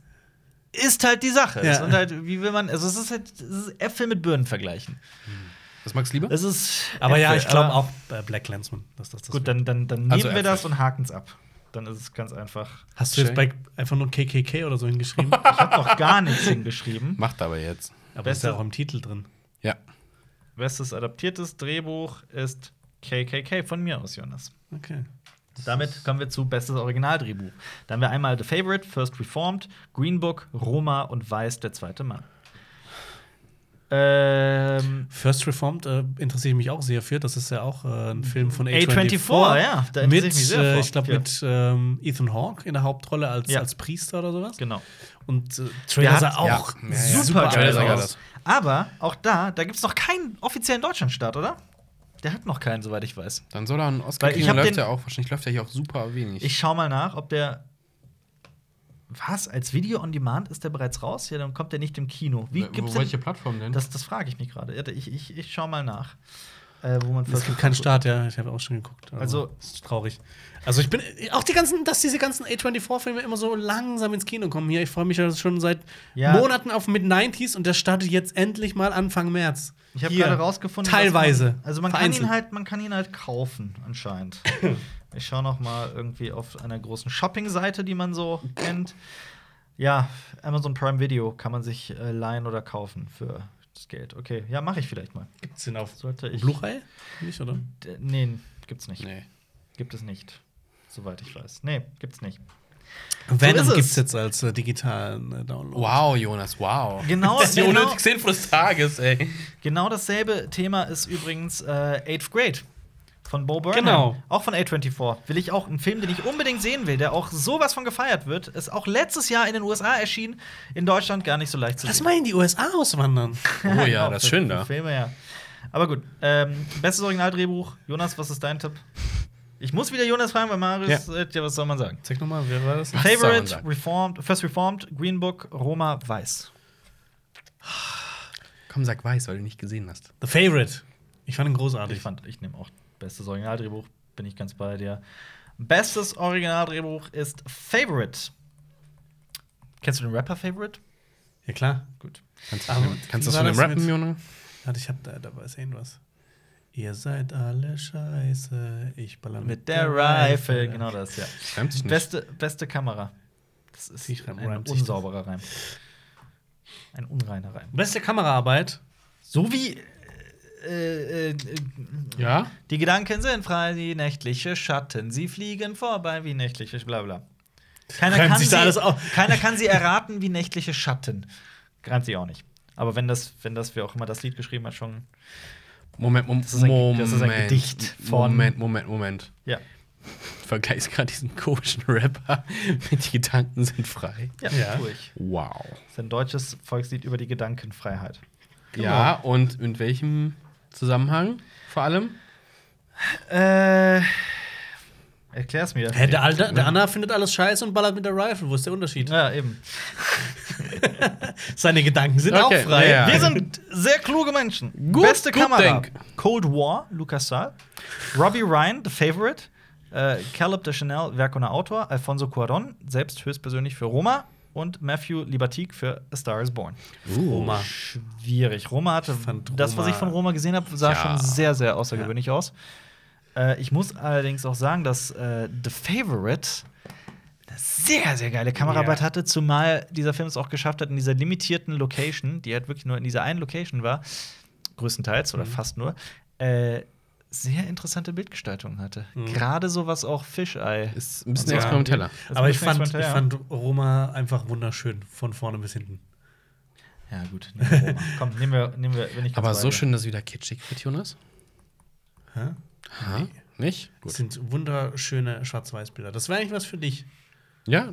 A: ist halt die Sache.
C: Ja.
A: Es sind halt, wie will man, also es ist halt, es ist Äpfel mit Birnen vergleichen.
B: Was magst du lieber?
A: Es ist.
C: Aber ja,
A: Äpfel,
C: ich glaube
A: aber-
C: auch äh, Black Landsman. Dass das das
A: Gut,
C: wird.
A: dann, dann, dann nehmen
B: Also
A: wir
B: Äpfel.
A: das und haken es ab. Dann ist es ganz einfach.
C: hast du jetzt bei einfach nur KKK oder so
A: [laughs]
C: hingeschrieben?
A: Ich habe noch gar nichts hingeschrieben.
B: Macht aber jetzt.
C: Aber ist ja
A: Beste-
C: auch im Titel drin.
B: Ja.
A: Bestes adaptiertes Drehbuch ist KKK von mir aus, Jonas.
C: Okay.
A: Damit kommen wir zu bestes Originaldrehbuch. Da haben wir einmal The Favorite, First Reformed, Green Book, Roma und Weiß, der zweite Mann. Ähm,
C: First Reformed äh, interessiere ich mich auch sehr für. Das ist ja auch äh, ein Film von A24.
A: A24, ja, da interessiere ich
C: mit,
A: mich sehr
C: äh,
A: vor.
C: ich glaube,
A: Ja.
C: mit ähm, Ethan Hawke in der Hauptrolle als,
A: Ja.
C: als Priester oder sowas.
A: genau.
C: Und äh,
A: Der
C: Trailer
A: hat-
C: sah auch
B: ja. Ja, ja.
A: Super
C: super
A: geil
C: geil
B: Trailer sah
C: aus.
B: geil aus.
A: aus. Aber auch da, da gibt es noch keinen offiziellen Deutschlandstart, oder? Der hat noch keinen, soweit ich weiß.
B: Dann soll er einen Oscar
A: Weil ich
B: kriegen.
A: hab
B: Läuft
A: den-
B: ja auch, wahrscheinlich läuft er hier auch super wenig.
A: Ich schau mal nach, ob der. Was? Als Video on Demand ist der bereits raus? Ja, dann kommt der nicht im Kino. Wie
B: Wo-
A: gibt's
B: Welche
A: denn?
B: Plattform denn?
A: Das, das frage ich mich gerade. Ja, Ich, ich, ich schau mal nach. Äh, wo man
C: Es gibt keinen Start, ja. Ich habe auch schon geguckt.
A: Also-
C: ist traurig. Also ich bin auch die ganzen, dass diese ganzen A24-Filme immer so langsam ins Kino kommen hier. Ich freue mich ja schon seit
A: Ja.
C: Monaten auf Mid-90s und der startet jetzt endlich mal Anfang März.
A: Ich habe
C: Hier.
A: gerade rausgefunden. dass
C: Teilweise.
A: Man, also man kann, ihn
C: Vereinzelt.
A: halt, man kann ihn halt kaufen,
C: [laughs]
A: anscheinend. ich schaue noch mal irgendwie auf einer großen Shopping-Seite, die man so kennt. Ja, Amazon Prime Video kann man sich äh, leihen oder kaufen für das Geld. Okay, ja, mache ich vielleicht mal.
C: Gibt's den auf
A: Sollte ich.
C: Blu-ray? Nicht, oder?
A: D- Nee, gibt's nicht.
B: nee.
A: Gibt es nicht. Soweit ich weiß. Nee, gibt's nicht.
C: Venom
A: ist es.
C: gibt's jetzt als äh, digitalen äh, Download.
B: Wow, Jonas, wow.
A: Genau, [laughs]
B: das ist die
A: genau.
B: unnötigste Info des Tages, ey.
A: Genau dasselbe Thema ist übrigens äh, Eighth Grade von Bo Burnham.
C: Genau.
A: Auch von A24. Will ich auch einen Film, den ich unbedingt sehen will, der auch sowas von gefeiert wird. Ist auch letztes Jahr in den USA erschienen. In Deutschland gar nicht so leicht zu
C: Lass
A: sehen.
C: mal in die USA auswandern.
B: Oh ja,
A: Genau,
B: das
A: für-
B: ist schön
A: für
B: da.
A: Filme, ja. Aber gut. Ähm, bestes Originaldrehbuch. Jonas, was ist dein Tipp? Ich muss wieder Jonas fragen, weil Marius, ja. ja, was soll man sagen?
C: Zeig nochmal, wer war das?
B: Was soll man
A: Favorite,
B: sagen?
A: Reformed, First Reformed, Green Book, Roma, Weiß.
B: Komm, sag weiß, weil du nicht gesehen hast.
C: The Favorite. Ich fand ihn großartig.
A: Ich fand, ich nehme auch bestes Originaldrehbuch, bin ich ganz bei dir. Bestes Originaldrehbuch ist Favorite. Kennst du den Rapper Favorite?
C: ja, klar.
A: Gut.
B: Kannst
C: Aber
B: du kannst das
C: wie war
B: von dem
C: das
B: rappen,
C: mit-
B: Jonas?
C: Warte, ich hab da, da weiß irgendwas. Ihr seid alle scheiße. Ich baller
A: Mit der Rifle, genau das, ja.
B: Schämt sich nicht.
A: Beste, beste Kamera. Das ist
C: Ich reim-
A: ein
C: reimt sich das.
A: unsauberer Reim. Ein unreiner Reim.
C: Beste Kameraarbeit.
A: So wie äh, äh, äh,
B: Ja?
A: die Gedanken sind frei, die nächtliche Schatten, sie fliegen vorbei wie nächtliche Blabla. Keiner
C: Reimt
A: kann,
C: sich
A: sie,
C: da alles auf.
A: keiner kann sie erraten wie nächtliche Schatten. Reimt sie auch nicht. Aber wenn das, wenn das, wer auch immer das Lied geschrieben hat, schon.
B: Moment, Moment.
A: Das ist ein- das ist ein Gedicht von-
B: Moment, Moment, Moment.
A: Ja.
B: Vergleichst gerade diesen komischen Rapper [laughs] mit die Gedanken sind frei.
A: Ja,
C: Ja.
A: tu ich.
B: Wow.
A: Das ist ein deutsches Volkslied über die Gedankenfreiheit.
B: Ja, und in welchem Zusammenhang vor allem?
A: Äh. Erklär's mir.
C: Hä, der, Alter, der Anna findet alles scheiße und ballert mit der Rifle. Wo ist der Unterschied?
A: Ja, eben.
C: Seine Gedanken sind
B: Okay,
C: auch frei.
B: ja.
A: Wir sind sehr kluge Menschen.
B: Gut,
A: Beste
B: gut
A: Kamera.
B: denk.
A: Cold War, Lucas Saal. Robbie Ryan, The Favorite. Äh, Caleb de Chanel, Werk ohne Autor. Alfonso Cuaron, selbst höchstpersönlich für Roma. Und Matthew Libatique für A Star is Born.
C: Oma.
A: Schwierig. Roma hatte
C: fand
A: das, was
C: Roma-
A: ich von Roma gesehen habe, sah
B: Ja.
A: schon sehr, sehr außergewöhnlich aus. Äh, ich muss allerdings auch sagen, dass äh, The Favorite eine sehr, sehr geile Kameraarbeit
C: Ja.
A: hatte, zumal dieser Film es auch geschafft hat, in dieser limitierten Location, die halt wirklich nur in dieser einen Location war, größtenteils
C: Mhm.
A: oder fast nur, äh, sehr interessante Bildgestaltung hatte.
C: Mhm.
A: Gerade so was auch Fisheye.
B: Ist ein bisschen
A: Also, Ja.
B: experimenteller.
A: Das ist
C: Aber
A: ein
C: ich
A: bisschen
C: fand, ich
A: experimentell, ja.
C: fand Roma einfach wunderschön, von vorne bis hinten.
A: Ja, gut. Nehmen wir Roma. Komm, nehmen wir, nehmen wir, wenn ich ganz
B: Aber
A: bei
B: so
A: bin.
B: schön, dass es wieder kitschig wird, Jonas.
C: Hä?
B: Aha. Nicht? Gut.
C: Das sind wunderschöne Schwarz-Weiß-Bilder. Das wäre eigentlich was für dich.
B: Ja,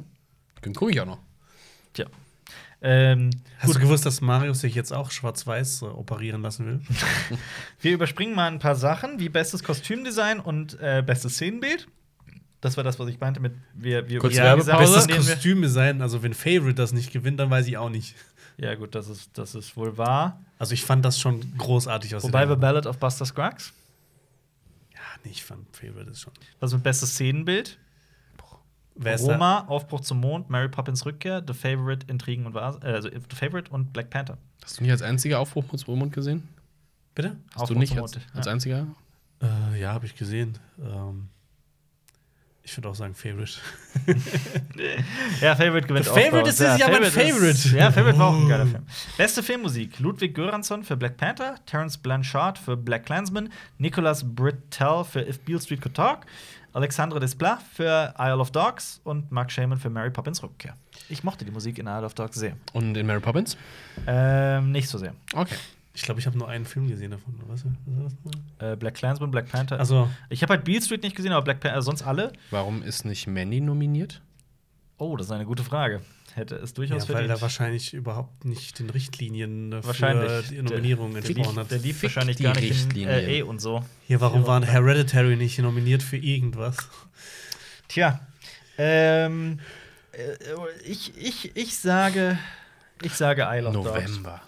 B: dann gucke ich auch noch.
A: Tja. Ähm,
C: Hast du gewusst, dass Marius sich jetzt auch schwarz-weiß äh, operieren lassen will?
A: Wir überspringen mal ein paar Sachen, wie bestes Kostümdesign und äh, bestes Szenenbild. Das war das, was ich meinte mit wir wir
B: Kurze
A: ja,
B: Werbepause.
A: gesagt,
C: Bestes
A: nehmen wir-
C: Kostüme sein, also wenn Favorite das nicht gewinnt, dann weiß ich auch nicht.
A: Ja gut, das ist das ist wohl wahr.
C: Also ich fand das schon großartig aus
A: Wobei wir
C: den-
A: Ballad of Buster Scruggs,
C: Ja, nee, ich fand Favorite ist schon.
A: was mit bestes Szenenbild,
C: Wer ist da?
A: Roma, Aufbruch zum Mond, Mary Poppins Rückkehr, The Favorite, Intrigen und Wahrs äh, also The Favorite und Black Panther.
B: Hast du nicht als einziger Aufbruch mit Mund gesehen?
C: Bitte?
B: Hast
A: Aufbruch
B: du nicht
A: zum
B: als,
A: Mond,
B: als
A: ja.
B: einziger?
C: Äh, ja, habe ich gesehen. Ähm, ich würde auch sagen Favorite. [laughs]
A: Ja, Favorite gewinnt
C: The
A: bei
C: Favorite
A: uns.
C: ist dieses Jahr mein
A: Ist,
C: Favorite.
A: ja, Favorite war auch ein geiler
C: Oh.
A: Film. Beste Filmmusik: Ludwig Göransson für Black Panther, Terence Blanchard für Black Klansman, Nicholas Brittell für If Beale Street Could Talk, Alexandre Desplat für Isle of Dogs und Mark Shaman für Mary Poppins Rückkehr. Ich mochte die Musik in Isle of Dogs sehr.
B: Und in Mary Poppins?
A: Ähm, nicht so sehr.
B: Okay.
C: Ich glaube, ich habe nur einen Film gesehen davon. oder Was, was war das nochmal?
A: Äh, Black Clansman, Black Panther.
C: Also,
A: ich habe halt Beale Street nicht gesehen, aber Black Panther, äh, sonst alle.
B: Warum ist nicht Mandy nominiert?
A: Oh, das ist eine gute Frage. Hätte es
C: ja, weil
A: durchaus
C: er
A: verdient.
C: wahrscheinlich überhaupt nicht den Richtlinien äh, für
A: Wahrscheinlich.
C: die Nominierung
A: Der-
C: entsprochen
A: der
C: hat.
A: lief, der lief
B: Fick
A: wahrscheinlich
B: die
A: gar nicht in
B: Richtlinien.
A: LA und so.
C: Hier, warum waren Hereditary nicht nominiert für irgendwas?
A: Tja, ähm, äh, ich, ich, ich sage, ich sage Isle of Dogs.
B: November.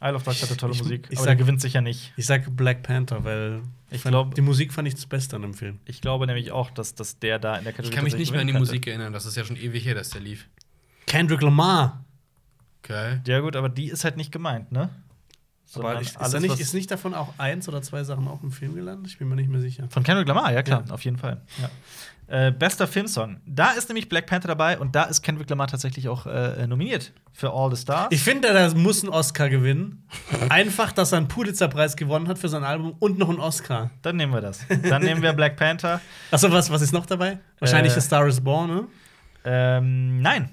A: Isle of Dogs hatte tolle
C: Ich-
A: Musik,
C: ich
A: aber der
C: sag-
A: gewinnt sicher nicht.
C: Ich sage Black Panther, weil
A: Ich
C: fand-
A: glaub-
C: die Musik fand ich das Beste an dem Film.
A: Ich glaube nämlich auch, dass, dass der da in der Kategorie
B: Ich kann mich nicht mehr an die
A: tatsächlich gewinnen
B: Musik erinnern. Das ist ja schon ewig her, dass der lief.
C: Kendrick Lamar.
B: [laughs] Okay.
A: könnte. Ja gut, aber die ist halt nicht gemeint, ne? Sondern
C: Aber ich, ist,
A: alles,
C: da nicht,
A: was-
C: ist nicht davon auch eins oder zwei Sachen auch im Film gelandet? Ich bin mir nicht mehr sicher.
A: Von Kendrick Lamar, ja klar, auf jeden Fall. Ja. Äh, bester Filmsong. Da ist nämlich Black Panther dabei und da ist Kendrick Lamar tatsächlich auch äh, nominiert für All the Stars.
C: Ich finde, er muss einen
A: [laughs]
C: Oscar gewinnen. Einfach, dass er einen Pulitzer-Preis gewonnen hat für sein Album und noch einen Oscar.
A: Dann nehmen wir das. Dann nehmen wir Black Panther.
C: Achso, was, was ist noch dabei? Wahrscheinlich
A: Äh,
C: The Star is Born, ne?
A: Ähm, nein.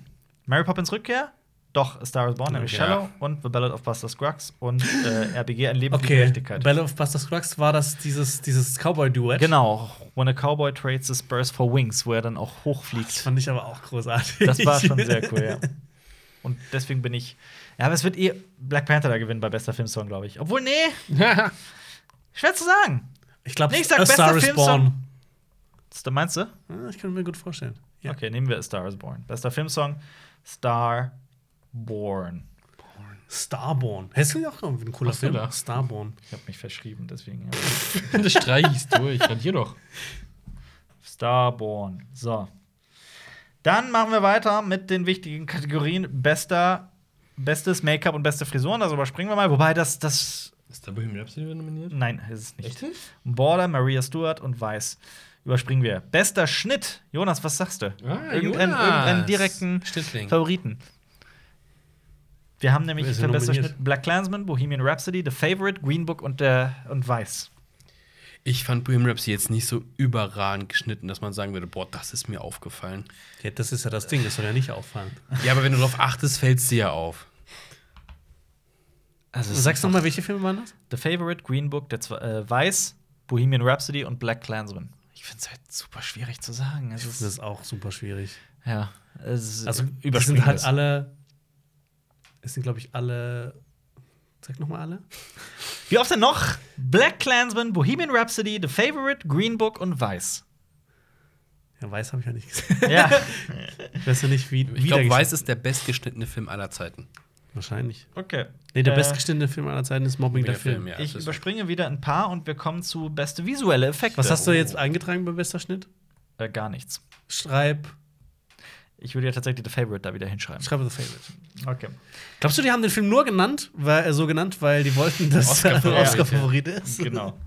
A: Mary Poppins Rückkehr. Doch, A Star is Born, nämlich
B: Ja.
A: Shallow und The Ballad of Buster Scruggs und äh, RBG ein Leben für die
C: Okay.
A: Gerechtigkeit.
C: Battle of Buster Scruggs war das dieses, dieses Cowboy-Duett.
A: genau. When a Cowboy Trades the Spurs for Wings, wo er dann auch
C: Das
A: hochfliegt.
C: fand ich aber auch großartig.
A: Das war schon sehr
C: [laughs]
A: cool, ja. Und deswegen bin ich. Ja, aber es wird eh Black Panther da gewinnen bei bester Filmsong, glaube ich. Obwohl, nee, schwer zu sagen.
C: Ich glaube,
A: Nee, ich sag
C: A
A: bester
C: Star is
A: Filmsong.
C: Born.
A: Das da meinst du?
C: Ja, ich kann mir gut vorstellen. Ja.
A: Okay, nehmen wir A Star is Born. Bester Filmsong, Star Born.
C: Starborn. Hättest du auch irgendwie ein cooler
B: Hast du
C: Film?
B: da?
C: Starborn.
A: Ich habe mich verschrieben, deswegen. Ja.
B: das streiche ich durch. Radier doch.
A: Starborn. So. Dann machen wir weiter mit den wichtigen Kategorien bester, bestes Make-up und beste Frisuren. Also überspringen wir mal. Wobei das, das,
B: Ist da Bohemian Rhapsody nominiert?
A: nein, ist es nicht.
B: Echt nicht?
A: Border, Maria Stewart und Weiß. Überspringen wir. Bester Schnitt. Jonas, was sagst du?
B: Ah,
A: irgendeinen,
B: Jonas.
A: irgendeinen direkten
B: Schnittling.
A: Favoriten. Wir haben nämlich
C: Wer ist
A: für
C: denn
A: bester
C: nominiert?
A: Schnitt Black Klansman, Bohemian Rhapsody, The Favorite, Green Book und, äh, und Weiß.
B: Ich fand Bohemian Rhapsody jetzt nicht so überragend geschnitten, dass man sagen würde, boah, das ist mir aufgefallen.
C: Ja, das ist ja das Ding, das soll ja nicht [laughs] auffallen.
B: ja, aber wenn du drauf achtest, fällt es dir auf.
A: Also,
C: Sagst du nochmal, welche Filme waren das?
A: The Favorite, Green Book, der zwei, äh, Weiß, Bohemian Rhapsody und Black Klansman. Ich finde es halt super schwierig zu sagen. Es
C: Das
A: ist,
C: ist auch super schwierig.
A: ja, es ist
C: Also, die
B: überspringen
C: sind halt
B: das.
C: alle. Es sind, glaube ich, alle. Sag nochmal alle.
A: wie oft denn noch? Black Klansman, Bohemian Rhapsody, The Favorite, Green Book und Weiß. [laughs]
C: Ja, weiß habe ich ja nicht [laughs] gesehen.
A: Ja,
C: Ich weiß ja nicht, wie.
B: Ich glaube, Weiß ist der bestgeschnittene Film aller Zeiten.
C: Wahrscheinlich.
A: okay.
C: Nee, der
A: Äh,
C: bestgeschnittene Film aller Zeiten ist Mobbing der Film.
B: ja.
A: Ich
B: das ist-
A: überspringe wieder ein paar und wir kommen zu beste visuelle Effekte.
C: Was hast du jetzt eingetragen beim bester Schnitt?
A: Äh, gar nichts.
C: Schreib.
A: Ich würde ja tatsächlich The Favorite da wieder hinschreiben.
C: Schreibe The Favorite. [laughs]
A: Okay.
C: Glaubst du, die haben den Film nur genannt, weil, äh, so genannt, weil die wollten, dass [laughs] er ein
B: Oscar-Favorit,
C: Oscar-Favorit ist?
A: Genau.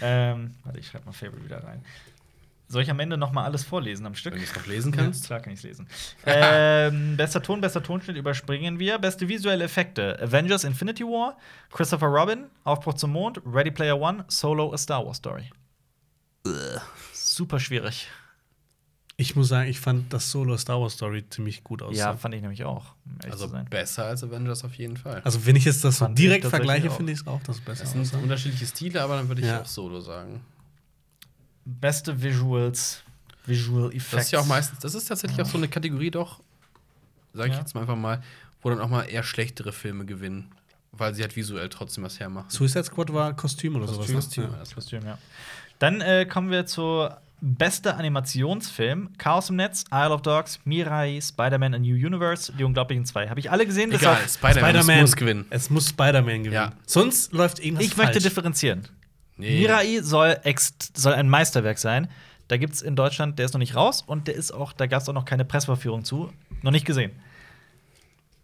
A: ähm, warte, ich schreibe mal Favorite wieder rein. Soll ich am Ende noch mal alles vorlesen am Stück?
B: Wenn du es noch lesen kannst.
A: Klar kann ich
B: [laughs]
A: lesen. ähm, bester Ton, bester Tonschnitt überspringen wir. Beste visuelle Effekte: Avengers Infinity War, Christopher Robin, Aufbruch zum Mond, Ready Player One, Solo, A Star Wars Story. Super schwierig.
C: Ich muss sagen, ich fand das Solo Star Wars Story ziemlich gut aus.
A: Ja, fand ich nämlich auch. Um ehrlich
B: Also
A: zu sein.
B: besser als Avengers auf jeden Fall.
C: Also, wenn ich jetzt das so
A: Fand ich
C: direkt
A: tatsächlich
C: vergleiche,
A: auch.
C: finde ich es auch, dass es besser
B: Das
C: aussah.
B: sind unterschiedliche Stile, aber dann würde ich
C: Ja.
B: auch Solo sagen.
A: Beste Visuals, Visual Effects.
B: Das ist ja auch meistens, das ist tatsächlich auch so eine Kategorie, doch, sage ich
A: Ja.
B: jetzt mal einfach mal, wo dann auch mal eher schlechtere Filme gewinnen, weil sie halt visuell trotzdem was hermachen.
C: Suicide Squad war Kostüm oder sowas. ne?
B: Kostüme.
C: Ja.
A: Das Kostüm, ja. Dann äh, kommen wir zu bester Animationsfilm: Chaos im Netz, Isle of Dogs, Mirai, Spider-Man: A New Universe, Die Unglaublichen zwei. Habe ich alle gesehen?
B: Egal,
A: deshalb-
B: Spider-Man
C: Spider-Man.
B: muss gewinnen.
C: Es muss Spider-Man gewinnen.
B: Ja.
C: Sonst läuft irgendwas
A: Ich möchte
C: falsch.
A: differenzieren.
B: Nee.
A: Mirai soll, ex soll ein Meisterwerk sein. Da gibt es in Deutschland, der ist noch nicht raus und der ist auch, da gab es auch noch keine Pressverführung zu. Noch nicht gesehen.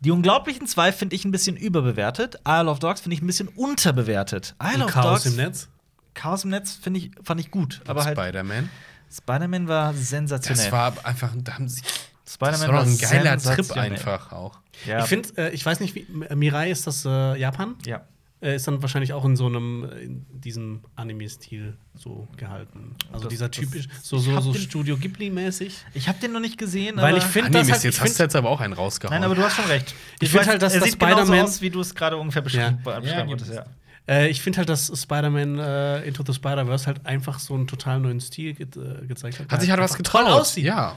A: Die Unglaublichen zwei finde ich ein bisschen überbewertet. Isle of Dogs finde ich ein bisschen unterbewertet. Isle
C: Und
A: of
C: Chaos
A: Dogs,
C: im Netz.
A: Chaos im Netz finde ich, fand ich gut. Aber halt,
B: Spider-Man.
A: Spider-Man war sensationell.
B: Das war einfach, da haben sie, das
A: Spider-Man
B: war doch ein geiler
A: sensationell.
B: Trip einfach auch.
A: Ja,
C: Ich finde, äh, ich weiß nicht, wie. Mirai ist das äh, Japan?
A: ja.
C: Äh, äh, ist dann wahrscheinlich auch in so einem, äh, in diesem Anime-Stil so gehalten. Also
A: Das-
C: dieser
A: das-
C: typisch, so,
A: ich
C: so,
A: hab
C: so
A: den-
C: Studio Ghibli-mäßig.
A: Ich habe den noch nicht gesehen,
C: Weil
A: aber
C: ich finde
B: Anime
C: das
B: ist
C: halt,
B: Ah, jetzt,
C: ich
B: hast
C: find,
B: du jetzt aber auch einen rausgehauen.
A: Nein, aber du hast schon recht.
C: Ich
A: Ich
C: find
A: weiß,
C: halt, dass
A: er
C: das
A: sieht genauso
C: Spider-Man-
A: aus, wie du es gerade ungefähr beschrieben
C: Ja.
A: beschreiben
B: Ja,
A: wolltest.
B: gibt
A: Ja.
B: es.
C: äh, ich find halt, dass Spider-Man äh, Into the Spider-Verse halt einfach so einen total neuen Stil ge äh, gezeigt hat.
B: Hat sich
C: halt
B: halt was
C: einfach toll
B: getraut.
C: aussieht.
B: Ja.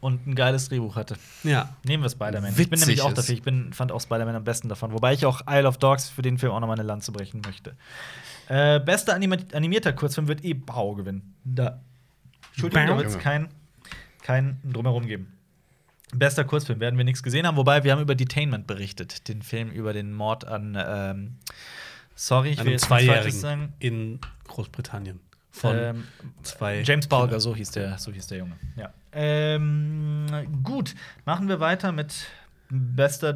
A: Und ein geiles Drehbuch hatte.
C: Ja.
A: Nehmen wir Spider-Man. Ich bin
B: Witzig
A: nämlich auch
B: ist.
A: dafür. Ich bin, fand auch Spider-Man am besten davon. Wobei ich auch Isle of Dogs für den Film auch nochmal eine Lanze brechen möchte. Äh, bester anima animierter Kurzfilm wird eh Bau gewinnen. Da. Entschuldigung, da
C: Bau.
A: wird es
B: Junge.
A: kein, kein Drumherum geben. Bester Kurzfilm werden wir nichts gesehen haben. Wobei wir haben über Detainment berichtet. Den Film über den Mord an. Ähm, sorry, ich
C: Ich
A: will
C: einem
A: jetzt nichts Falsches
C: Zweijährigen
A: sagen.
C: in Großbritannien. Von
A: Ähm,
C: zwei.
A: James Bulger, so hieß der, so hieß der Junge. Ja. Ähm, gut, machen wir weiter mit bester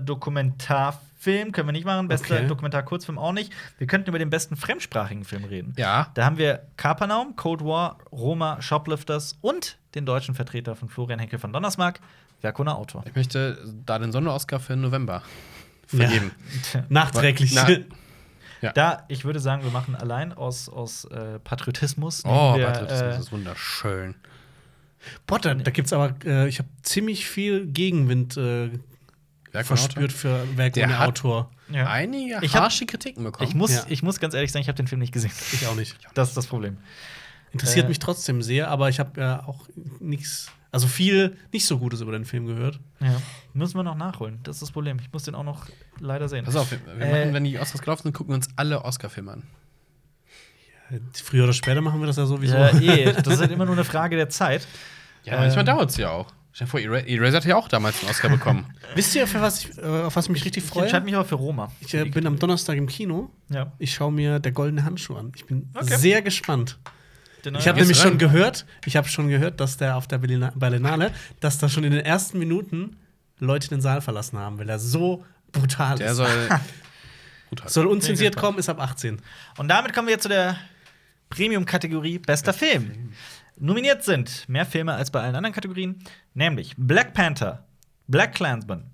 A: Dokumentarfilm. Können wir nicht machen. Bester
C: Okay.
A: Dokumentar-Kurzfilm auch nicht. Wir könnten über den besten fremdsprachigen Film reden.
B: Ja.
A: Da haben wir Kapernaum, Cold War, Roma, Shoplifters und den deutschen Vertreter von Florian Henkel von Donnersmarck, Verkona Autor.
B: Ich möchte da den Sonderausgabe für November vergeben.
C: Nachträglich. [laughs]
B: Na,
A: Da, ich würde sagen, wir machen allein aus, aus äh, Patriotismus.
B: Oh,
A: nehmen wir,
B: Patriotismus
A: äh,
B: ist wunderschön.
C: Boah, da, da gibt's aber, äh, ich habe ziemlich viel Gegenwind äh,
B: Werk von
C: verspürt für Werk
B: genau, Der
C: ohne
B: hat-
C: Autor.
A: ja.
B: Einige
A: Ich hab-
B: harsche Kritiken bekommen.
A: Ich muss,
C: Ja.
A: ich muss ganz ehrlich sagen, ich habe den Film nicht gesehen.
C: Ich auch nicht.
A: Das ist das Problem.
C: Interessiert
A: Äh,
C: mich trotzdem sehr, aber ich habe ja auch nichts, also viel nicht so Gutes über den Film gehört.
A: Ja. Müssen wir noch nachholen. Das ist das Problem. Ich muss den auch noch leider sehen.
B: Pass auf, wir, wir
A: Äh,
B: machen, wenn die Oscars gelaufen sind, gucken wir uns alle Oscar-Filme an.
C: Äh, Früher oder später machen wir das ja sowieso.
A: Ja, eh, das ist halt immer nur eine Frage der Zeit.
B: Ja,
A: Ähm,
B: manchmal dauert es ja auch. Stell dir vor, Era- Eraser hat ja auch damals einen Oscar bekommen.
C: [laughs]
B: [laughs]
C: Wisst ihr, für was ich, äh, auf was ich mich richtig
A: Ich entscheide
C: freue?
A: mich aber für Roma.
C: Ich äh, bin am Donnerstag im Kino.
A: Ja.
C: Ich schaue mir der goldene Handschuh an. Ich bin
A: Okay.
C: sehr gespannt. Ich
B: Gehst
C: habe nämlich
B: du rein?
C: schon gehört, ich habe schon gehört, dass der auf der Berlina- Berlinale, dass da schon in den ersten Minuten Leute den Saal verlassen haben, weil er so brutal
B: Der [laughs]
C: ist.
B: soll. Gut halt.
C: Soll unzensiert kommen, ist ab 18.
A: Und damit kommen wir jetzt zu der Premium-Kategorie Bester Film. Nominiert sind mehr Filme als bei allen anderen Kategorien, nämlich Black Panther, Black Klansman,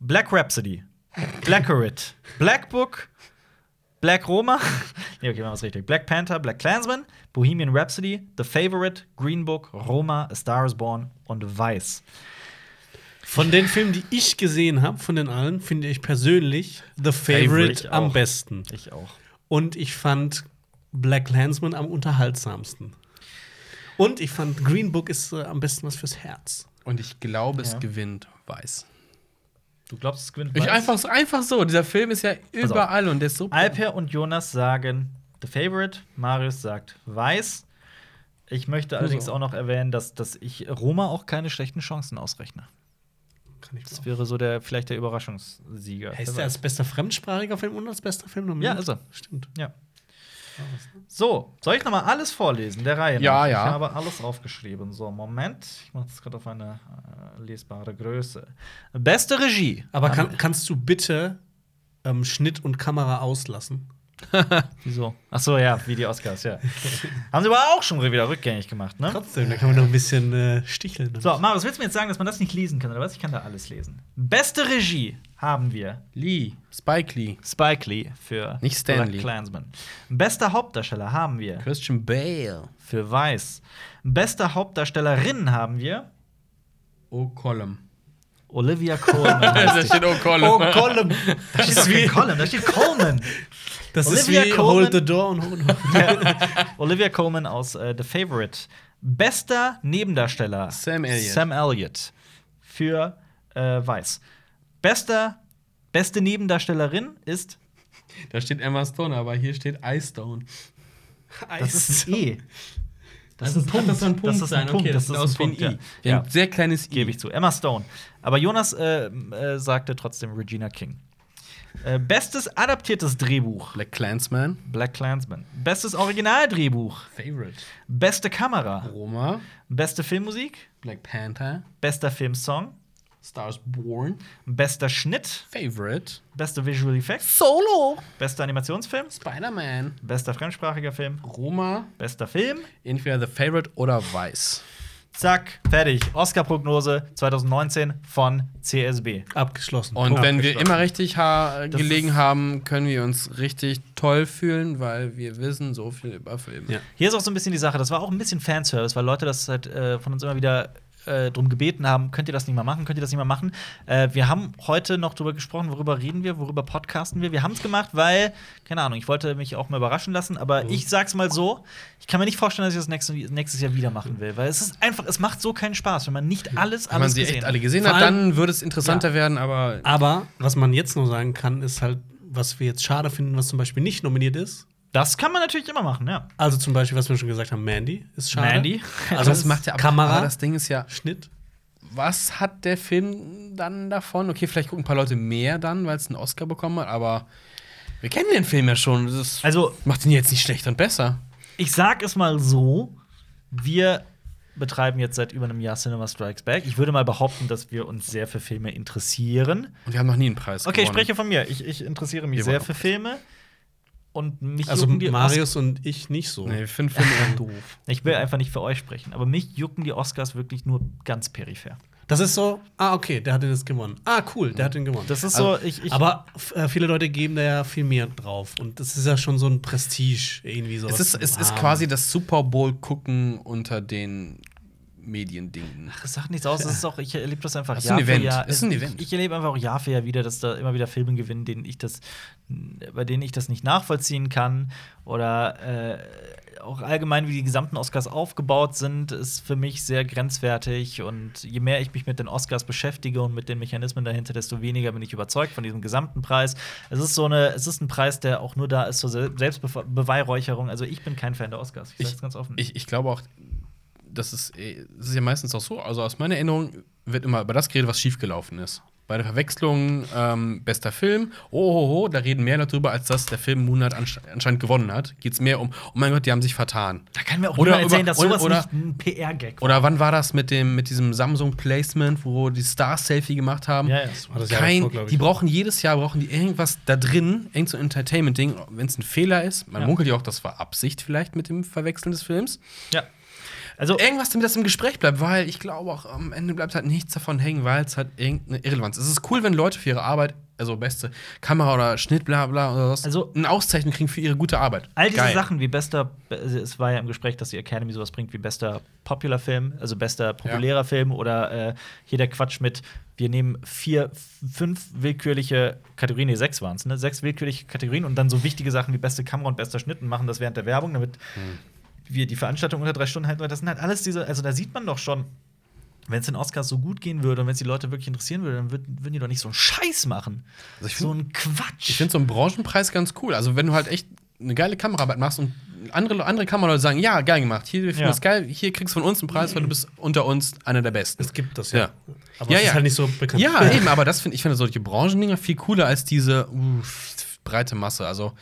A: Black Rhapsody, Blackerit, Black Book, Black Roma, [laughs] nee, okay, machen wir's richtig. Black Panther, Black Klansman, Bohemian Rhapsody, The Favorite, Green Book, Roma, A Star is Born und Weiß.
C: Von den Filmen, die ich gesehen habe, von den allen, finde ich persönlich The Favorite
A: Favorite auch.
C: am besten.
A: Ich auch.
C: Und ich fand Black Landsman am unterhaltsamsten. Und ich fand Green Book ist äh, am besten was fürs Herz.
B: Und ich glaube, es
A: Ja.
B: gewinnt weiß.
A: Du glaubst, es gewinnt
B: Ich einfach, einfach so. Dieser Film ist ja
A: auf.
B: überall und der ist so.
A: Alper und Jonas sagen The Favorite, Marius sagt Weiß. Ich möchte allerdings
B: so.
A: auch noch erwähnen, dass, dass ich Roma auch keine schlechten Chancen ausrechne.
C: Kann ich
A: Das wäre so der vielleicht der Überraschungssieger.
C: Heißt
A: Wer
C: der
A: weiß.
C: als bester fremdsprachiger Film und als bester Film nominiert?
A: Ja, ist er.
C: Stimmt.
A: Ja.
C: Oh,
A: So, soll ich nochmal alles vorlesen, der Reihe nach?
B: Ja, ja.
A: Ich habe alles aufgeschrieben. So, Moment. Ich mache das gerade auf eine äh, lesbare Größe. Beste Regie.
C: Aber
A: An-
C: kann, kannst du bitte ähm, Schnitt und Kamera auslassen?
A: Wieso? Ach so, ja, wie die Oscars,
C: [laughs]
A: ja. Haben sie aber auch schon wieder rückgängig gemacht, ne?
C: Trotzdem, da kann man noch ein bisschen äh, sticheln.
A: So, Marius, willst du mir jetzt sagen, dass man das nicht lesen kann, oder was? Ich kann da alles lesen. Beste Regie haben wir
B: Lee, Spike Lee,
A: Spike Lee für
B: Nicht Stan
A: Black
B: Lee.
A: Klansman. Bester Hauptdarsteller haben wir
B: Christian Bale,
A: für Weiß. Beste Hauptdarstellerin haben wir
B: O'Collum.
A: Olivia Colman.
B: [laughs] Da
A: heißt die.
B: [laughs] steht O'Collum.
C: Colin.
A: da steht doch kein Colman, da steht Colman.
C: Das
A: Olivia
C: ist wie
A: Colman.
C: Hold the Door und Hold
A: Olivia Colman aus äh, The Favorite. Bester Nebendarsteller
B: Sam Elliott.
A: Sam Elliott für äh, Weiß. Bester beste Nebendarstellerin ist
B: Da steht Emma Stone, aber hier steht Ice Stone.
A: Das ist ein E. Das
B: Also,
A: ist ein Punkt.
B: Hat das soll ein Punkt
A: Das ist ein
B: sein.
A: Punkt.
B: Okay,
A: Das
B: sieht
A: ist ein
B: aus wie ein
A: Punkt,
B: I.
A: ja.
B: Wie ein
A: Ja.
B: sehr kleines I.
A: Gebe ich zu. Emma Stone. Aber Jonas äh, äh, sagte trotzdem Regina King. Äh, bestes adaptiertes Drehbuch.
B: Black Clansman.
A: Black Clansman. Bestes Originaldrehbuch.
B: Favorite.
A: Beste Kamera.
B: Roma.
A: Beste Filmmusik.
B: Black Panther.
A: Bester Filmsong.
B: Stars Born.
A: Bester Schnitt.
B: Favorite.
A: Beste Visual Effects.
E: Solo.
A: Bester Animationsfilm.
B: Spider-Man.
A: Bester fremdsprachiger Film.
B: Roma.
A: Bester Film.
B: Entweder The Favorite oder Weiß.
A: Zack, fertig. Oscar-Prognose 2019 von CSB.
C: Abgeschlossen.
B: Und
C: Punkt.
B: wenn wir immer richtig ha
C: Ah, Das
B: gelegen
C: ist-
B: haben, können wir uns richtig toll fühlen, weil wir wissen so viel über Filme.
C: Ja.
A: Hier ist auch so ein bisschen die Sache, das war auch ein bisschen Fanservice, weil Leute das halt äh, von uns immer wieder äh, drum gebeten haben, könnt ihr das nicht mal machen, könnt ihr das nicht mal machen. Äh, wir haben heute noch drüber gesprochen, worüber reden wir, worüber podcasten wir. Wir haben es gemacht, weil, keine Ahnung, ich wollte mich auch mal überraschen lassen, aber ich sag's mal so, ich kann mir nicht vorstellen, dass ich das nächste, nächstes Jahr wieder machen will, weil es ist einfach, es macht so keinen Spaß, wenn man nicht alles,
B: Wenn man
A: alles
B: sie
A: gesehen
B: echt
A: hat.
B: alle gesehen
C: Vor
B: hat,
C: allem-
B: dann würde es interessanter werden, aber
C: Aber was man jetzt nur sagen kann, ist halt, was wir jetzt schade finden, was zum Beispiel nicht nominiert ist.
A: Das kann man natürlich immer machen, ja.
C: Also zum Beispiel, was wir schon gesagt haben, Mandy ist schade.
A: Mandy.
C: Also
B: das macht ja aber-
C: Kamera,
B: Aber das Ding ist ja,
C: Schnitt.
B: was hat der Film dann davon? Okay, vielleicht gucken ein paar Leute mehr dann, weil es einen Oscar bekommen hat, aber wir kennen den Film ja schon. Das ist-
A: Also,
B: macht ihn jetzt nicht schlechter und besser.
A: Ich sag es mal so: Wir betreiben jetzt seit über einem Jahr Cinema Strikes Back. Ich würde mal behaupten, dass wir uns sehr für Filme interessieren.
B: Und wir haben noch nie einen Preis
A: Okay, ich
B: gewonnen.
A: spreche von mir. Ich, ich interessiere mich
B: Wir
A: sehr
B: wollen auch
A: für Filme. Und mich
C: Also
A: jucken die
C: Marius und ich nicht so.
B: Nee, wir finden Filme
A: [laughs]
B: eher doof.
A: Os- Ich will einfach nicht für euch sprechen, aber mich jucken die Oscars wirklich nur ganz peripher.
C: Das ist so, ah, okay, der hat den jetzt gewonnen. Ah, cool, der hat den gewonnen.
A: Das ist so, ich, ich
C: Also, aber f- äh, viele Leute geben da ja viel mehr drauf. Und das ist ja schon so ein Prestige, irgendwie sowas.
B: Es ist,
C: zu
B: es ist
C: haben.
B: quasi das Super Bowl-Gucken unter den Mediendingen.
A: das sagt nichts aus. Das ist auch, ich erlebe das einfach
B: Das ist ein Event.
A: für Jahr.
B: Das ist ein Event.
A: Ich, ich erlebe einfach auch Jahr für Jahr wieder, dass da immer wieder Filme gewinnen, denen ich das, bei denen ich das nicht nachvollziehen kann. Oder äh, auch allgemein, wie die gesamten Oscars aufgebaut sind, ist für mich sehr grenzwertig. Und je mehr ich mich mit den Oscars beschäftige und mit den Mechanismen dahinter, desto weniger bin ich überzeugt von diesem gesamten Preis. Es ist so eine, es ist ein Preis, der auch nur da ist zur Se- Selbstbeweihräucherung. Also ich bin kein Fan der Oscars. Ich sag's ganz offen.
B: Ich, ich glaube auch, das ist, eh- das ist ja meistens auch so. Also aus meiner Erinnerung wird immer über das geredet, was schiefgelaufen ist. Bei der Verwechslung ähm, bester Film, oh, oh, oh, da reden mehr Leute drüber, als dass der Film einen Monat ansche anscheinend gewonnen hat. Geht es mehr um, oh mein Gott, die haben sich vertan.
A: da kann mir auch
B: Oder
A: niemand erzählen,
B: über-
A: dass sowas
B: oder-
A: nicht ein PR-Gag war.
B: Oder wann war das mit, dem, mit diesem Samsung-Placement, wo die Star-Selfie gemacht haben?
A: Ja, ja, das
C: war das Jahr
B: Kein,
C: davor, glaub ich.
B: die brauchen jedes Jahr brauchen die irgendwas da drin, irgendein so Entertainment-Ding, wenn es ein Fehler ist. Man
A: Ja.
B: munkelt ja auch, das war Absicht vielleicht mit dem Verwechseln des Films.
A: Ja. Also,
B: irgendwas, damit das im Gespräch bleibt, weil ich glaube auch am Ende bleibt halt nichts davon hängen, weil es hat irgendeine Irrelevanz. Es ist cool, wenn Leute für ihre Arbeit, also beste Kamera oder Schnitt, bla bla oder was,
A: Also-
B: eine Auszeichnung kriegen für ihre gute Arbeit.
A: all diese
B: Geil.
A: Sachen wie bester, es war ja im Gespräch, dass die Academy sowas bringt wie bester popular Film, also bester populärer Film oder äh, hier der Quatsch mit, wir nehmen vier, fünf willkürliche Kategorien, nee, sechs waren es, ne? Sechs willkürliche Kategorien und dann so wichtige Sachen wie beste Kamera und bester Schnitt und machen das während der Werbung, damit
B: Hm.
A: wir die Veranstaltung unter drei Stunden halten. Das sind halt alles diese, also da sieht man doch schon, wenn es den Oscars so gut gehen würde und wenn es die Leute wirklich interessieren würde, dann würd, würden die doch nicht so einen Scheiß machen.
B: Also ich find-
A: so einen Quatsch.
B: Ich finde so einen Branchenpreis ganz cool. Also, wenn du halt echt eine geile Kameraarbeit machst und andere, andere Kameraleute sagen, ja, geil gemacht, hier, wir finden
A: Ja.
B: das geil, hier kriegst du von uns einen Preis, weil du bist unter uns einer der Besten.
C: Es gibt das ja.
B: Ja.
C: Aber
B: Ja,
C: es
B: ja.
C: ist halt nicht so bekannt.
B: Ja,
C: [laughs]
B: eben, aber das find, ich finde solche Branchendinger viel cooler als diese uh, breite Masse. Also,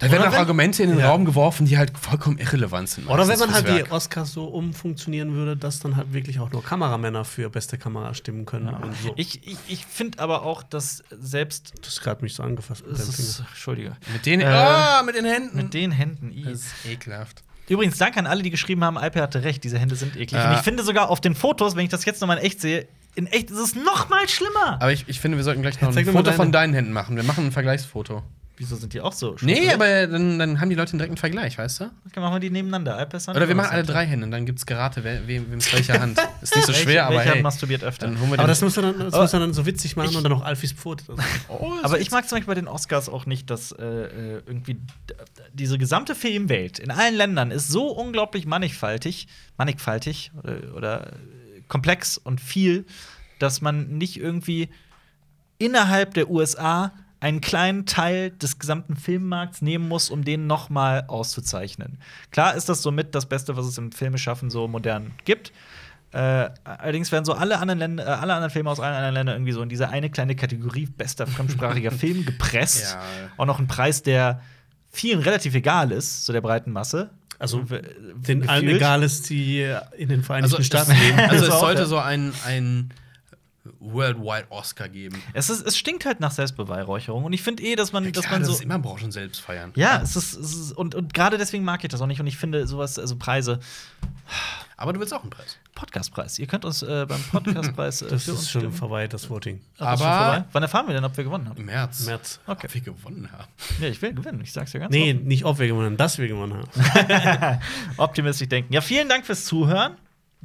B: da werden
C: Oder
B: auch
C: wenn-
B: Argumente in den
C: Ja.
B: Raum geworfen, die halt vollkommen irrelevant sind.
C: Oder wenn
B: meistens
C: man halt
B: fürs
C: die
B: Werk.
C: Oscars so umfunktionieren würde, dass dann halt wirklich auch nur Kameramänner für beste Kamera stimmen können und so.
A: Ich, ich, ich finde aber auch, dass selbst.
C: du hast gerade mich so angefasst mit
A: Es
C: deinem
A: ist,
C: Finger.
A: Entschuldige.
B: Mit den,
A: Äh,
B: ah, mit den Händen.
A: Mit den Händen. i.
B: das ist ekelhaft.
A: Übrigens, danke an alle, die geschrieben haben, Alper hatte recht, diese Hände sind eklig. Und
B: Ja.
A: ich finde sogar auf den Fotos, wenn ich das jetzt nochmal in echt sehe, in echt ist es noch mal schlimmer.
B: Aber ich, ich finde, wir sollten gleich noch ein
C: zeig doch mal
B: Foto von deinen Händen machen. Wir machen ein Vergleichsfoto.
A: Wieso sind die auch so
B: Nee,
A: schrumpelig?
B: aber dann, dann haben die Leute einen direkten Vergleich, weißt du?
A: Dann machen wir die nebeneinander. Alper ist
B: Oder wir machen alle drei Hände und dann gibt's Gerate, wer- wem wem ist welche Hand. Ist nicht so
A: Welche-
B: schwer, aber
A: welcher
B: hey,
A: masturbiert öfter?
B: dann holen wir
C: Aber
B: den.
C: das muss er dann, das
A: Aber-
C: muss er dann so witzig machen
A: Ich-
C: und dann auch Alfis Pfote.
B: oh,
A: Aber ich mag zum Beispiel bei den Oscars auch nicht, dass äh, äh, irgendwie d- d- diese gesamte Filmwelt in allen Ländern ist so unglaublich mannigfaltig, mannigfaltig oder, oder äh, komplex und viel, dass man nicht irgendwie innerhalb der USA einen kleinen Teil des gesamten Filmmarkts nehmen muss, um den nochmal auszuzeichnen. Klar ist das somit das Beste, was es im Filmeschaffen so modern gibt. Äh, allerdings werden so alle anderen, Länder, äh, alle anderen Filme aus allen anderen Ländern irgendwie so in diese eine kleine Kategorie bester
B: [laughs]
A: fremdsprachiger Film gepresst.
B: Ja.
A: Auch noch ein Preis, der vielen relativ egal ist, so der breiten Masse.
C: Also,
A: W-
C: den allen
A: gefühlt.
C: egal ist, die in den
B: [laughs]
C: Vereinigten
B: also, es-
C: Staaten leben.
B: also es
A: Auch, ja.
B: sollte so ein, ein Worldwide Oscar geben.
A: Es, ist, es stinkt halt nach Selbstbeweihräucherung. Und ich finde eh, dass man,
B: Ja,
A: dass
B: klar,
A: man
B: das
A: so.
B: ist immer Branchen selbst feiern.
A: Ja, es ist, es ist und, und gerade deswegen mag ich das auch nicht. Und ich finde sowas, also Preise,
B: Aber du willst auch einen Preis.
A: Podcastpreis. Ihr könnt uns äh, beim Podcastpreis äh,
C: [laughs] Das
A: für uns
C: ist schon
A: stimmen.
C: vorbei, das Voting.
A: Ach, ist schon
B: Aber-
A: vorbei? wann erfahren wir denn, ob wir gewonnen haben?
B: Im März.
C: März.
A: Okay.
B: Ob wir gewonnen haben.
A: Ja, ich will gewinnen. Ich sag's ja ganz
C: Nee, nicht ob wir gewonnen haben, dass wir gewonnen haben.
A: offen. optimistisch denken. Ja, vielen Dank fürs Zuhören.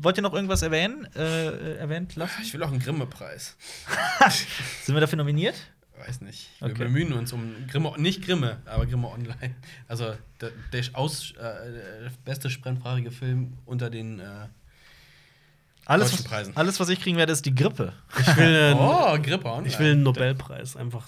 A: Wollt ihr noch irgendwas erwähnen? Äh, äh, erwähnt lassen?
B: Ich will auch einen Grimme-Preis.
A: Sind wir dafür nominiert?
B: Weiß nicht. Wir
A: Okay.
B: bemühen uns um Grimme, nicht Grimme, aber Grimme Online. Also der, der aus, äh, äh, beste sprennfragige Film unter den. Äh,
A: Alles
B: Deutschen
A: was,
B: Preisen.
A: alles, was ich kriegen werde, ist die Grippe.
C: Ich will, äh,
B: oh, Grippe Online.
C: ich will einen Nobelpreis, einfach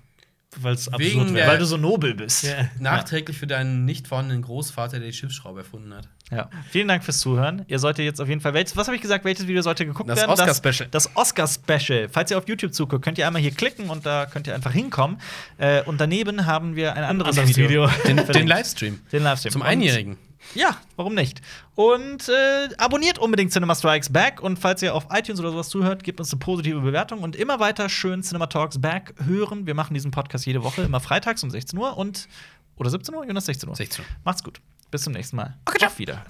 C: weil es absurd
B: Wegen
C: wäre.
B: der-
A: Weil du so nobel bist.
C: Ja.
B: Nachträglich für deinen nicht vorhandenen Großvater, der die Schiffsschraube erfunden hat.
A: Ja. Vielen Dank fürs Zuhören. Ihr solltet jetzt auf jeden Fall, welches, was habe ich gesagt, welches Video sollte geguckt
B: Das
A: werden?
B: Oscar-Special.
A: Das, das Oscar-Special. Falls ihr auf YouTube zuguckt, könnt ihr einmal hier klicken und da könnt ihr einfach hinkommen. Äh, und daneben haben wir ein anderes,
C: anderes
A: Video. [laughs]
C: Video.
B: Den, den
A: Verlinkt.
B: Livestream.
A: Den Livestream.
B: Zum
A: Und-
B: Einjährigen.
A: Ja, warum nicht? Und äh, abonniert unbedingt Cinema Strikes Back. Und falls ihr auf iTunes oder sowas zuhört, gebt uns eine positive Bewertung und immer weiter schön Cinema Talks Back hören. Wir machen diesen Podcast jede Woche, immer freitags um 16 Uhr und oder 17 Uhr, Jonas 16 Uhr.
B: 16 Uhr.
A: Macht's gut. Bis zum nächsten Mal. Auf wieder.